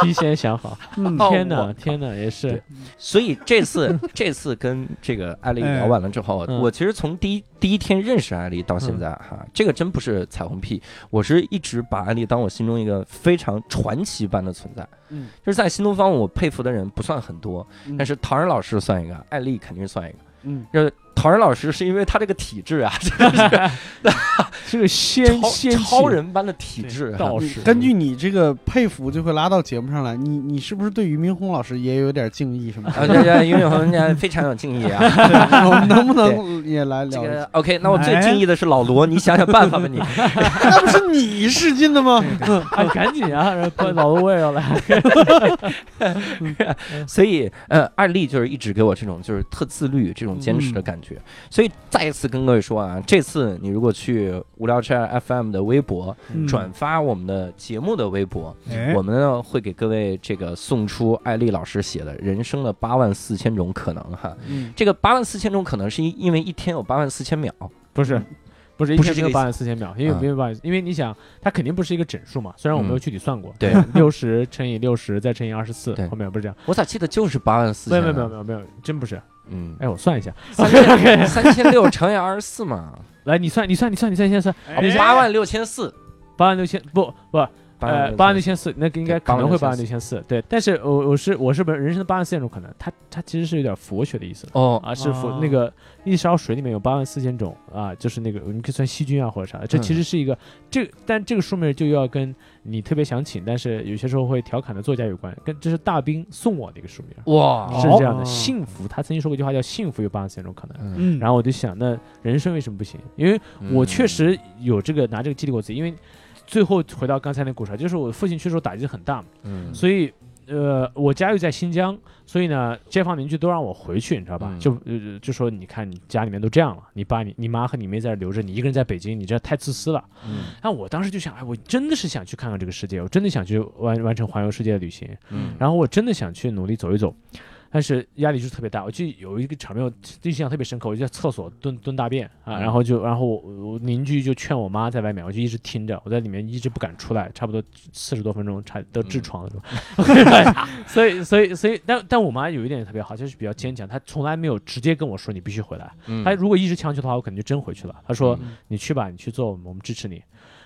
提前想好。嗯哦 [LAUGHS] 天我哪，天哪，也是对，所以这 [LAUGHS] 次这次跟这个艾丽聊完了之后，嗯我其实从第一第一天认识艾丽到现在哈、这个真不是彩虹屁，我是一直把艾丽当我心中一个非常传奇般的存在。嗯，就是在新东方我佩服的人不算很多，嗯但是陶然老师算一个，艾丽肯定算一个。嗯，就是陶然老师是因为他这个体质啊， [LAUGHS] 这个先超先超人般的体质、啊。道你士，根据你这个佩服，就会拉到节目上来。你你是不是对俞明宏老师也有点敬意什么 [LAUGHS] [LAUGHS] 啊，的？这这俞敏洪家非常有敬意啊！ [LAUGHS] 我们能不能也来这聊一个下？ OK，那我最哎敬意的是老罗，你想想办法吧你。 [LAUGHS] 哎那不是你试镜 [LAUGHS] 的吗？啊，赶紧啊，然后快老罗我也要来，所以，呃，二丽就是一直给我这种就是特自律、这种坚持的嗯感觉。所以再一次跟各位说啊，这次你如果去无聊斋 FM 的微博、嗯转发我们的节目的微博，哎我们呢会给各位这个送出艾丽老师写的《人生的八万四千种可能》哈。嗯，这个八万四千种可能是因因为一天有八万四千秒， [LAUGHS] 不是。不是，一不是天这个没有意思八万四千秒，因为嗯没有八万，因为你想，它肯定不是一个整数嘛。虽然我没有嗯具体算 [LAUGHS] 过，对，六十乘以六十再乘以二十四对，后面不是这样，我咋记得就是啊八万四没千？有没有没有没，有没有，真不是。嗯，哎，我算一下，三千三千六乘以二十四嘛，来，你算，你算，你算，你 [LAUGHS] 算，你算，哎啊八万六千四，八万六千，不不，呃，八万六千四，那个应该对八万可能会六千四八万六千四，对。但是我我是我是不是人生的八万四千种可能，它它其实是有点佛学的意思的哦，啊，是佛、哦那个一勺水里面有八万四千种啊，就是那个你可以算细菌啊或者啥的，这嗯其实是一个、这个，但这个书名就要跟你特别想请，但是有些时候会调侃的作家有关，跟这是大兵送我的一个书名，哇，是这样的，哦幸福，他曾经说过一句话叫幸福有八万四千种可能。嗯嗯，然嗯后我就想，那人生为什么不行？因为我确实有这个拿这个激励过自己，因为最后回到刚才那故事啊，就是我父亲去世时候打击很大嘛，嗯所以呃，我家又在新疆，所以呢，街坊邻居都让我回去，你知道吧？嗯就呃就说你看你家里面都这样了，你爸、你你妈和你妹在这留着，你一个人在北京，你这太自私了。嗯那我当时就想，哎，我真的是想去看看这个世界，我真的想去完完成环游世界的旅行，嗯，然后我真的想去努力走一走。但是压力就是特别大，我记得有一个场面，我印象特别深刻。我就在厕所蹲蹲大便啊，然后就，然后我我邻居就劝我妈在外面，我就一直听着，我在里面一直不敢出来，差不多四十多分钟，差都痔疮了都。 [LAUGHS] 所以，所以，所以，但但我妈有一点也特别好，就是比较坚强，她从来没有直接跟我说你必须回来，嗯他如果一直强求的话，我可能就真回去了。他说：“你去吧，你去做，我们支持你。”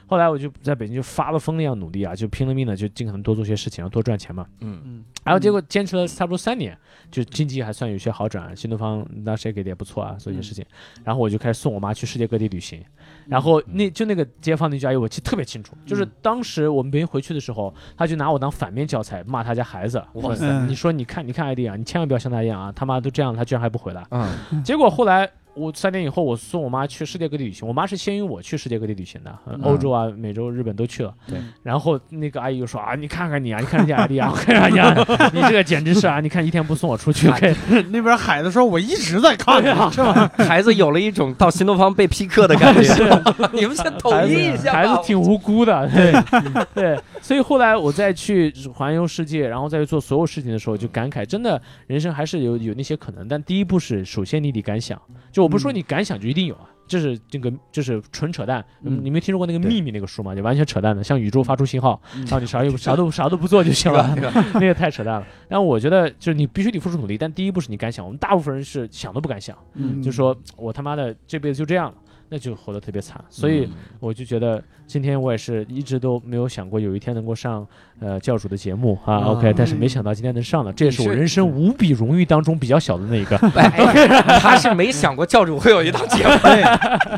后来我就在北京就发了疯那样努力啊，就拼了命的，就尽可能多做些事情，多赚钱嘛。嗯嗯，然后结果坚持了差不多三年，就经济还算有些好转，新东方那谁给的也不错啊，嗯做一些事情。然后我就开始送我妈去世界各地旅行，然后嗯那就那个街坊那家友，我记得特别清楚，就是当时我们没回去的时候，他就拿我当反面教材骂他家孩子。哇塞嗯你说你看你看艾迪啊，你千万不要像他一样啊，他妈都这样了，他居然还不回来。嗯结果后来我三年以后，我送我妈去世界各地旅行。我妈是先于我去世界各地旅行的，呃嗯欧洲啊、美洲、日本都去了。对。然后那个阿姨就说啊，你看看你啊，你看人家阿丽啊，我看人家，你这个简直是啊！你看一天不送我出去，可以 [LAUGHS] 那边海的时候我一直在看，啊是吧？ [LAUGHS] 孩子有了一种到新东方被批课的 [LAUGHS] 感觉，你们先统孩一一子下孩子吧挺无 [LAUGHS] 辜的，对 [LAUGHS] 对。所以后来我再去环游世界，然后再去做所有事情的时候，就感慨，真的人生还是有有那些可能。但第一步是，首先你得敢想，就我不嗯是说你敢想就一定有啊。这是这个，这是纯扯淡。嗯你没听说过那个对秘密那个书吗？就完全扯淡的，向宇宙发出信号，然嗯后你啥 [LAUGHS] 也不啥都啥都不做就行对吧？了对，吧？ [LAUGHS] 那个太扯淡了。但我觉得就是你必须得付出努力，但第一步是你敢想。我们大部分人是想都不敢想，嗯就说我他妈的这辈子就这样了，那就活得特别惨。所嗯以我就觉得今天我也是一直都没有想过有一天能够上呃教主的节目啊啊，OK，但是没想到今天能上了，这也是我是人生无比荣誉当中比较小的那一个。哎他是没想过教主会有一档节目。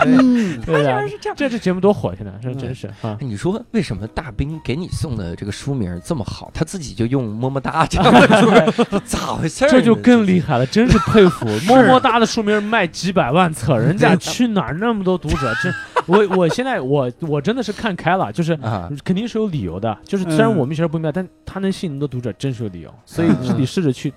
嗯，对呀，这这节目多火！天哪，这真是啊， [LAUGHS] 你说为什么大兵给你送的这个书名这么好？他自己就用么么哒这样的书 [LAUGHS] 名，咋回事儿呢？这就更厉害了，真是佩服！么么哒的书名卖几百万册，人家去哪儿那么多读者？这我我现在我我真的是看开了，就是啊！肯定是有理由的。就是虽然嗯我们学生不明白，但他能吸引那么多读者，真是有理由。所以嗯你试着去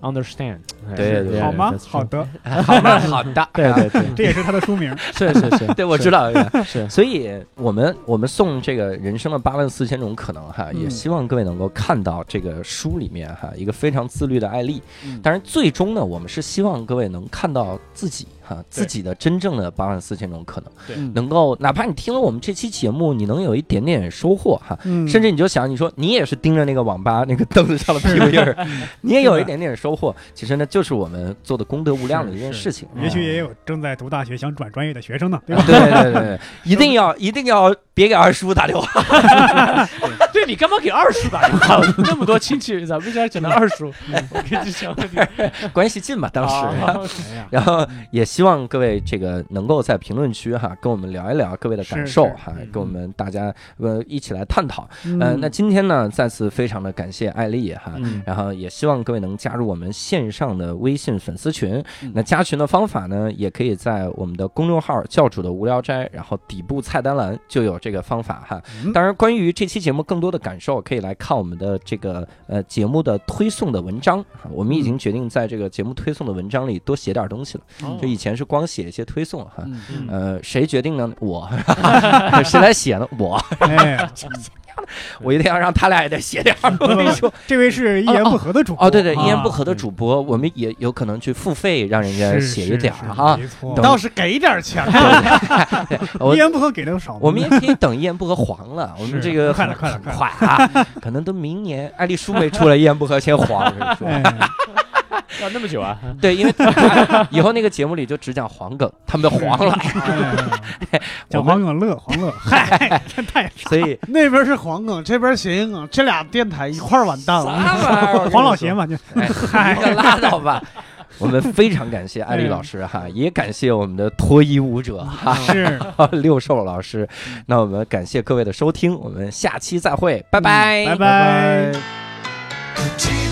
understand。哎对对对嗯好吗？ that's 好 true 的，好的，好的，对对对， [LAUGHS] 这也是他的书名。是是是， [LAUGHS] 对，我知道道。 [LAUGHS] 是。所以，我们我们送这个人生的八万四千种可能哈，嗯也希望各位能够看到这个书里面哈一个非常自律的案例嗯。当然，最终呢，我们是希望各位能看到自己哈自己的真正的八万四千种可能，对嗯能够哪怕你听了我们这期节目，你能有一点点收获哈。嗯，甚至你就想，你说你也是盯着那个网吧那个凳子上的屁股印 [LAUGHS] 儿，嗯你也有一点点收获。其实呢，就是我们做的功德无量的一件事情。啊也许嗯也有正在读大学想转专业的学生呢，对 [LAUGHS] 对对吧？对对 [LAUGHS] 对，一定要一定要别给二叔打电话。对你干嘛给二叔打电话？那么多亲戚，咱们家只能二叔。嗯我跟你 [LAUGHS] 讲，啊关系近吧，当时。时然后也希望各位这个能够在评论区哈跟我们聊一聊各位的感受是是哈嗯，跟我们大家呃一起来探讨。嗯呃，那今天呢，再次非常的感谢艾丽哈。嗯然后也希望各位能加入我们线上的微信粉丝群嗯。那加群的方法呢，也可以在我们的公众号“教主的无聊斋”，然后底部菜单栏就有这个方法哈。嗯当然，关于这期节目更多的感受，可以来看我们的这个呃节目的推送的文章。我们已经决定在这个节目推送的文章里多写点东西了。就以前是光嗯写一些推送哈，嗯呃，谁决定呢？我， [LAUGHS] 谁来写呢？我，哎，我一定要让他俩也得写点儿。我跟你说，这位是一言不合的主播哦，对对，一言啊不合的主播，我们也有可能去付费让人家是写一是点是儿啊哈。没错等倒是给点钱， [LAUGHS] 我 [LAUGHS] [LAUGHS] 一言不合给的少吗，我们也可以等一言不合黄 [LAUGHS] 了，我们是这个快很了快了很快啊，可能都明年艾丽书没出来，一言不合先黄。我跟你说 [LAUGHS] 哎 [LAUGHS] 要那么久啊？对，因为 [LAUGHS] 以后那个节目里就只讲黄梗，他们黄了，哎讲黄梗乐黄乐，哎嗨，真太所 [LAUGHS] 以那边是黄梗，这边谐音梗，这俩电台一块儿完蛋啥了。玩意儿？ [LAUGHS] 黄老邪嘛，就哎，你可拉倒吧。 [LAUGHS] 我们非常感谢艾丽老师哈，也感谢我们的脱衣舞者哈是 [LAUGHS] 六兽老师。那我们嗯哎感谢各位的收听，我们下期再会，拜拜，拜拜。口